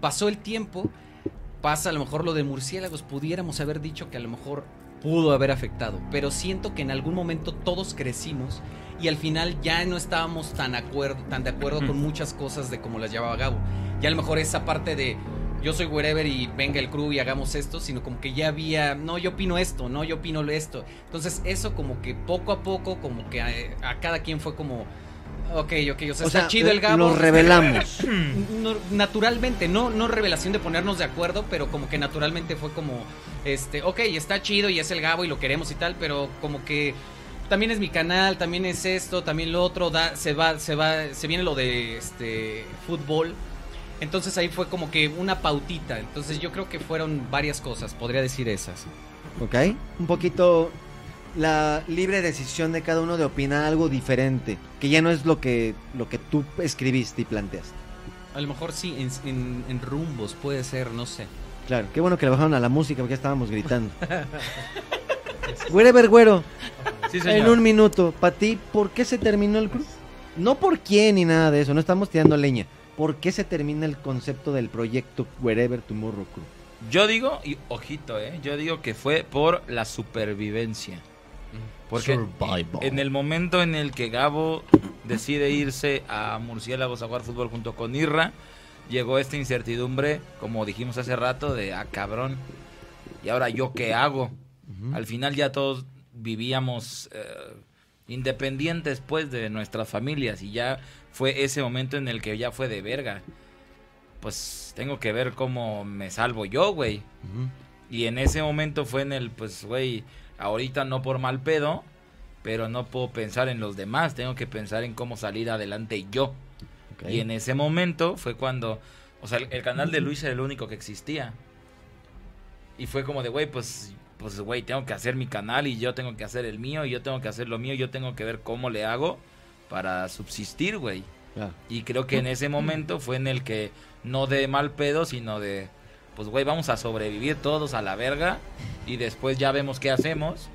Pasó el tiempo, pasa a lo mejor lo de murciélagos, pudiéramos haber dicho que a lo mejor pudo haber afectado, pero siento que en algún momento todos crecimos y al final ya no estábamos tan, acuerdo, tan de acuerdo con muchas cosas de cómo las llevaba Gabo. Y a lo mejor esa parte de yo soy wherever y venga el crew y hagamos esto, sino como que ya había, no, yo opino esto, no, yo opino lo esto. Entonces eso como que poco a poco, como que a, a cada quien fue como... Ok, ok, o sea,
O
está
sea,
chido el Gabo.
lo
está-
revelamos.
no- naturalmente, no, no revelación de ponernos de acuerdo, pero como que naturalmente fue como, este, ok, está chido y es el Gabo y lo queremos y tal, pero como que también es mi canal, también es esto, también lo otro, da, se va, se va, se viene lo de este fútbol. Entonces ahí fue como que una pautita. Entonces yo creo que fueron varias cosas, podría decir esas.
¿Ok? Un poquito la libre decisión de cada uno de opinar algo diferente, que ya no es lo que, lo que tú escribiste y planteaste.
A lo mejor sí, en, en- en rumbos puede ser, no sé.
Claro, qué bueno que le bajaron a la música porque ya estábamos gritando. Wherever, güero.
Sí, señor.
en un minuto, para ti, ¿por qué se terminó el club? No por quién ni nada de eso, no estamos tirando leña. ¿Por qué se termina el concepto del proyecto Wherever Tomorrow Crew?
Yo digo, y ojito, ¿eh? Yo digo que fue por la supervivencia. Porque
Survival.
en el momento en el que Gabo decide irse a Murciélagos a jugar fútbol junto con Irra, llegó esta incertidumbre, como dijimos hace rato, de ah, cabrón, ¿y ahora yo qué hago?
Ujú.
Al final ya todos vivíamos eh, independientes, pues, de nuestras familias, y ya fue ese momento en el que ya fue de verga. Pues tengo que ver cómo me salvo yo, güey. Y en ese momento fue en el, pues, güey, ahorita no por mal pedo, pero no puedo pensar en los demás, tengo que pensar en cómo salir adelante yo.
Ok.
Y en ese momento fue cuando, o sea, el, el canal de Luis era el único que existía. Y fue como de, güey, pues, pues, güey, tengo que hacer mi canal y yo tengo que hacer el mío y yo tengo que hacer lo mío, yo tengo que ver cómo le hago para subsistir, güey. Y creo que en ese momento fue en el que no de mal pedo, sino de, pues güey, vamos a sobrevivir todos a la verga y después ya vemos qué hacemos.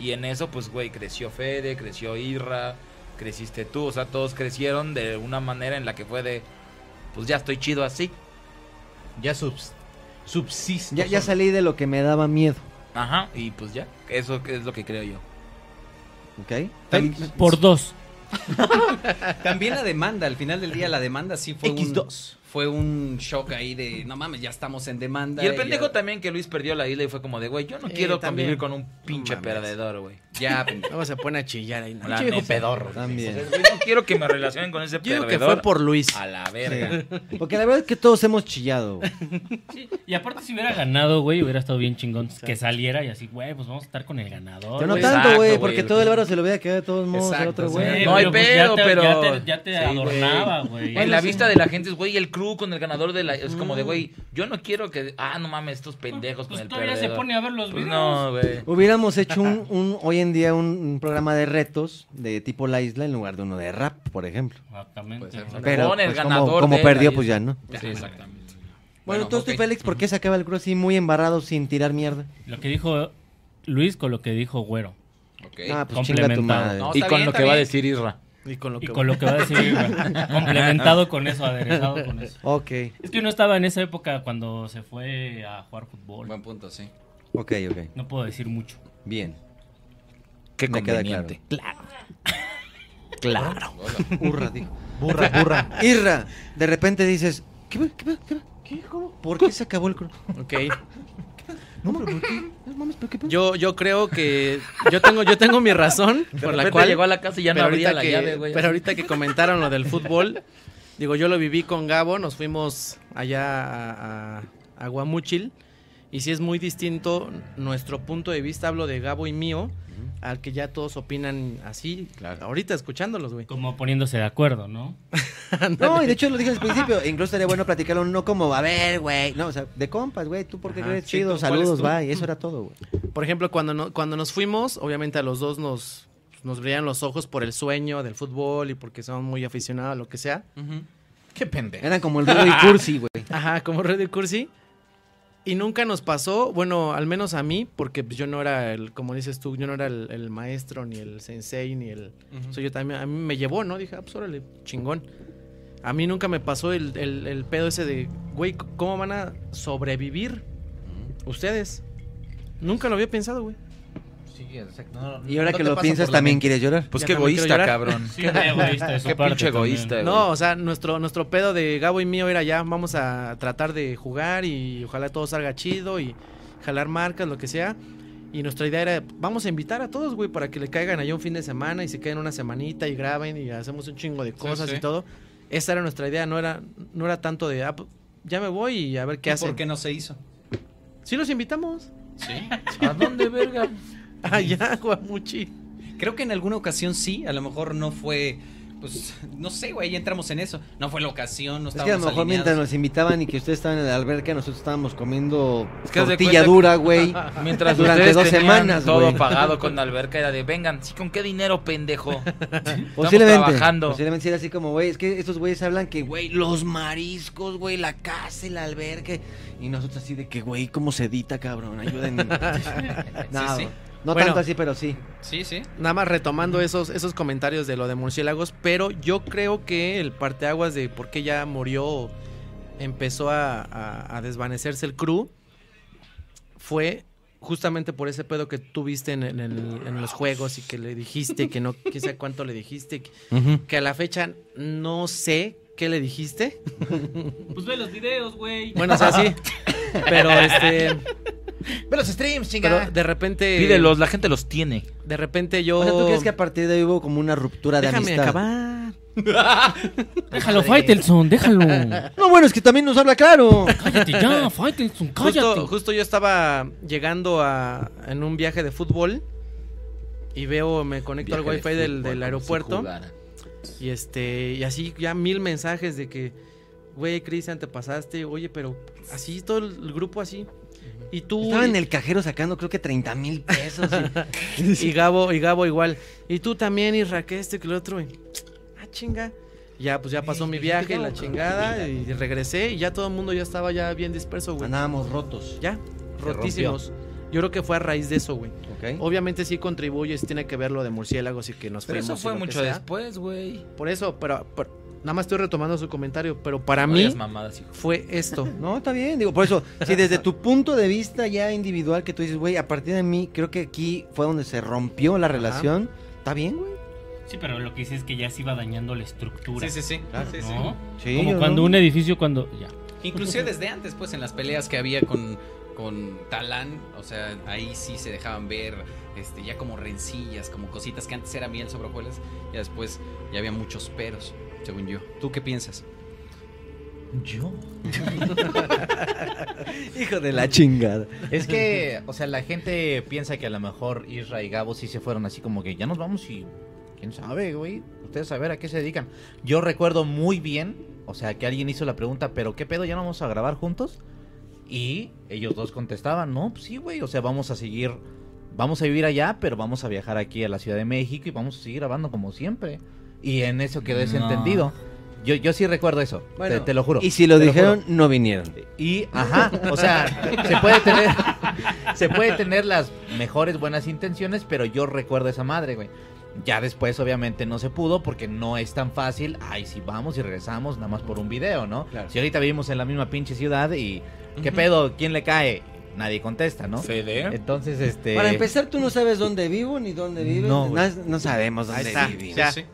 Y en eso, pues güey, creció Fede, creció Irra, creciste tú, o sea, todos crecieron de una manera en la que fue de, pues ya estoy chido así.
Ya subs subsisto.
Ya, ya salí de lo que me daba miedo,
Ajá, y pues ya, eso es lo que creo yo.
¿ok?
Por dos.
También la demanda, al final del día la demanda sí fue un fue un shock ahí de no mames, ya estamos en demanda.
Y el pendejo también que Luis perdió la isla y fue como de, güey, yo no
Eh,
quiero
también.
convivir con un pinche
No mames.
perdedor, güey.
Ya, pendejo.
Luego se pone a chillar ahí.
La Pues
Pinche viejo
neta.
pedorro.
También.
Entonces, güey, no quiero que me relacionen con ese
Yo digo
perdedor.
que fue por Luis.
A la verga.
Sí. Porque la verdad es que todos hemos chillado. güey.
Y aparte, si hubiera ganado, güey, hubiera estado bien chingón que saliera y así, güey, pues vamos a estar con el ganador.
Pero no
güey.
tanto, güey, porque todo el barro se lo hubiera quedado de todos modos al
Exacto,
otro
sí.
güey.
No hay
Pero, pues,
pedo,
ya te-
pero-
ya te, ya te
Sí, güey.
adornaba, güey.
Bueno,
en la
sí.
vista de la gente es, güey, el crew con el ganador de la. Es como de,
Mm. pues
güey, yo no quiero que. Ah, no mames, estos pendejos con el
todavía se
perdedor.
pone a ver los
Pues
videos.
No, güey.
Hubiéramos hecho un, un- hoy en día un, un programa de retos de tipo la isla en lugar de uno de rap, por ejemplo.
Exactamente.
Pero
Con el
pues, como,
ganador
como
de la
perdió,
isla.
pues ya no.
Sí, exactamente.
Bueno, entonces
ok.
tú, Félix, ¿por qué sacaba el cruz así muy embarrado sin tirar mierda?
Lo que dijo Luis con lo que dijo Güero.
Ah, pues chinga tu madre.
complementado.
No, Y está con bien, lo está que va a bien. decir Isra.
Y con lo que,
va a decir Isra. complementado con eso, aderezado con eso.
Ok.
Es que yo no estaba en esa época cuando se fue a jugar fútbol. Buen punto, sí.
Ok, ok.
No puedo decir mucho.
Bien.
Qué
Me queda
conveniente.
Claro.
Claro.
Burra, dijo. Burra, burra. Irra, de repente dices, ¿qué, va- qué, va- qué, va- qué, cómo? ¿Por qué se acabó el cruz?
Ok.
No, pero ¿por qué? No mames, ¿pero qué pedo?
Yo, yo creo que yo tengo, yo tengo mi razón
De
por la
repente
cual
llegó a la casa y ya no
pero
abría
ahorita
la
que-
llave, güey.
Pero ahorita que comentaron lo del fútbol, digo, yo lo viví con Gabo, nos fuimos allá a, a, a Guamúchil, y sí es muy distinto nuestro punto de vista, hablo de Gabo y mío, al que ya todos opinan así, ahorita escuchándolos, güey.
Como poniéndose de acuerdo, ¿no?
No, y de hecho lo dije al principio, e incluso estaría bueno platicarlo no como, a ver, güey, no, o sea, de compas, güey, tú porque
Ajá,
crees
sí,
chido,
tú, ¿cuál es
saludos,
tú?
bye, eso era todo, güey.
Por ejemplo, cuando, no- cuando nos fuimos, obviamente a los dos nos, nos brillan los ojos por el sueño del fútbol y porque son muy aficionados a lo que sea. Qué pendejo.
Eran como el Rudo y Cursi, güey.
Ajá, como Rudo y Cursi. Y nunca nos pasó, bueno, al menos a mí, porque pues, yo no era el, como dices tú, yo no era el, el maestro, ni el sensei, ni el.
Ujú.
soy yo también, a mí me llevó, ¿no? Dije, ah, pues órale, chingón. A mí nunca me pasó el, el- el pedo ese de, güey, ¿cómo van a sobrevivir ustedes? Nunca lo había pensado, güey.
Sí, exacto. No, no,
Y ahora
no
que
te
lo
pasa
piensas,
por la
también
mente.
quieres llorar.
Pues
Ya
qué
también
egoísta,
quiero llorar.
cabrón. Sí, qué egoísta de su Qué parte pinche también. egoísta, güey.
No, o sea, nuestro, nuestro pedo de Gabo y mío era ya, vamos a tratar de jugar y ojalá todo salga chido y jalar marcas, lo que sea. Y nuestra idea era, vamos a invitar a todos, güey, para que le caigan allá un fin de semana y se queden una semanita y graben y hacemos un chingo de cosas
sí.
y todo. Esa era nuestra idea, no era, no era tanto de, ah, pues, ya me voy y a ver qué
¿Y
hacen.
por qué no se hizo?
Sí los invitamos.
Sí.
¿A dónde, verga? Allá, Guamuchi.
Creo que en alguna ocasión sí, a lo mejor no fue pues no sé, güey, ya entramos en eso. No fue la ocasión, no
Es que a lo
estábamos
mejor mientras nos invitaban y que ustedes estaban en la alberca, nosotros estábamos comiendo
que haz de
tortilla
cuenta-
dura, güey,
Mientras
durante
ustedes
dos
tenían
semanas,
todo
güey.
pagado con la alberca era de, vengan, ¿sí, ¿con qué dinero, pendejo? Estamos
Posiblemente,
trabajando.
posiblemente sí era así como, güey, es que estos güeyes hablan que, güey, los mariscos, güey, la casa, el albergue. Y nosotros así de que, güey, ¿cómo se edita, cabrón? Ayúdenme. no,
Sí, sí.
No tanto así, pero sí.
Sí, sí.
Nada más retomando esos, esos comentarios de lo de murciélagos, pero yo creo que el parteaguas de por qué ya murió, o empezó a, a- a desvanecerse el crew, fue justamente por ese pedo que tuviste en, en el- en los juegos y que le dijiste, que no, quién sabe cuánto le dijiste, que,
Ujú.
que a la fecha no sé qué le dijiste.
Pues ve los videos, güey.
Bueno, o sea, sí. Pero este.
Ve los streams, chingada.
Pero de repente.
Pídelos, la gente los tiene.
De repente yo.
O sea, ¿tú crees que a partir de ahí hubo como una ruptura de
Déjame
amistad?
acabar.
Déjalo, Faitelson, déjalo.
No, bueno, es que también nos habla claro.
Cállate ya, Faitelson, cállate.
Justo, justo yo estaba llegando a, en un viaje de fútbol y veo, me conecto
Viaje
al
de
wifi del,
fútbol,
del
como si
aeropuerto.
jugara.
y este, y así ya mil mensajes de que, güey, Cristian, te pasaste, oye, pero así todo el, el grupo así. Y tú.
Estaba en
y-
el cajero sacando creo que 30 mil pesos. y-
y Gabo, y Gabo igual. Y tú también, y Raquel, este que el otro. y, Ah, chinga. Ya, pues ya pasó mi viaje y la chingada. Y regresé y ya todo el mundo ya estaba ya bien disperso, güey.
Andábamos rotos.
Ya, rotísimos. Yo creo que fue a raíz de eso, güey. Obviamente sí contribuye, sí tiene que ver lo de murciélagos y que nos
Pero
fuimos.
eso
y
fue
lo que
mucho
sea.
después, güey.
Por eso, pero, pero nada más estoy retomando su comentario. Pero para
No
mí
digas mamadas, hijo.
fue esto.
No, está bien, digo, por eso, si desde tu punto de vista ya individual que tú dices, güey, a partir de mí, creo que aquí fue donde se rompió la relación, está bien, güey.
Sí, pero lo que hice es que ya se iba dañando la estructura.
Sí, sí, sí.
¿No?
Sí, sí.
Sí,
Como
yo
cuando
no.
un edificio, cuando. Ya.
Inclusive desde antes, pues, en las peleas que había con, con Talán, o sea, ahí sí se dejaban ver este, ya como rencillas, como cositas que antes era miel sobre hojuelas, y después ya había muchos peros, según yo. ¿Tú qué piensas?
Yo.
Hijo de la chingada.
Es que, o sea, la gente piensa que a lo mejor Isra y Gabo sí se fueron así como que ya nos vamos y quién sabe, güey. Ustedes a ver a qué se dedican. Yo recuerdo muy bien, o sea, que alguien hizo la pregunta, pero qué pedo, ya no vamos a grabar juntos. Y ellos dos contestaban, no, pues sí, güey, o sea, vamos a seguir, vamos a vivir allá, pero vamos a viajar aquí a la Ciudad de México y vamos a seguir grabando como siempre. Y en eso quedó ese
No.
entendido. Yo, yo sí recuerdo eso, te-
Bueno,
te, lo juro.
Y si lo
te
dijeron,
juro.
no vinieron.
Y, ajá, o sea, se puede tener, se puede tener las mejores buenas intenciones, pero yo recuerdo esa madre, güey. Ya después, obviamente, no se pudo porque no es tan fácil. Ay, si vamos y regresamos nada más por un video, ¿no? Si ahorita vivimos en la misma pinche ciudad y, ¿qué
Ujú.
pedo? ¿Quién le cae? Nadie contesta, ¿no? Entonces, este.
Para empezar, tú no sabes dónde vivo ni dónde vives.
No,
No,
güey.
no sabemos dónde
Ahí está,
vivimos.
ya. Sí, sí.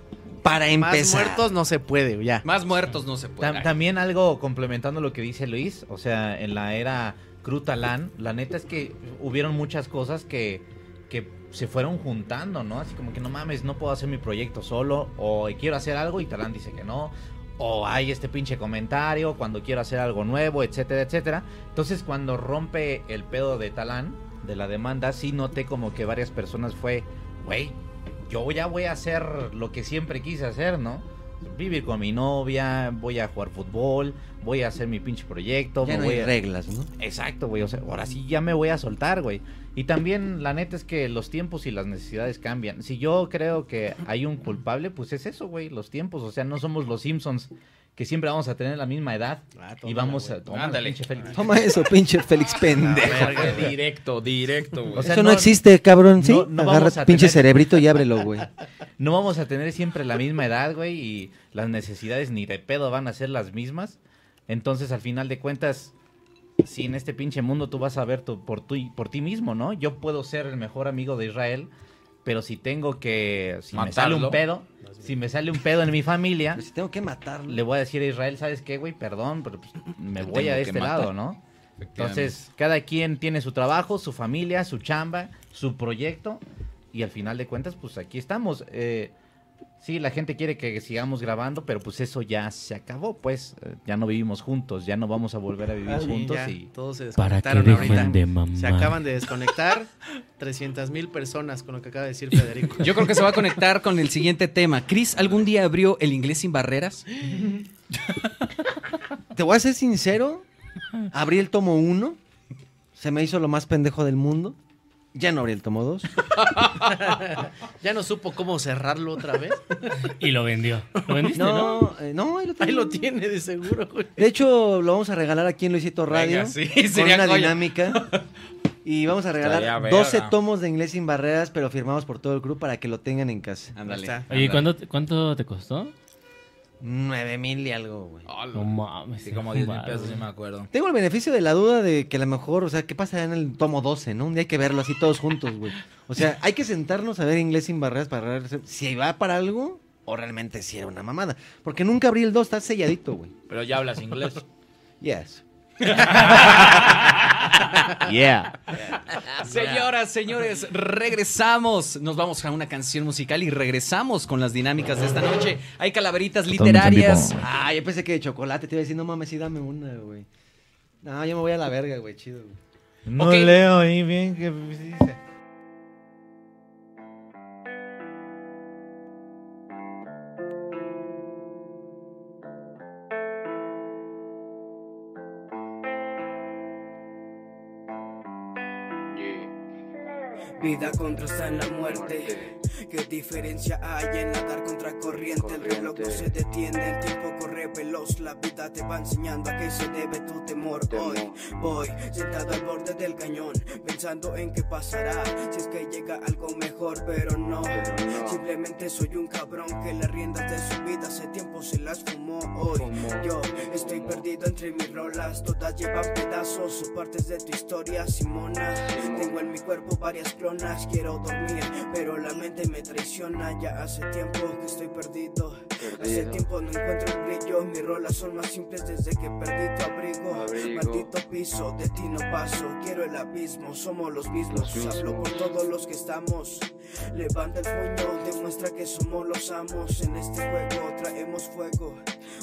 Para empezar.
no se puede, ya.
Más muertos no se puede.
Tam- también algo complementando lo que dice Luis, o sea, en la era Crutalán, la neta es que hubieron muchas cosas que, que se fueron juntando, ¿no? Así como que no mames, no puedo hacer mi proyecto solo, o quiero hacer algo y Talán dice que no, o hay este pinche comentario cuando quiero hacer algo nuevo, etcétera, etcétera. Entonces, cuando rompe el pedo de Talán, de la demanda, sí noté como que varias personas fue, güey, yo ya voy a hacer lo que siempre quise hacer, ¿no? Vivir con mi novia, voy a jugar fútbol, voy a hacer mi pinche proyecto.
Ya
me
no
voy
hay
a-
reglas, ¿no?
Exacto, güey. O sea, ahora sí ya me voy a soltar, güey. Y también, la neta es que los tiempos y las necesidades cambian. Si yo creo que hay un culpable, pues es eso, güey, los tiempos. O sea, no somos los Simpsons, que siempre vamos a tener la misma edad.
Ah,
y vamos a. Toma, pinche Félix.
Toma eso, pinche Félix pendejo.
directo, directo, güey.
O sea,
eso no, existe, cabrón, ¿sí?
no- no
Agarra
vamos a
pinche
tener-
cerebrito y ábrelo, güey.
No vamos a tener siempre la misma edad, güey, y las necesidades ni de pedo van a ser las mismas. Entonces, al final de cuentas, si en este pinche mundo tú vas a ver tu- por, tu- por ti mismo, ¿no? Yo puedo ser el mejor amigo de Israel, pero si tengo que... Si me sale un
Matarlo.
pedo, si me sale un pedo en mi familia...
si tengo que matarlo.
Le voy a decir a Israel, ¿sabes qué, güey? Perdón, pero pues, me
Te
voy
tengo
a
que
este
matar".
lado, ¿no?
Efectivamente.
Entonces, cada quien tiene su trabajo, su familia, su chamba, su proyecto. Y al final de cuentas, pues aquí estamos. Eh, sí, la gente quiere que sigamos grabando, pero pues eso ya se acabó, pues. Eh, ya no vivimos juntos, ya no vamos a volver a vivir
Sí,
juntos.
ya,
y...
Todos se
Para que
desconectaron
dejen
ahorita.
de mamar.
Se acaban de desconectar 300 mil personas con lo que acaba de decir Federico.
Yo creo que se va a conectar con el siguiente tema. Chris, ¿algún día abrió el inglés sin barreras?
Te voy a ser sincero, abrí el tomo 1, se me hizo lo más pendejo del mundo. Ya no abrí el tomo 2.
ya no supo cómo cerrarlo otra vez.
Y lo vendió. ¿Lo vendiste, no?
no, eh, no, ahí lo tiene.
Ahí lo tiene, de seguro, güey.
De hecho, lo vamos a regalar aquí en Luisito Radio.
Venga, sí,
con
sería
una
joya.
dinámica. Y vamos a
Estaría
regalar
verga.
12 tomos de inglés sin barreras, pero firmados por todo el club para que lo tengan en casa.
Ándale.
Ah,
Ahí está.
Oye, ¿cuánto, ¿cuánto te costó?
9 mil y algo, güey.
No mames.
Sí, como 10 mil pesos, sí me acuerdo.
Tengo el beneficio de la duda de que a lo mejor, o sea, ¿qué pasa en el tomo 12, no? Un día hay que verlo así todos juntos, güey. O sea, hay que sentarnos a ver inglés sin barreras para ver si va para algo o realmente si era una mamada. Porque nunca abrí el 2, está selladito, güey.
Pero ya hablas inglés.
Yes.
Yeah.
Señoras, señores, regresamos. Nos vamos a una canción musical y regresamos con las dinámicas de esta noche. Hay calaveritas
Totalmente en
literarias.
vivo. Ah, yo pensé que de chocolate te iba a decir, no mames, sí, dame una, güey. No, yo me voy a la verga, güey, chido, güey.
No
Ok.
leo ahí bien que dice.
Vida contrasta en la muerte. ¿Qué diferencia hay en nadar contra corriente? El reloj no se detiene, el tiempo corre veloz. La vida te va enseñando a qué se debe tu temor. Hoy voy sentado al borde del cañón, pensando en qué pasará si es que llega algo mejor, pero no. Simplemente soy un cabrón que las riendas de su vida hace tiempo se las fumó. Hoy yo estoy perdido entre mis rolas, todas llevan pedazos o partes de tu historia, Simona. Tengo en mi cuerpo varias clonas, quiero dormir, pero la mente me traiciona. Ya hace tiempo que estoy perdido. Hace tiempo no encuentro el brillo, mis rolas son más simples desde que perdí tu abrigo.
Abrigo.
Maldito piso, de ti no paso, quiero el abismo, somos los mismos.
Los
Hablo por todos los que estamos. Levanta el puño, demuestra que somos los amos. En este juego traemos fuego,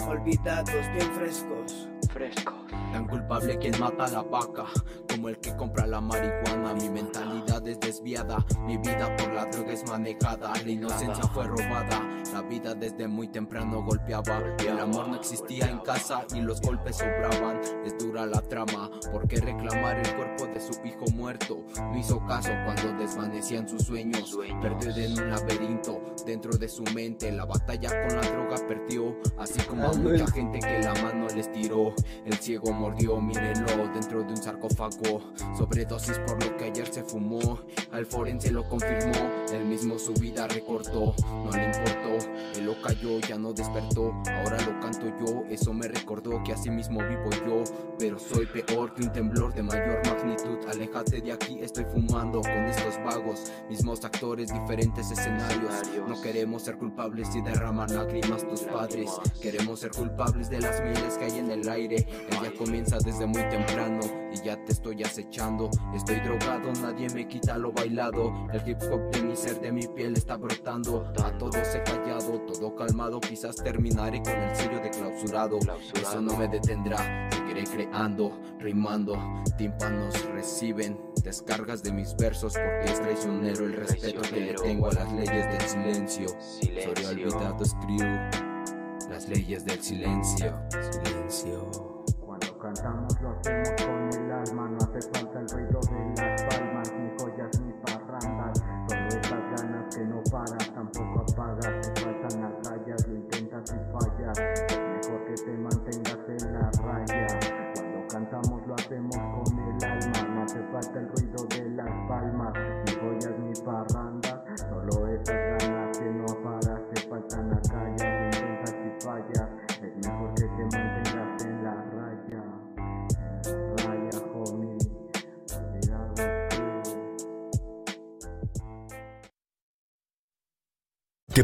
olvidados, bien frescos.
fresco. Tan culpable quien mata a la vaca, como el que compra la marihuana. Mi mentalidad es desviada, mi vida por la droga es manejada. La inocencia fue robada, la vida desde muy temprano golpeaba. El amor no existía en casa y los golpes sobraban. Es dura la trama, ¿por qué reclamar el cuerpo de su hijo muerto? No hizo caso cuando desvanecían sus sueños. Perdió en un laberinto dentro de su mente. La batalla con la droga perdió, así como a
Manuel.
mucha gente que la mano les tiró. El ciego mordió, mírenlo, dentro de un sarcófago. Sobredosis por lo que ayer se fumó. Al forense lo confirmó, él mismo su vida recortó. No le importó, él lo cayó, ya no despertó. Ahora lo canto yo, eso me recordó que así mismo vivo yo. Pero soy peor que un temblor de mayor magnitud. Aléjate de aquí, estoy fumando con estos vagos. Mismos actores, diferentes escenarios. No queremos ser culpables y derramar lágrimas tus padres. Queremos ser culpables de las miles que hay en el aire. El día comienza desde muy temprano y ya te estoy acechando. Estoy drogado, nadie me quita lo bailado. El hip hop de mi ser, de mi piel está brotando. A todos he callado, todo calmado. Quizás terminaré con el sello de clausurado. Eso no me detendrá, seguiré creando, rimando. Tímpanos reciben descargas de mis versos porque es traicionero el respeto que le tengo a las leyes del silencio. Sobre olvidado escribo las leyes del silencio. Silencio.
Cuando cantamos lo hacemos con el alma, no hace falta el ruido de las palmas, ni joyas ni parrandas, solo esas ganas que no paras, tampoco apagas, te faltan las rayas, lo intentas y fallas, es mejor que te mantengas en la raya. Cuando cantamos lo hacemos con el alma, no hace falta el ruido de las palmas, ni joyas ni parrandas, solo esas ganas que no paras, te faltan las rayas, lo intentas y fallas, es mejor que te mantengas en la raya. Raya, homie, olvidado tú.
¿Te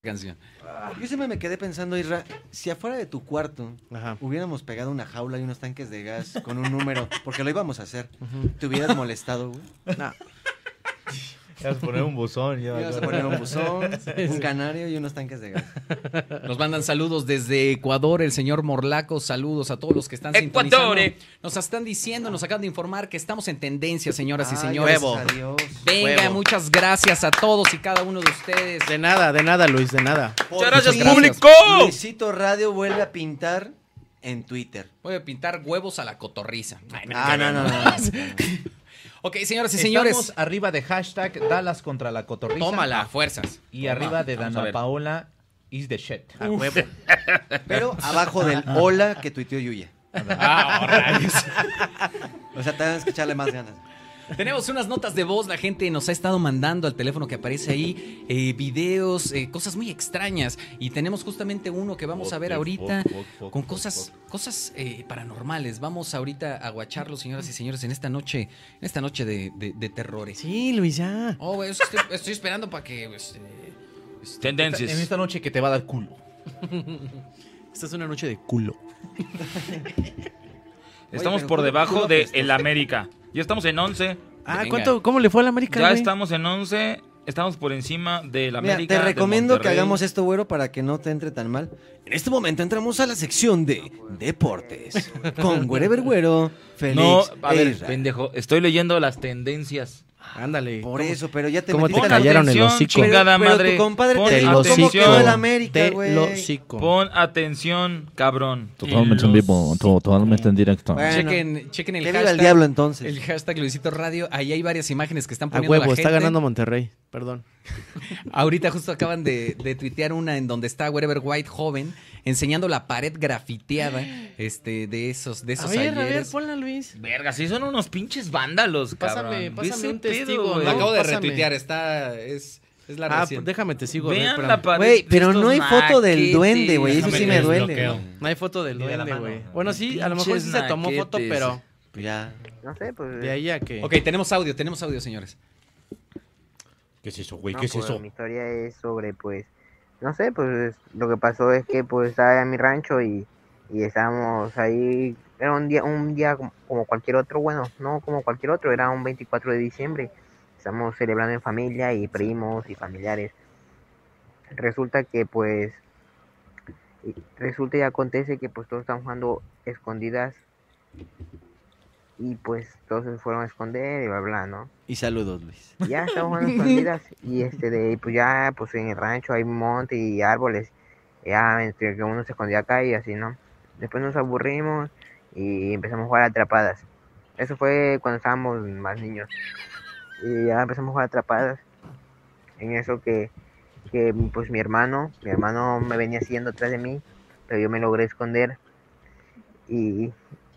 Canción.
Yo siempre me quedé pensando, Isra, si afuera de tu cuarto hubiéramos pegado una jaula y unos tanques de gas con un número, porque lo íbamos a hacer, ¿te hubieras molestado, güey?
No.
Ibas a poner un buzón, ya.
Ibas a poner un buzón, un canario y unos tanques de gas.
Nos mandan saludos desde Ecuador, el señor Morlaco. Saludos a todos los que están
Ecuador,
eh.
sintonizando. Nos están diciendo, nos acaban de informar que estamos en tendencia, señoras y
Ay,
señores.
gracias a Dios.
Venga,
Huevo.
muchas gracias a todos y cada uno de ustedes.
De nada, de nada, Luis, de nada.
Luisito Radio vuelve a pintar en Twitter.
Voy a pintar huevos a la cotorriza.
Ah, no, no, no,
ok, señoras y señores.
Estamos arriba de hashtag Dallas contra la cotorriza.
Tómala, fuerzas.
Y
Toma,
arriba de
vamos a
Dana
ver.
Paola is the shit.
Ah,
A Uf. huevo.
Pero abajo del hola que tuiteó Yuya.
Ah, oh, rayos.
O sea, tenemos que echarle más ganas.
Tenemos unas notas de voz, la gente nos ha estado mandando al teléfono que aparece ahí eh, videos, eh, cosas muy extrañas y tenemos justamente uno que vamos a ver ahorita con cosas, cosas eh, paranormales. Vamos ahorita a guacharlo, señoras y señores, en esta noche, en esta noche de, de- de terrores.
Sí, Luis, ya.
Oh, güey, es que estoy, estoy esperando para que... este,
Tendencias.
En esta noche que te va a dar culo.
Esta es una noche de culo.
Estamos
pero
por
culo-
debajo
culo
de el América. Ya estamos en 11.
Ah, ¿cuánto, ¿cómo le fue al América?
Ya
güey?
estamos en 11. Estamos por encima del
Mira,
América.
te
del
recomiendo que
Monterrey.
hagamos esto, güero, para que no te entre tan mal. En este momento entramos a la sección de deportes. Con Wherever Güero, Félix.
No, a
e
ver,
Israel.
pendejo. Estoy leyendo las tendencias.
Ándale.
Por eso, pero ya te
¿Cómo
metiste
te
la-
cayeron el
Atención,
hocico?
Chingada
Pero- pero
madre.
tu compadre
Pon
te dijo
atención.
cómo quedó el América,
Te
güey.
lo hocico.
Pon atención, cabrón.
Totalmente en vivo, to- totalmente en directo.
chequen, chequen el
que viva
hashtag.
el diablo, entonces.
El hashtag Luisito Radio. Ahí hay varias imágenes que están
A
poniendo la
huevo, está
gente.
ganando Monterrey. Perdón.
Ahorita justo acaban de, de tuitear una en donde está Wherever White joven enseñando la pared grafiteada este, de esos, de esos
A ver, a ver,
ayeres.
ponla, Luis.
Verga, sí son unos pinches vándalos, cabrón.
Pásame,
Ve
pásame
ese
un
pedo,
testigo,
güey.
¿no?
Acabo de
Pásame.
retuitear, está. Es, es la
Ah,
recién.
pues déjame te sigo.
Vean
güey,
la
espérame.
pared Güey, de pero estos no hay foto del maquetes. duende, güey, eso
Déjame
sí me
te
duele,
desbloqueo.
güey.
No hay foto del
Ni de la
duende,
mano.
güey. Bueno, sí, a lo mejor sí se
Pinches
tomó foto,
naquetes.
pero...
Pues ya.
No sé, pues... De ahí a que...
Ok, tenemos audio, tenemos audio, señores.
¿Qué es eso, güey?
No, pues, Mi historia es sobre, pues, no sé, pues lo que pasó es que pues estaba en mi rancho y, y estábamos ahí, era un día, un día como- como cualquier otro, bueno, no como cualquier otro, era un 24 de diciembre, estamos celebrando en familia y primos y familiares. Resulta que pues, y- resulta y acontece que pues todos están jugando escondidas y pues todos se fueron a esconder y bla, bla, ¿no?
Y saludos, Luis.
ya estamos jugando escondidas y este de ahí, pues ya pues en el rancho hay monte y árboles ya entre que uno se escondía acá y así no después nos aburrimos y empezamos a jugar atrapadas eso fue cuando estábamos más niños y ya empezamos a jugar atrapadas en eso que que pues mi hermano mi hermano me venía siguiendo atrás de mí pero yo me logré esconder y,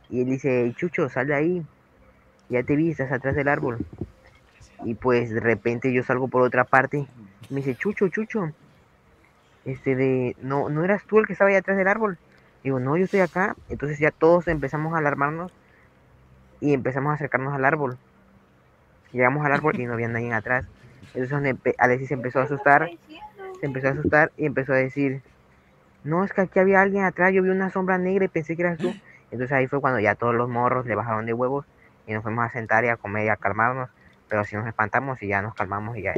y él dice chucho sal de ahí ya te vi estás atrás del árbol y pues de repente yo salgo por otra parte. Me dice, Chucho, Chucho. Este de, no, no eras tú el que estaba ahí atrás del árbol. Digo, no, yo estoy acá. Entonces ya todos empezamos a alarmarnos y empezamos a acercarnos al árbol. Llegamos al árbol y no había nadie atrás. Entonces empe- Alexis se empezó a asustar. Se empezó a asustar y empezó a decir, no, es que aquí había alguien atrás. Yo vi una sombra negra y pensé que eras tú. Entonces ahí fue cuando ya todos los morros le bajaron de huevos y nos fuimos a sentar y a comer y a calmarnos. Pero si nos espantamos y ya nos calmamos y ya.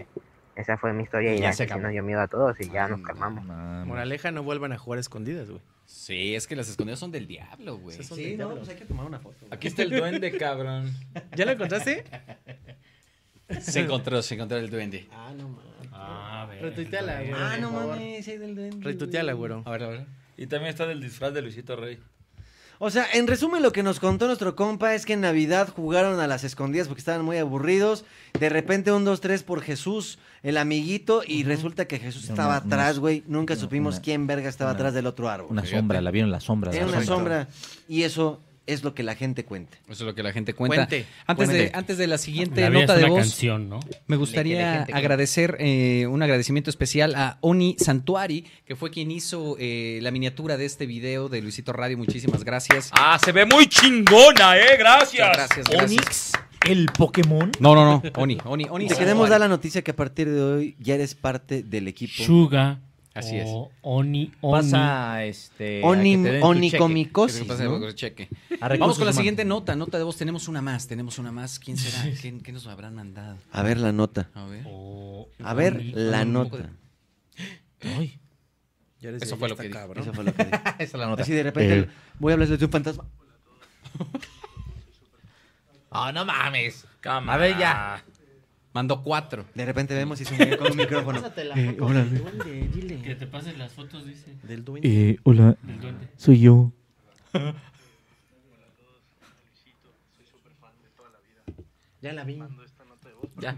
Esa fue mi historia y,
Y ya
ya,
se
que sí
acabó.
nos dio miedo a todos y ya nos calmamos.
Moraleja, no vuelvan a jugar escondidas, güey.
Sí, es que las escondidas son del diablo, güey.
Esas son
Sí,
del
no,
diablo.
pues hay que tomar una foto.
Aquí está el duende, cabrón.
¿Ya lo encontraste?
Se encontró, se encontró el duende.
Ah, no mames.
Ah, ver.
Retuiteala, güey.
Ah, no
por favor.
mames, ahí del duende.
Retuiteala, güero.
A ver, a ver.
Y también está del disfraz de Luisito Rey.
O sea, en resumen, lo que nos contó nuestro compa es que en Navidad jugaron a las escondidas porque estaban muy aburridos. De repente, un, dos, tres por Jesús, el amiguito, y resulta que Jesús estaba
una-
atrás, güey. Nunca
una-
supimos quién verga estaba
una-
atrás del otro árbol.
Una sombra, la vieron la sombra.
Era
la
una sombra. Y eso es lo que la gente cuenta.
Eso es lo que la gente cuenta. Antes, De,
Cuente.
antes de la siguiente
La vida
nota
es
de
una
voz,
canción, ¿no?
me
De que la
gustaría
gente cuente.
agradecer eh, un agradecimiento especial a Oni Santuari, que fue quien hizo eh, la miniatura de este video de Luisito Radio. Muchísimas gracias.
Ah, se ve muy chingona, eh. Gracias.
Gracias, gracias.
Onix, el Pokémon.
No, no, no. Oni, Oni, Oni.
Te queremos dar la noticia que a partir de hoy ya eres parte del equipo.
Suga.
Así es.
o Oni, Oni.
Ah,
Pasa, este... a
Oni-
que te den tu
onicomicosis,
cheque.
Pasa,
¿no?
porque cheque.
A
Vamos
recursos
con la
humanos.
siguiente nota, nota de voz. Tenemos una más, tenemos una más. ¿Quién será? ¿Quién, qué nos habrán mandado?
A ver la nota.
A ver.
A ver
Ay,
la
un poco
nota.
Ay.
Ya eres
Eso
de-
fue
ya
lo que
está
dije.
cabrón.
Eso fue lo que dije.
Esa es la nota.
Así de repente
Eh.
voy a hablarles de un fantasma.
Ah, no mames.
Cama.
A ver, ya. Mando cuatro.
De repente vemos si es un güey con un micrófono.
Pásatela.
Eh, hola.
Que te pases las fotos, dice.
Del
Eh, hola,
Del duende.
soy yo.
Ya la vi.
Ya.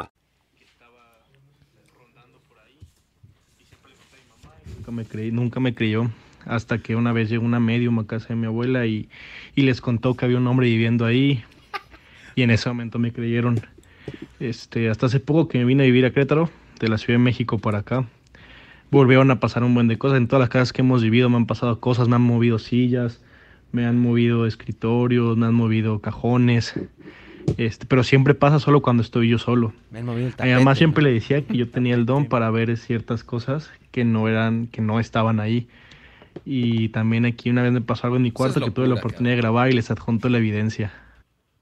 Nunca me, creí, nunca me creyó. Hasta que una vez llegó una medium a casa de mi abuela y, y les contó que había un hombre viviendo ahí. Y en ese momento me creyeron. Este, hasta hace poco que me vine a vivir a Querétaro, de la Ciudad de México para acá. Volvieron a pasar un buen de cosas. En todas las casas que hemos vivido me han pasado cosas, me han movido sillas, me han movido escritorios, me han movido cajones. Este, pero siempre pasa solo cuando estoy yo solo.
Me han movido el
A mi
tapete.
mamá siempre le decía que yo tenía el don para ver ciertas cosas que no eran, que no estaban ahí. Y también aquí una vez me pasó algo en mi cuarto que tuve la
locura,
oportunidad de grabar y les adjunto la evidencia.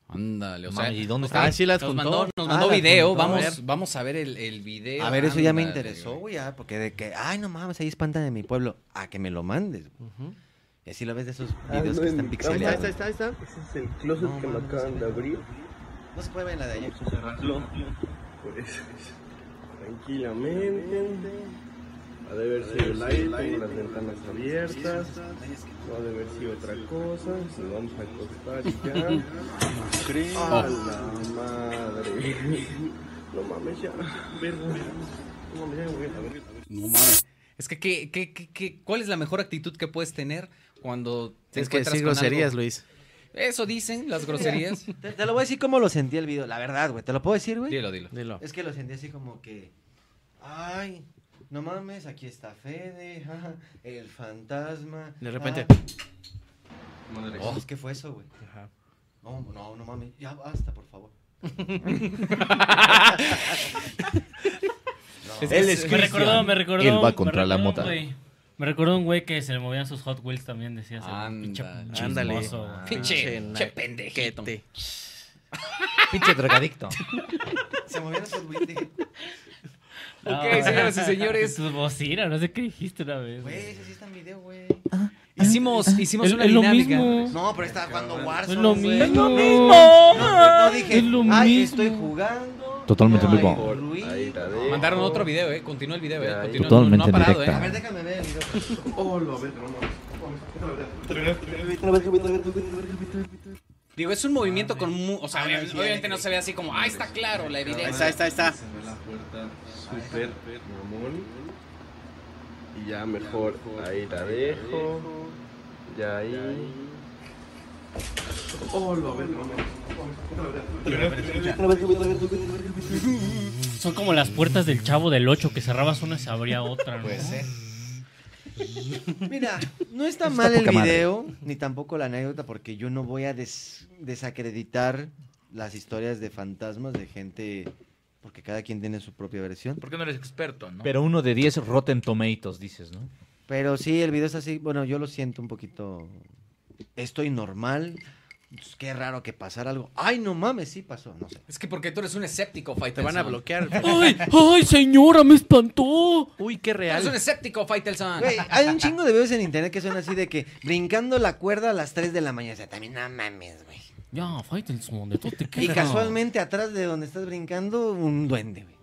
Ándale, o sea.
Ma, ¿y dónde
está?
está? Ah, sí las
nos
juntó.
mandó, nos
Ah,
mandó
las
video.
juntó.
Vamos,
A ver.
vamos a ver el, el video.
A ver, eso ya me
Ándale,
interesó, Eh, güey, ah, porque de que, ay, no mames, ahí espantan en mi pueblo. A que me lo mandes, güey. Y así lo ves de esos videos que están pixelados.
está, está. Ese es el closet que me acaban de abrir. No se puede ver la de allá. Pues, tranquilamente. Ha de haber sido el aire, tengo las ventanas abiertas. No ha de haber sido otra cosa. Nos vamos a acostar y ya. Creo. ¡A la madre! No mames ya. Verga. No mames ya, güey. A ver.
No mames. Es que, ¿qué, qué, qué, qué- cuál es la mejor actitud que puedes tener cuando te
Tienes que
encuentras
decir
con
groserías,
algo?
Luis.
Eso dicen las groserías.
Te, te lo voy a decir como lo sentí el video, la verdad, güey. ¿Te lo puedo decir, güey?
Dilo, dilo.
Es que lo sentí así como que, ay, no mames, aquí está Fede, ajá, el fantasma.
De repente.
ah". Oh, ¿Qué fue eso, güey? No, no, no mames, ya basta, por favor.
Es que
Él
se-
es
me
Cristian.
recordó, me recordó.
Él va
me
contra la
recordó un
mota.
güey- Me recordó un güey que se le movían sus Hot Wheels también, decía.
Ándale.
Ándale. Ah,
Pinche
Pinche.
na-
Che, pendejito.
Pinche drogadicto.
Se movieron esos güeyes, dije,
No,
ok, señoras y señores.
Tus bocinas, no sé qué dijiste una vez.
güey,
güey. Ah,
ese sí está en video, güey.
Hicimos, hicimos
Es-
una
es lo
dinámica.
mismo.
No, pero estaba jugando
Es
Warzone.
lo
güey.
mismo.
No,
No,
no, no dije,
es lo
ay,
mismo".
estoy jugando.
Totalmente en vivo.
Mandaron otro video, eh. Continúa el video, eh. Continúa,
Totalmente
no, no ha parado,
en directa.
eh.
A ver,
déjame ver el video.
Oh, lo a ver, no mames.
Digo, es un movimiento con. mu- o sea, obviamente, obviamente no se ve así como. Ah, está claro la evidencia.
Ahí está, ahí está, ahí está. la puerta super mamón. Y ya mejor ahí la dejo. Ya ahí. Oh, lo ver,
Son como las puertas del chavo del 8 que cerrabas una y se abría otra, ¿no?
Puede ser.
Mira, no está,
Está
mal el
poca madre.
video, ni tampoco la anécdota, porque yo no voy a des- desacreditar las historias de fantasmas de gente, porque cada quien tiene su propia versión.
¿Por qué no eres experto, no?
Pero uno de 10 Rotten Tomatoes, dices, ¿no?
Pero sí, el video es así, bueno, yo lo siento un poquito, estoy normal, pues, qué raro que pasara algo. Ay, no mames, sí pasó, no sé.
Es que porque tú eres un escéptico, Fightelson.
Te van a bloquear.
¡Ay! ¡Ay, señora! ¡Me espantó!
Uy, qué
Tú eres un escéptico, Fightelson.
Güey, hay un chingo de videos en internet que son así de que brincando la cuerda a las 3 de la mañana, o sea, también no mames, güey.
Ya, Faitelson, de todo te
Y
quejas.
casualmente atrás de donde estás brincando, un duende, güey.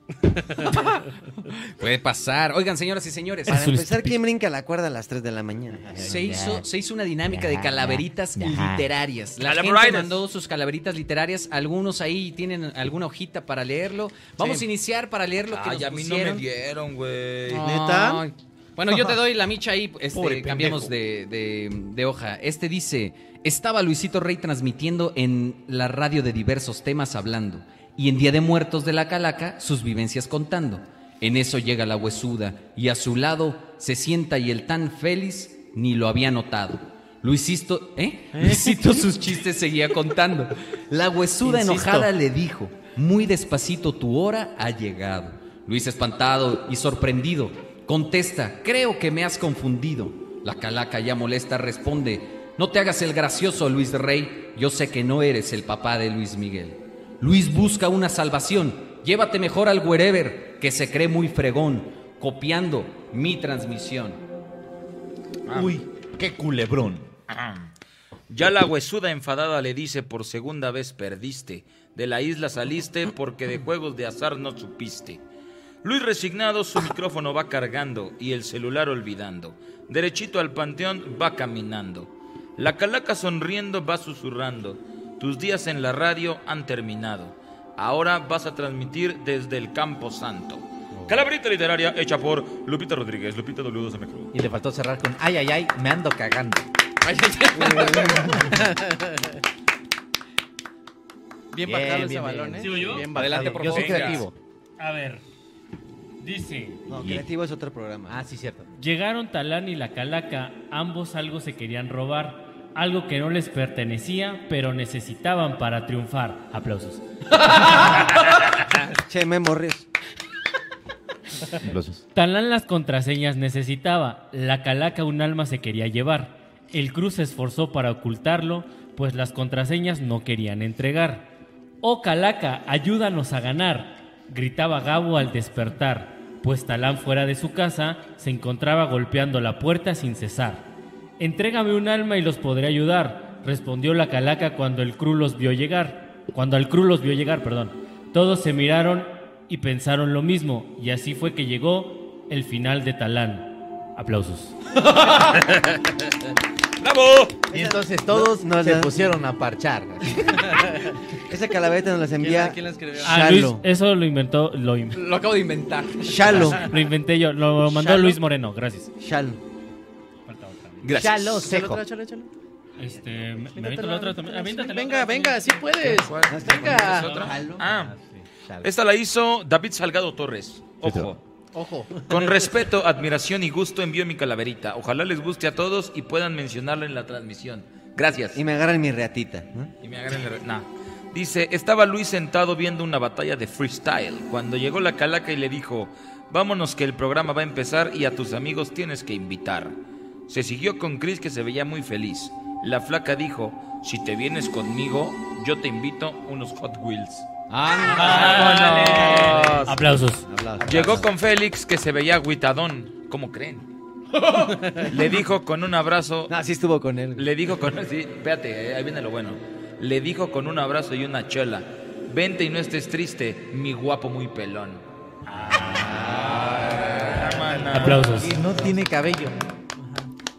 Puede pasar. Oigan, señoras y señores.
Para empezar, ¿quién brinca la cuerda a las 3 de la mañana?
Se hizo, se hizo una dinámica de
Ya,
calaveritas
ya.
literarias. La gente
Calaveritas.
mandó sus calaveritas literarias. Algunos ahí tienen alguna hojita para leerlo. Vamos a
Sí.
iniciar para leer lo que
Ay,
nos
a mí no me
pusieron.
dieron, güey.
¿Neta? Bueno, yo te doy la micha ahí.
Pobre
Este, cambiamos de, de- de hoja. Este dice: Estaba Luisito Rey transmitiendo en la radio de diversos temas hablando. Y en Día de Muertos de la Calaca, sus vivencias contando. En eso llega la huesuda y a su lado se sienta y el tan feliz ni lo había notado. Luisito, ¿eh? Luisito sus chistes seguía contando. La huesuda
Insisto.
enojada le dijo, muy despacito tu hora ha llegado. Luis espantado y sorprendido, contesta, creo que me has confundido. La calaca ya molesta responde, no te hagas el gracioso Luis Rey, yo sé que no eres el papá de Luis Miguel. Luis busca una salvación, llévate mejor al wherever, que se cree muy fregón, copiando mi transmisión.
Uy,
qué culebrón.
Ya la huesuda enfadada le dice por segunda vez perdiste. De la isla saliste porque de juegos de azar no supiste. Luis resignado su micrófono va cargando y el celular olvidando. Derechito al panteón va caminando. La calaca sonriendo va susurrando. Tus días en la radio han terminado. Ahora vas a transmitir desde el Campo Santo. Calabrita literaria hecha por Lupita Rodríguez, Lupita W2MQ.
Y le faltó cerrar con, ay, ay, ay, me ando cagando.
Bien
Bien,
bajado ese
bien,
balón,
bien.
¿eh?
¿Sigo yo?
Bien
Adelante, por Yo soy
Venga.
favor. creativo.
A ver. Dice.
No,
"Lle-
creativo es otro programa.
Ah, sí, cierto.
Llegaron Talán y la Calaca, ambos algo se querían robar, algo que no les pertenecía, pero necesitaban para triunfar. Aplausos.
Che, Memo Ríos.
Talán las contraseñas necesitaba, la calaca un alma se quería llevar. El Cruz se esforzó para ocultarlo, pues las contraseñas no querían entregar. ¡Oh calaca, ayúdanos a ganar! gritaba Gabo al despertar, pues Talán fuera de su casa se encontraba golpeando la puerta sin cesar. Entrégame un alma y los podré ayudar, respondió la calaca cuando el Cruz los vio llegar. Cuando al Cruz los vio llegar, perdón. Todos se miraron y pensaron lo mismo, y así fue que llegó el final de Talán. Aplausos.
¡Bravo!
Y entonces todos
No, no,
se
no.
pusieron a parchar.
Esa calaverita nos las envía.
¿Quién la escribió?
Ah, Luis,
Shalo.
eso lo inventó. Lo, in-
Lo acabo de inventar.
Shalo.
lo inventé yo, lo mandó
Shalo.
Luis Moreno, gracias.
Shalo.
Gracias.
Chalo,
Seco.
Chalo, chalo, chalo.
Este, ¿me aviento la otra también? Aviéntatela
Venga, venga, sí puedes.
¿Cuál?
Venga.
¿Es otra? Ah. Esta la hizo David Salgado Torres. Ojo.
Ojo.
Con respeto, admiración y gusto envío mi calaverita. Ojalá les guste a todos y puedan mencionarla en la transmisión. Gracias.
Y me agarran mi reatita. ¿no?
Y me agarran el- nah. Dice, estaba Luis sentado viendo una batalla de freestyle cuando llegó la calaca y le dijo, vámonos que el programa va a empezar y a tus amigos tienes que invitar. Se siguió con Chris que se veía muy feliz. La flaca dijo, si te vienes conmigo, yo te invito unos Hot Wheels.
¡Vámonos! Aplausos.
Llegó con Félix que se veía agüitadón. ¿Cómo creen? Le dijo con un abrazo.
Ah, sí estuvo con él.
Le dijo con. Sí, espérate, eh, ahí viene lo bueno. Le dijo con un abrazo y una chola. Vente y no estés triste, mi guapo muy pelón.
Aplausos.
Y no tiene cabello.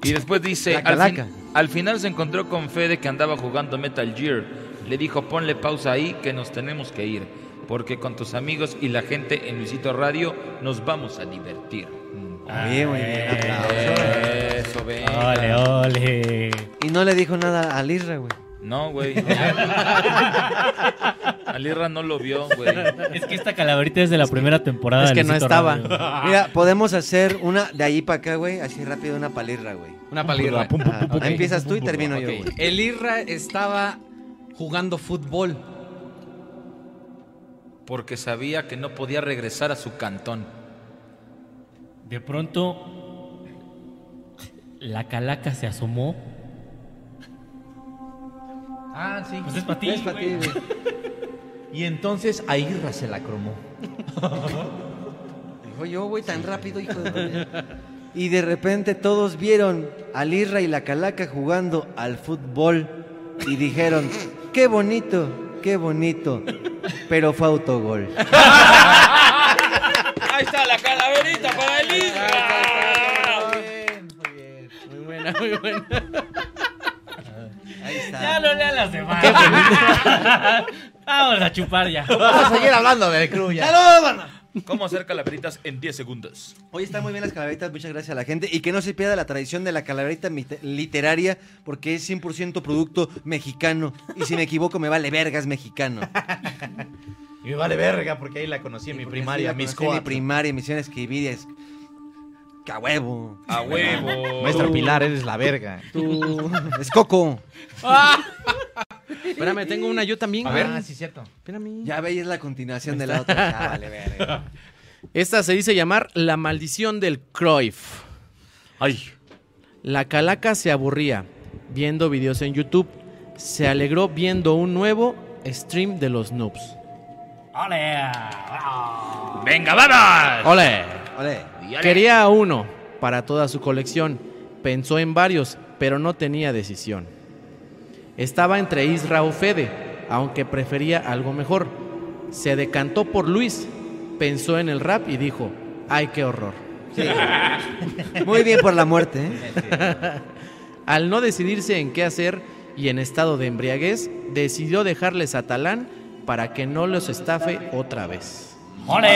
Y después dice.
La
Al, fin-
calaca.
al final se encontró con Fede que andaba jugando Metal Gear. Le dijo, ponle pausa ahí que nos tenemos que ir. Porque con tus amigos y la gente en Luisito Radio nos vamos a divertir.
Ah,
Bien, muy bien. aplausos.
Ah, Eso, ven.
Ole, ole.
Y no le dijo nada al Isra, güey.
No, güey. Alirra no lo vio, güey.
Es que esta calaverita es de la primera temporada. de Luisito Radio.
Mira, podemos hacer una de ahí para acá, güey, así rápido, una palirra, güey.
Una palirra.
Ajá.
Ah,
Ahí empiezas tú y termino yo,
Ok.
güey.
El Irra estaba jugando fútbol.
Porque sabía que no podía regresar a su cantón.
De pronto, la calaca se asomó.
Ah, sí.
Pues es pa' ti, Es pa' ti, güey. güey.
Y entonces a Irra se la cromó.
Dijo yo, güey, tan rápido, hijo de... Y de repente todos vieron al Irra y la Calaca jugando al fútbol y dijeron, qué bonito, qué bonito, pero fue autogol.
Ahí está la calaverita para el
Muy buena, muy buena.
Ahí está.
Ya no lean las demás. Vamos a chupar ya.
Vamos a seguir hablando del crew ya.
¡Salud, banda!
¿Cómo hacer calaveritas en 10 segundos?
Hoy están muy bien las calaveritas, muchas gracias a la gente. Y que no se pierda la tradición de la calaverita mit- literaria, porque es 100% producto mexicano. Y si me equivoco, me vale vergas mexicano.
Y me vale verga porque ahí la conocí en mi primaria, mis
En mi
cuatro.
primaria, me hicieron escribir. y Es... ¡Que a huevo!
A huevo. Maestra Pilar, eres la verga.
Tú. Es Coco.
Ah.
Espérame, tengo una yo también. Ah,
A
güey.
ver.
sí, cierto.
Espérame.
Ya veis la continuación de la otra. Ya vale verga.
Esta se dice llamar La maldición del Cruyff. Ay. La calaca se aburría viendo videos en YouTube. Se alegró viendo un nuevo stream de los noobs.
¡Ole! ¡Venga, vamos!
¡Ole!
Ole.
Quería uno para toda su colección. Pensó en varios, pero no tenía decisión. Estaba entre Isra o Fede, aunque prefería algo mejor. Se decantó por Luis, pensó en el rap y dijo, ¡ay, qué horror!
Muy bien por la muerte. ¿eh?
Al no decidirse en qué hacer y en estado de embriaguez, decidió dejarles a Talán para que no los estafe otra vez.
¡Ole!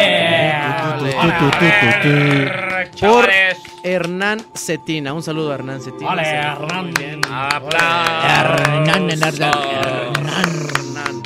¡Ole!
Por Hernán Cetina. Un saludo a Hernán Cetina.
¡Ole,
Se-
Hernán!
Hernán, Hernán,
¡Aplausos!
Hernán.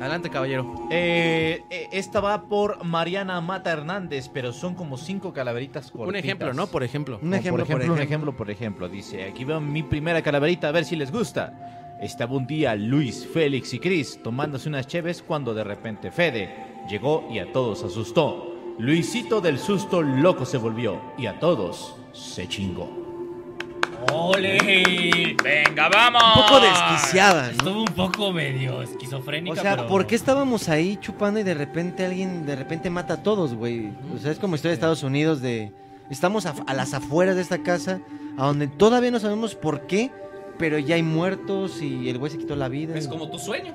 Adelante, caballero.
Eh, eh, esta va por Mariana Mata Hernández, pero son como cinco calaveritas cortitas.
ejemplo, ¿no? Por ejemplo.
Un ejemplo, por ejemplo, un ejemplo, por ejemplo. Dice, aquí va mi primera calaverita, a ver si les gusta. Estaba un día Luis, Félix y Cris tomándose unas cheves cuando de repente Fede llegó y a todos asustó. Luisito del susto loco se volvió y a todos se chingó.
¡Ole! ¡Venga, vamos!
Un poco desquiciada, ¿no?
Estuvo un poco medio esquizofrénica,
O sea,
pero-
¿por qué estábamos ahí chupando y de repente alguien de repente mata a todos, güey? O sea, es como historia de Estados Unidos de estamos a, a las afueras de esta casa, a donde todavía no sabemos por qué, pero ya hay muertos y el güey se quitó la vida.
Es como tu sueño.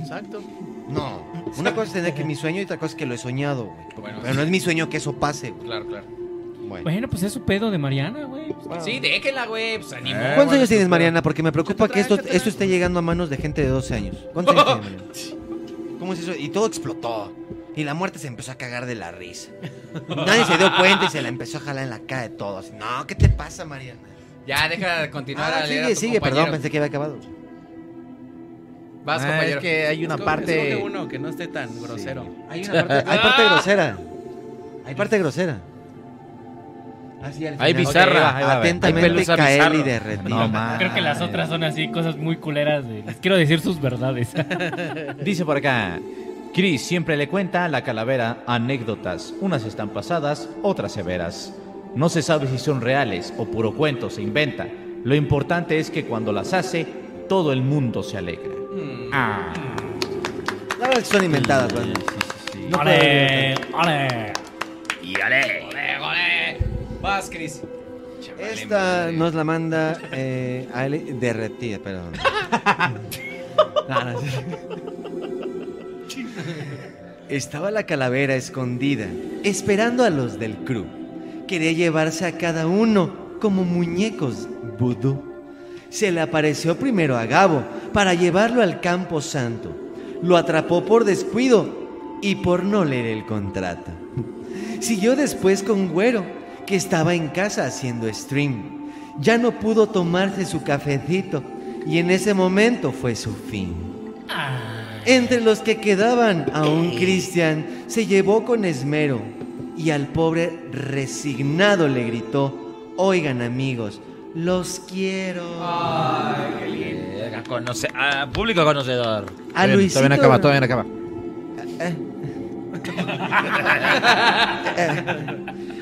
Exacto.
No, una cosa es tener que mi sueño y otra cosa es que lo he soñado, güey.
Bueno,
pero
sí.
no es mi sueño que eso pase, güey.
Claro, claro.
Bueno, pues es su pedo de Mariana, güey.
Pues Sí, déjenla, güey. Pues animo.
¿Cuántos años tienes, Mariana? Porque me preocupa que esto, esto esté llegando a manos de gente de 12 años. ¿Cuántos años tienes, Mariana? ¿Cómo se hizo? Y todo explotó. Y la muerte se empezó a cagar de la risa. Nadie se dio cuenta y se la empezó a jalar en la cara de todos. No, ¿qué te pasa, Mariana?
Ya, deja de continuar
Ah,
a leer a
sigue,
tu
sigue, perdón,
compañero.
pensé que había acabado.
Vas,
Ah,
compañero.
es que hay una
Escoge-
parte-
escoge uno que no esté tan grosero.
Hay una parte, hay parte
¡Ah!
Ah.
grosera. Hay parte grosera. Así al
Hay
final.
bizarra.
Ok, va,
Ahí va, a ver. Hay
Atentamente
pelusa
caer y
bizarra.
derretir.
No, ma.
Creo que las otras son así, cosas muy culeras de... Les quiero decir sus verdades.
Dice por acá, Chris siempre le cuenta a la calavera anécdotas, unas están pasadas, otras severas. No se sabe si son reales o puro cuento se inventa. Lo importante es que cuando las hace, todo el mundo se alegra. Ah.
La verdad es que son inventadas, güey. No
¡Ole!
puedo-
¡Ole!
Y ale. Ole, ole. Vas, Cris.
Esta nos la manda eh, a él derretida, perdón. No, no, sí. Estaba la calavera escondida, esperando a los del crew. Quería llevarse a cada uno como muñecos vudú. Se le apareció primero a Gabo para llevarlo al campo santo. Lo atrapó por descuido y por no leer el contrato. Siguió después con Güero, que estaba en casa haciendo stream. Ya no pudo tomarse su cafecito y en ese momento fue su fin. Entre los que quedaban, a un Cristian se llevó con esmero y al pobre resignado le gritó, oigan amigos, los quiero.
Verga, conoce- ah, público conocedor.
A Luisito.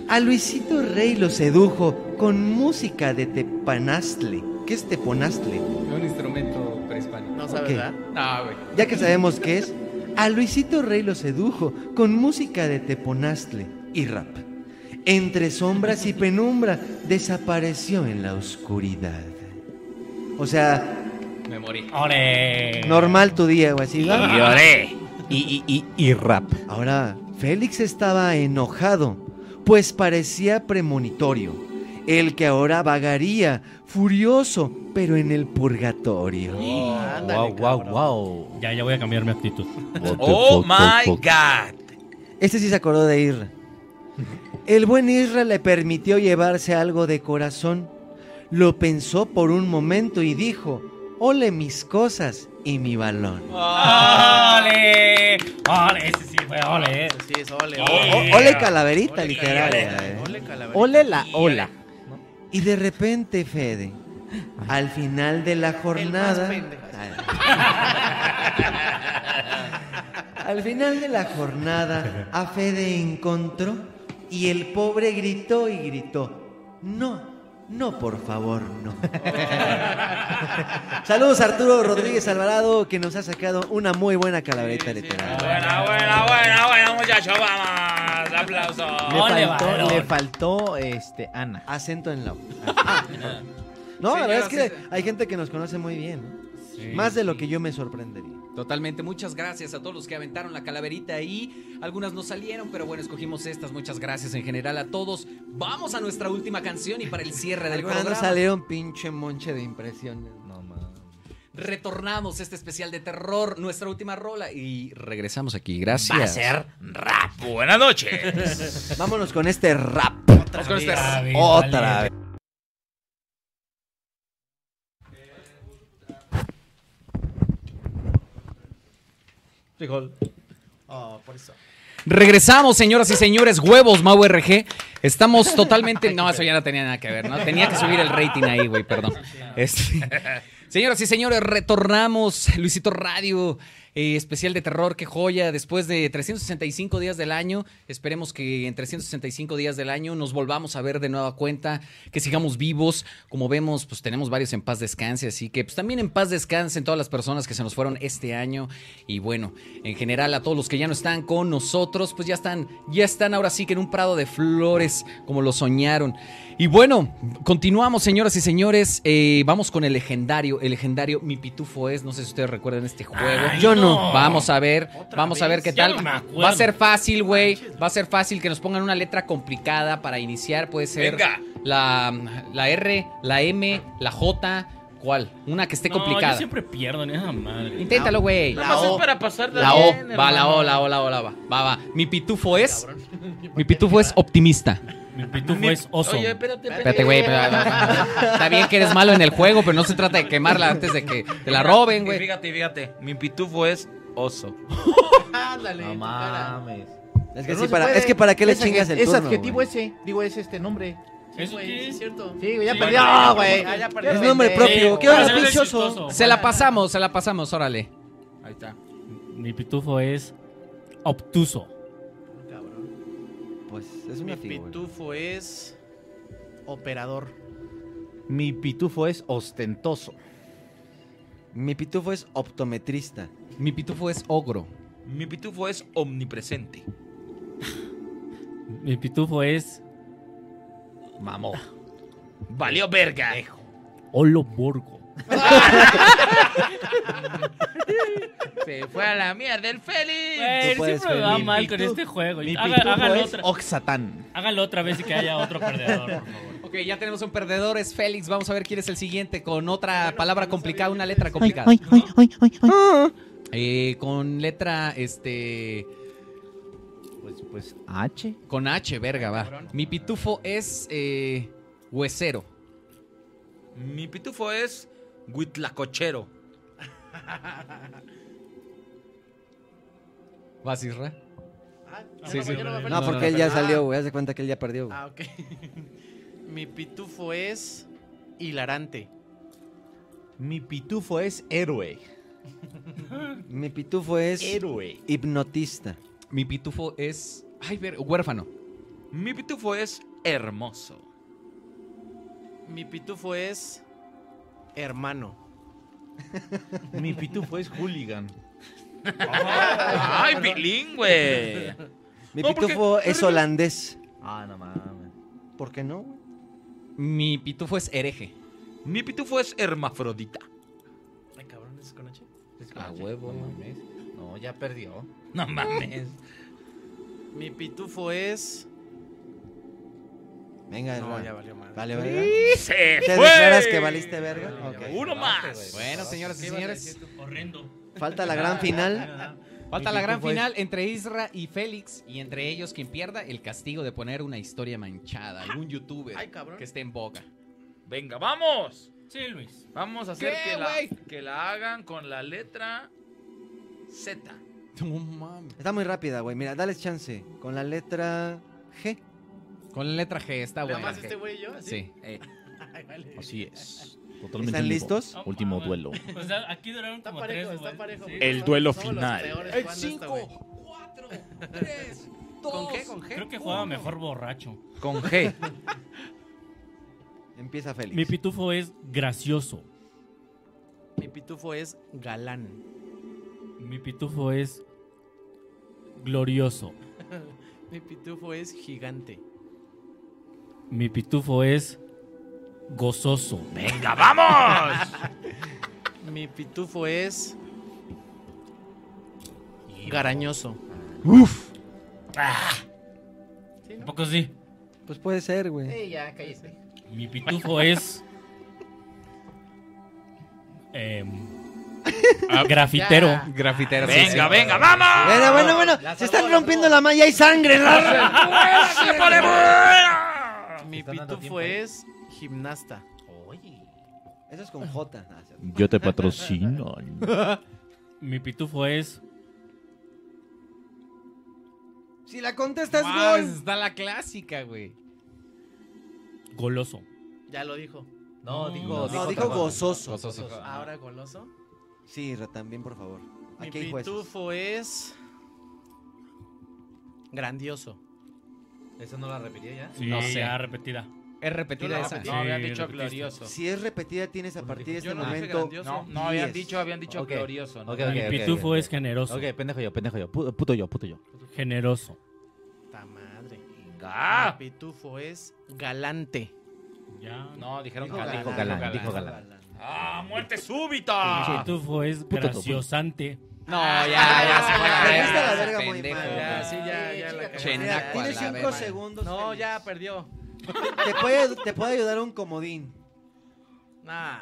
A Luisito Rey lo sedujo con música de Tepanastle. ¿Qué es Teponastle?
Un instrumento prehispánico. No
sabes, Ok. ¿verdad?
No, güey.
Ya que sabemos qué es, a Luisito Rey lo sedujo con música de Teponastle y rap. Entre sombras y penumbra desapareció en la oscuridad. O sea,
Me morí.
¡Ole!
normal tu día, güey. Así, ¿va?
Y oré.
Y, y, y, y rap.
Ahora, Félix estaba enojado, pues parecía premonitorio. El que ahora vagaría, furioso, pero en el purgatorio.
wow, wow, wow.
Ya, ya voy a cambiar mi actitud.
Oh my god.
Este sí se acordó de Irra. El buen Irra le permitió llevarse algo de corazón. Lo pensó por un momento y dijo: Ole mis cosas y mi balón.
¡Ole! ¡Ole! Ese sí fue ole. eh.
Sí, es ole.
O- ole calaverita,
Ole
literal.
calaverita,
eh.
ole calaverita.
Ole la ola. Y de repente, Fede, al final de la jornada. Al final de la jornada, a Fede encontró y el pobre gritó y gritó: No, no, por favor, no. Saludos a Arturo Rodríguez Alvarado, que nos ha sacado una muy buena calaverita literal.
Buena, buena, buena, buena, muchachos. Vamos. Aplauso.
Ah,
Le
Ole,
faltó,
balón.
le faltó, este, Ana. Ah,
Acento en la U. No, la verdad es que hay gente que nos conoce muy bien. ¿no?
Sí.
Más de lo que yo me sorprendería.
Totalmente, muchas gracias a todos los que aventaron la calaverita ahí. Algunas no salieron, pero bueno, escogimos estas. Muchas gracias en general a todos. Vamos a nuestra última canción y para el cierre del
Algunas no
programa.
salieron pinche monche de impresiones. No,
Retornamos a este especial de terror, nuestra última rola y
Regresamos aquí,
gracias.
gracias.
rap.
Buenas noches.
Vámonos con este rap.
Vamos con este rap.
Otra vez.
Frijol. Oh, por eso.
Regresamos, señoras y señores, huevos, Mau RG. Estamos totalmente. No, eso ya no tenía nada que ver, ¿no? Tenía que subir el rating ahí, güey, perdón. Este, Señoras y señores, retornamos. Luisito Radio, eh, especial de terror, qué joya. Después de 365 días del año, esperemos que en 365 días del año nos volvamos a ver de nueva cuenta, que sigamos vivos. Como vemos, pues tenemos varios en paz descanse, así que pues también en paz descansen todas las personas que se nos fueron este año. Y bueno, en general a todos los que ya no están con nosotros, pues ya están, ya están ahora sí que en un prado de flores, como lo soñaron. Y bueno, continuamos, señoras y señores. Eh, vamos con el legendario, el legendario Mi Pitufo es. No sé si ustedes recuerdan este juego.
Ay, Yo no. no.
Vamos a ver, vamos a ver
vez?
qué
Ya
tal.
no me acuerdo.
Va a ser fácil, güey. Va a ser fácil que nos pongan una letra complicada para iniciar. Puede ser
Venga.
la la R, la M, la J. ¿Cuál? Una que esté
No,
complicada.
Yo siempre pierdo en esa madre.
Inténtalo, güey.
Nada
La
más es
O.
para pasar
La O,
también,
va, la O,
hermano.
la O, la O, la O, va. Va, va. Mi pitufo es. Mi pitufo es optimista.
Mi pitufo es oso.
Oye, espérate,
Espérate, güey. pero- Está bien que eres malo en el juego, pero no se trata de quemarla antes de que te la roben, güey.
Y Fíjate, fíjate. Mi pitufo es oso.
Ándale. No mames.
Es
que sí, para- es que para qué le chingas el
Es
turno,
adjetivo ese. Digo, es este nombre.
Sí, güey, sí es cierto.
Sí, güey, ya
Sí,
perdió,
ya
güey.
perdió. Ah, ya perdió.
Es nombre propio. ¿Qué
Para
horas,
ser
pinche
exitoso.
oso?
Se la pasamos, se la pasamos, órale.
Ahí está.
Mi pitufo es obtuso.
Pues es
Mi pitufo es operador.
Mi pitufo es ostentoso.
Mi pitufo es optometrista.
Mi pitufo es ogro.
Mi pitufo es omnipresente.
Mi pitufo es
Mamó.
Valió verga.
Olo Borgo.
Se fue a la mierda el Félix.
Güey, siempre me va mal con este juego.
Mi
Haga-
pitufo
hágalo
es
otra.
Oxatán.
Hágalo otra vez y que haya otro perdedor, por favor.
Ok, ya tenemos un perdedor, es Félix. Vamos a ver quién es el siguiente con otra palabra complicada, una letra complicada. Eh, con letra, este.
Pues, pues, H.
Con H, verga, va. Mi pitufo es eh, huesero.
Mi pitufo es Huitlacochero.
¿Vas, Isra? Sí, Ah. sí.
No, porque él ya salió, güey. Haz de cuenta que él ya perdió, güey.
Ah, ok. Mi pitufo es hilarante.
Mi pitufo es héroe.
Mi pitufo es
Héroe.
hipnotista.
Mi pitufo es. Ay, ver, huérfano.
Mi pitufo es hermoso.
Mi pitufo es hermano.
Mi pitufo es hooligan.
Ay, bilingüe.
Mi
No, porque-
pitufo es holandés.
Ah, no mames.
¿Por qué no?
Mi pitufo es hereje.
Mi pitufo es hermafrodita.
Ay, cabrón, ¿es con H?
A huevo, no mames. No, ya perdió.
No mames.
Mi pitufo es.
Venga,
No,
Erra.
ya valió madre.
Vale, verga.
Se
¿Te
fue.
declaras que valiste verga? Ok.
Uno más.
Bueno, señoras y señores.
Falta la gran final.
Falta la
Mi
gran
equipo es-
final entre Isra y Félix y entre ellos quien pierda el castigo de poner una historia manchada, algún youtuber que esté en boga.
Venga, vamos.
Sí, Luis.
Vamos a hacer
¿Qué,
que la,
güey?
que la hagan con la letra Z.
No mames.
Está muy rápida, güey. Mira, dale chance. Con la letra G.
Con la letra G, está
Nada más este güey y yo, así.
Sí.
Eh.
Ay, vale.
Así es. Totalmente
¿Están
en vivo.
listos?
Ah,
Último duelo.
O sea, aquí duraron como
parejo,
tres,
está
güey.
parejo.
El duelo
Somos los
final.
peores
El
jugando esta,
cinco.
güey.
Tres, dos,
¿Con qué? ¿Con qué? Creo que jugaba mejor borracho.
Con G.
Empieza Félix.
Mi pitufo es gracioso.
Mi pitufo es galán.
Mi pitufo es glorioso.
Mi pitufo es gigante.
Mi pitufo es gozoso.
¡Venga, vamos!
Mi pitufo es garañoso.
¡Uf! ¿Un poco sí?
Pues puede ser, güey.
Sí, ya, cállese.
Mi pitufo es. em,
Ah,
grafitero.
Ya.
Grafitero,
sí, sí. Bueno, bueno, bueno. Se están rompiendo la malla y sangre. en la-
¡Se pone buena! Mi pitufo es gimnasta.
Oye. Eso es con J. Ah, sí.
Yo te patrocino.
Mi pitufo es.
Si la contestas,
Wow,
gol.
Está la clásica, güey.
Goloso.
Ya lo dijo.
No, dijo-
no,
dijo
dijo
gozoso.
gozoso.
Gozoso.
Ahora goloso.
Sí, Ra, también, por favor.
Mi
Aquí hay jueces.
pitufo es grandioso.
¿Esa no la repetí ya?
Sí,
No sé.
ya repetida.
Es repetida
Yo la
esa.
repetí. No, habían dicho
repetiste.
glorioso.
Si es repetida, tienes a partir de este
Yo no dije
momento.
grandioso. No, no habían dicho, habían dicho
Ok.
glorioso. ¿no?
Ok, ok,
Mi
Ah,
ok,
pitufo
ok,
es generoso.
Ok, pendejo yo, pendejo yo. Puto, puto yo, puto yo.
Generoso.
Ta madre.
¡Ah!
Mi pitufo es galante.
Ya.
No, dijeron
Dijo
galán.
galán,
dijo
¡Ah, muerte súbita!
Mi pitufo es
Puto
pues.
topo.
graciosante.
No,
ya, pues. ya se fue la
Te
verga,
fuiste a la verga,
pendejo.
muy mal. Ya, sí, ya, ya la cagaste.
Chenaco
Tienes
a la
cinco
verga.
segundos.
No, ya perdió.
Te puede, te puede ayudar un comodín.
Nah.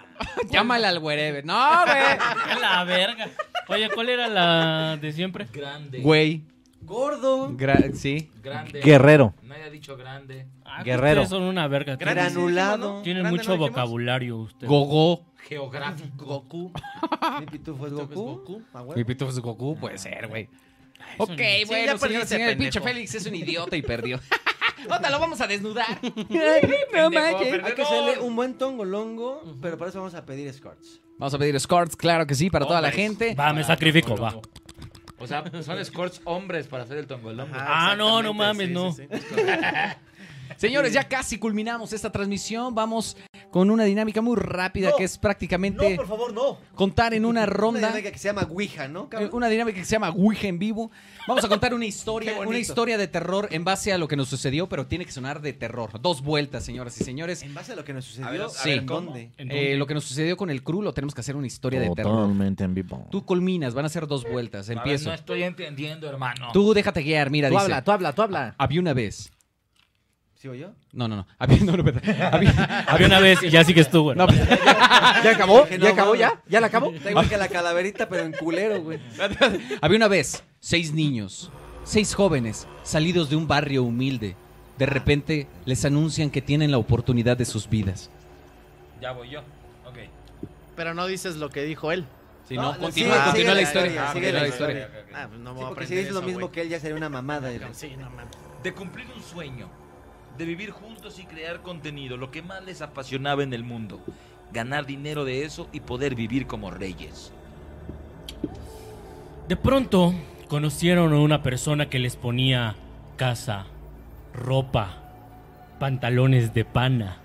Llámala al wherever. No, güey.
la verga. Oye, ¿cuál era la de siempre?
Grande.
Güey.
Gordo.
Gra- sí.
Grande.
Guerrero.
Nadie ha dicho grande.
Guerrero.
Ah, Ustedes son una verga.
Grande
Tienen-
sí dijimos, ¿no?
Tienen
Grande
mucho
no dijimos.
vocabulario ustedes.
Gogo.
Geográfico.
Goku.
Mi pitufo es Goku. Ah, güey.
Mi pitufo es Goku, puede ser, güey. Ok,
un-
bueno,
Sí, ya
señor,
perdió ese
señor, el pinche
pendejo.
Félix es un idiota y perdió. Ahorita lo vamos a desnudar.
No
Pendejo,
manches. Hay que
perdedor.
hacerle un buen tongolongo, pero para eso vamos a pedir escorts.
Vamos a pedir escorts, claro que sí, para toda la gente.
Va, me sacrifico, va.
O sea, son escorts hombres para hacer el tongolón.
Ah, no, no mames, no.
Señores, ya casi culminamos esta transmisión. Vamos con una dinámica muy rápida que es prácticamente
No, por favor, no.
contar en una ronda.
Una dinámica que se llama Ouija, ¿no?
Eh,
cabrón?
Una dinámica que se llama Ouija en vivo. Vamos a contar una
Qué
historia,
bonito.
una historia de terror en base a lo que nos sucedió, pero tiene que sonar de terror. Dos vueltas, señoras y señores.
En base a lo que nos sucedió,
A ver, a
sí.
ver, ¿cómo?
¿dónde?
Eh, lo que nos sucedió con el crew lo tenemos que hacer una historia de terror.
Totalmente en vivo.
Tú culminas, van a ser dos vueltas.
A ver,
Empiezo.
no estoy entendiendo, hermano. Ah,
Tú déjate guiar, mira,
Tú
dice.
habla,
tú habla, tú habla. Había una vez.
¿Sí o yo?
No, no, no. Había, no, no, perdón. Había,
Había una vez y ya sigues tú, güey.
No, pues, ¿Ya acabó? ¿Ya acabó ya? ¿Ya la acabó?
Está igual que la calaverita, pero en culero, güey.
Había una vez seis niños, seis jóvenes, salidos de un barrio humilde. De repente les anuncian que tienen la oportunidad de sus vidas.
Ya voy yo. Ok.
Pero no dices lo que dijo él.
Sí, no, No, continúa, sigue- continúa sigue la la historia, historia, sigue la historia.
Ah, pues no
Sí,
voy a
porque
aprender
si dices lo
eso,
mismo
güey.
que él, ya sería una mamada. de-
Sí, no mames.
De cumplir un sueño, de vivir juntos y crear contenido, lo que más les apasionaba en el mundo. Ganar dinero de eso y poder vivir como reyes.
De pronto conocieron a una persona que les ponía casa, ropa, pantalones de pana,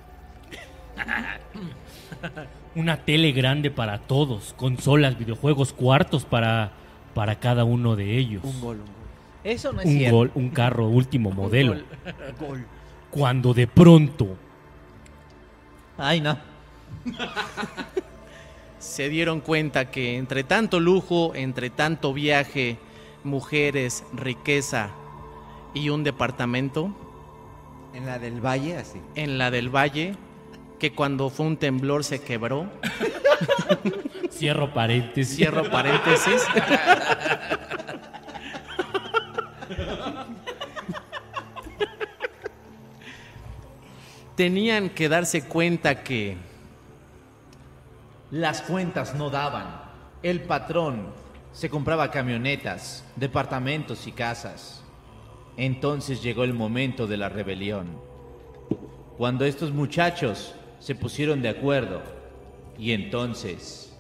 una tele grande para todos, consolas, videojuegos, cuartos para, para cada uno de ellos.
Un gol, un gol.
Eso no es
Un
cierto.
gol, un carro último modelo.
Gol.
Cuando de pronto
Ay, no.
Se dieron cuenta que entre tanto lujo, entre tanto viaje, mujeres, riqueza y un departamento,
En la del Valle, así.
en la del Valle, que cuando fue un temblor se quebró.
cierro paréntesis.
Cierro paréntesis. tenían que darse cuenta que
Las cuentas no daban. El patrón se compraba camionetas, departamentos y casas. Entonces llegó el momento de la rebelión. Cuando estos muchachos se pusieron de acuerdo. Y entonces...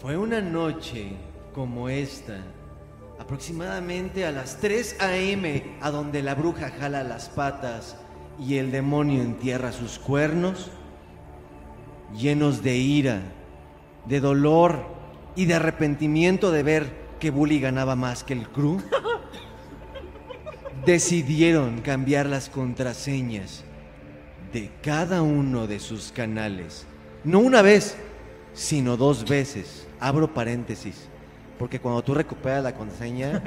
Fue una noche como esta, aproximadamente a las 3 a.m., a donde la bruja jala las patas y el demonio entierra sus cuernos, llenos de ira, de dolor y de arrepentimiento de ver que Bully ganaba más que el crew, decidieron cambiar las contraseñas de cada uno de sus canales. No una vez, sino dos veces. Abro paréntesis. Porque cuando tú recuperas la contraseña,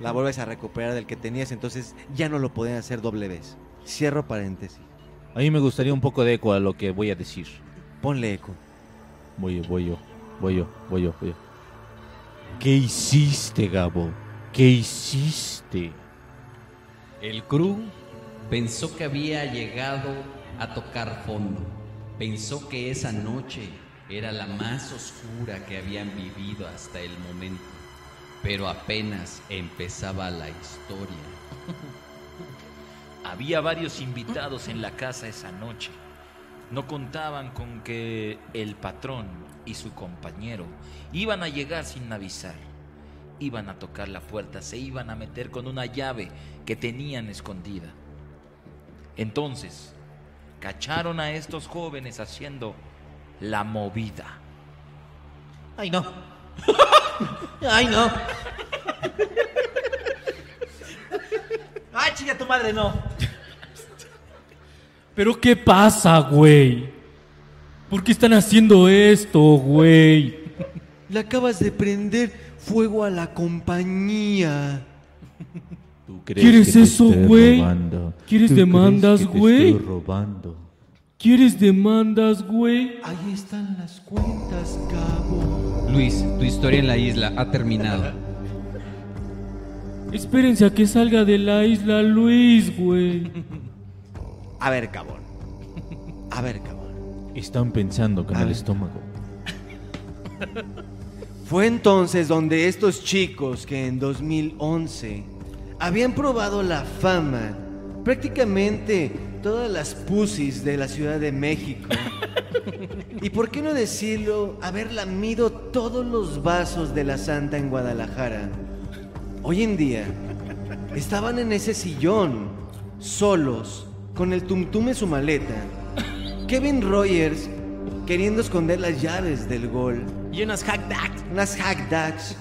la vuelves a recuperar del que tenías, entonces ya no lo podían hacer doble vez. Cierro paréntesis.
A mí me gustaría un poco de eco a lo que voy a decir.
Ponle eco.
Voy, voy yo, voy yo, voy yo, voy yo. ¿Qué hiciste, Gabo? ¿Qué hiciste?
El crew pensó que había llegado a tocar fondo. Pensó que esa noche era la más oscura que habían vivido hasta el momento. Pero apenas empezaba la historia.
Había varios invitados en la casa esa noche. No contaban con que el patrón y su compañero iban a llegar sin avisar. Iban a tocar la puerta, se iban a meter con una llave que tenían escondida. Entonces, cacharon a estos jóvenes haciendo la movida.
Ay, no.
Ah.
Ay, no. Ay, chinga tu madre, no.
¿Pero qué pasa, güey? ¿Por qué están haciendo esto, güey?
Le acabas de prender fuego a la compañía.
¿Tú
¿Quieres
te
eso,
estoy
güey?
robando?
¿Quieres
¿Tú crees
demandas,
que te
güey?
estoy robando.
¿Quieres demandas, güey?
Ahí están las cuentas, cabo.
Luis, tu historia en la isla ha terminado.
Espérense a que salga de la isla Luis, güey.
A ver, cabrón. A ver, cabrón.
Están pensando con
A
el
ver.
estómago.
Fue entonces donde estos chicos que en 2011 habían probado la fama, prácticamente todas las pusis de la Ciudad de México, y por qué no decirlo, haber lamido todos los vasos de la Santa en Guadalajara, hoy en día estaban en ese sillón, solos, con el tumtum en su maleta, Kevin Rogers queriendo esconder las llaves del gol.
Y unas hackdacks.
Unas hackdacks.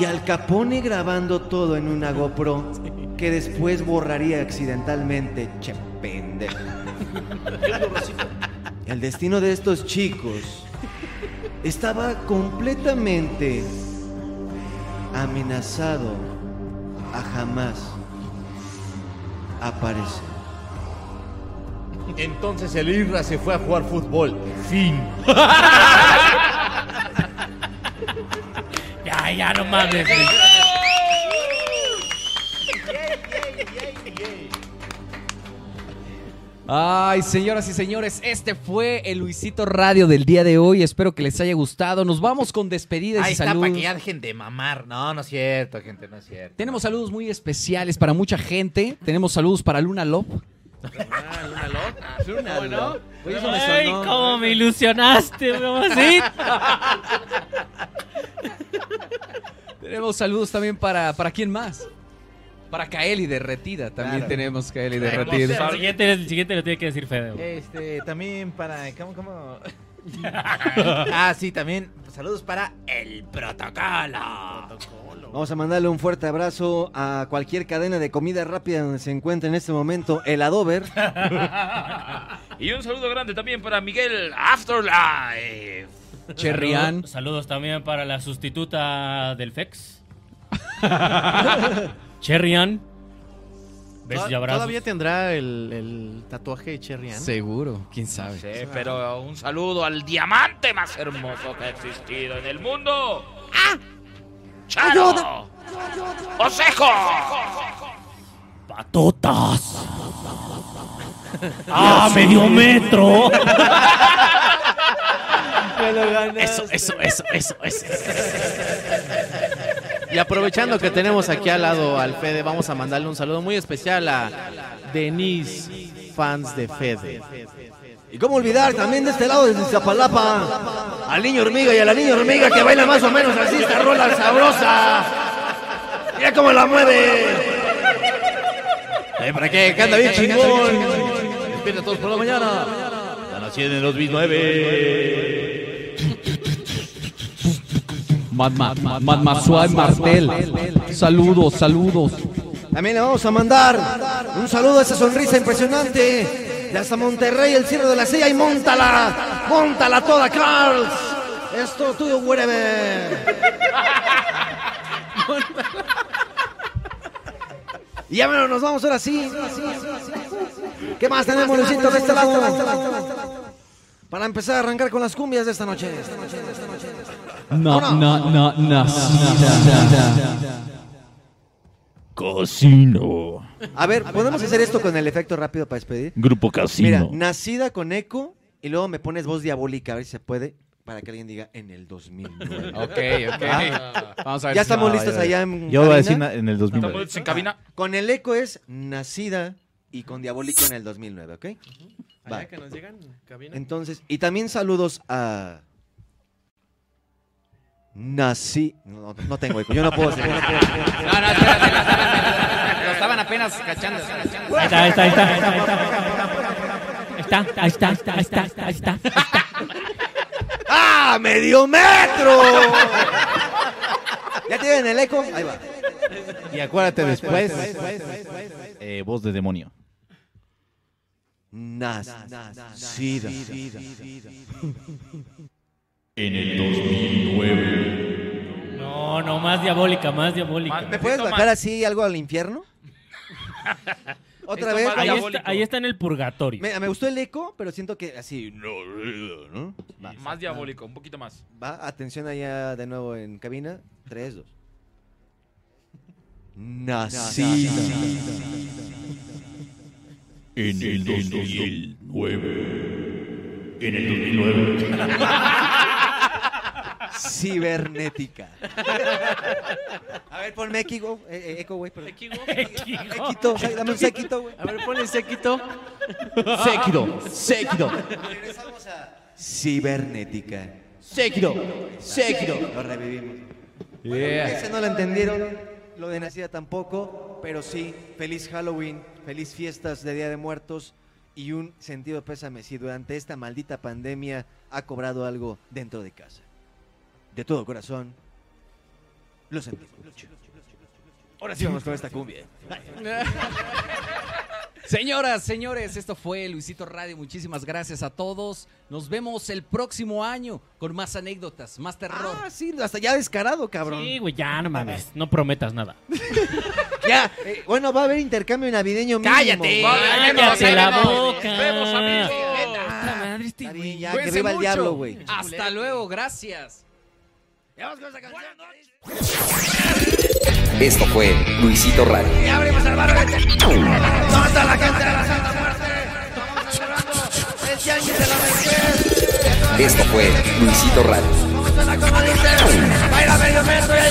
Y Al Capone grabando todo en una GoPro que después borraría accidentalmente. Che, pendejo. El destino de estos chicos estaba completamente amenazado a jamás aparecer.
Entonces el Irra se fue a jugar fútbol. Fin.
Ya, ya, no mames, güey.
Ay, señoras y señores, este fue el Luisito Radio del día de hoy. Espero que les haya gustado. Nos vamos con despedidas
Ahí
y
está,
saludos.
para que ya dejen de mamar. No, no es cierto, gente, no es cierto.
Tenemos saludos muy especiales para mucha gente. Tenemos saludos para Luna Lop.
¿no?
Oye,
eso me
Ay,
sonó.
cómo me ilusionaste, mamacita.
Tenemos saludos también para, para quién más. Para Kaeli derretida. También
Claro.
tenemos Kaeli
Tenemos
derretida.
el siguiente-
El siguiente lo tiene que decir Fede. güey.
Este, también para. ¿Cómo, cómo? ah, sí, también. Saludos para el protocolo.
Vamos a mandarle un fuerte abrazo a cualquier cadena de comida rápida donde se encuentre en este momento el Adober.
Ah, Y un saludo grande también para Miguel Afterlife.
Eh,
Saludos, saludos también para la sustituta del FEX. Cherryan. Besos y
Tod-
abrazos.
¿Todavía tendrá el, el tatuaje de Cherry Ann?
Seguro, quién sabe.
Sí, Eh, pero un saludo al diamante más hermoso que ha existido en el mundo. ¡Ah! ¡Charo! ¡Osejo!
¡Patotas! ¡Ah, me dio metro!
Eso, eso, eso, eso, eso. Y aprovechando que tenemos aquí al lado al Fede, vamos a mandarle un saludo muy especial a Denise, fans de Fede.
Y cómo olvidar también de este lado desde Iztapalapa al niño hormiga y a la niña hormiga que baila más o menos así esta rola sabrosa. Mira cómo la mueve.
Eh, ¿Para qué? Canta bien chingón. Despierta todos por la mañana. La nación en los 2009.
Matmasuay Martel. Saludos, saludos.
También le vamos a mandar un saludo a esa sonrisa impresionante de hasta Monterrey, el cierre de la silla y montala, montala toda, Carls. Esto es tuyo, wherever. Y ya bueno, nos vamos ahora sí. ¿Qué más tenemos, Luisito, de este lado? Para empezar a arrancar con las cumbias de esta noche.
No, no, no, no, Casino.
A ver, ¿podemos hacer esto con el efecto rápido para despedir?
Grupo Casino.
Mira, nacida con eco y luego me pones voz diabólica, a ver si se puede, para que alguien diga en el 2009.
Ok, ok.
¿Va?
Vamos a
Ah. Ya
ver si-
estamos
no,
listos
yo-
allá en
yo voy a
cabina? Ah,
decir na- en el 2009. Estamos listos
en cabina.
Con el eco es nacida y con diabólica en el 2009, ¿ok? Va.
Allá que nos llegan, cabina.
Entonces, y también saludos a... Nací... No, no tengo eco, yo no puedo hacer-
No, no, espérate, lo estaban- lo estaban apenas cachando.
Ahí está, ahí está, ahí está, ahí está. Ahí está, ahí está, ahí está, ahí está, ahí está, ahí está.
¡Ah, medio metro!
eh,
¿Ya tienen el eco? Ahí va.
Y acuérdate después.
Eh, voz de demonio.
Nacida.
En el 2009.
No, no, más diabólica, más diabólica.
¿Me puedes bajar así algo al infierno? Otra vez.
Ahí está, ahí está en el purgatorio.
Me, me gustó el eco, pero siento que así. No, ¿no? Va.
Más diabólico, un poquito más.
Va, atención allá de nuevo en cabina. 3, 2. Nacida.
En el 2009. En el 2009.
Cibernética. A ver, ponme equigo. eh, eh, eco, güey. perdón. Equito, sa- dame un sequito, güey.
A ver, ponle sequito.
Séquido,
séquido.
Regresamos a Cibernética.
Séquido, séquido.
Lo revivimos.
Yeah.
Ese no lo entendieron, lo de Nacida tampoco, pero sí, feliz Halloween, feliz fiestas de Día de Muertos y un sentido de pésame si durante esta maldita pandemia ha cobrado algo dentro de casa. De todo corazón, lo sentimos mucho. Ahora sí vamos con esta cumbia.
Señoras, señores, esto fue Luisito Radio. Muchísimas gracias a todos. Nos vemos el próximo año con más anécdotas, más terror.
Ah, sí, hasta ya descarado, cabrón.
Sí, güey, ya no mames. No prometas nada.
Ya, eh, bueno, va a haber intercambio navideño mínimo.
¡Cállate!
Va a haber-
¡Cállate
ahí nos- ahí
la
nos-
boca! este
Vemos, amigos.
Está
bien, ya, que viva el diablo, güey.
Hasta luego, gracias.
Esto fue Luisito Radio.
¡Ya abrimos el barrio! ¿Dónde está la gente de la Santa Muerte? Estamos celebrando el tianguis de la Merced.
Esto fue Luisito Radio.
Vamos a la comadita. Baila medio metro y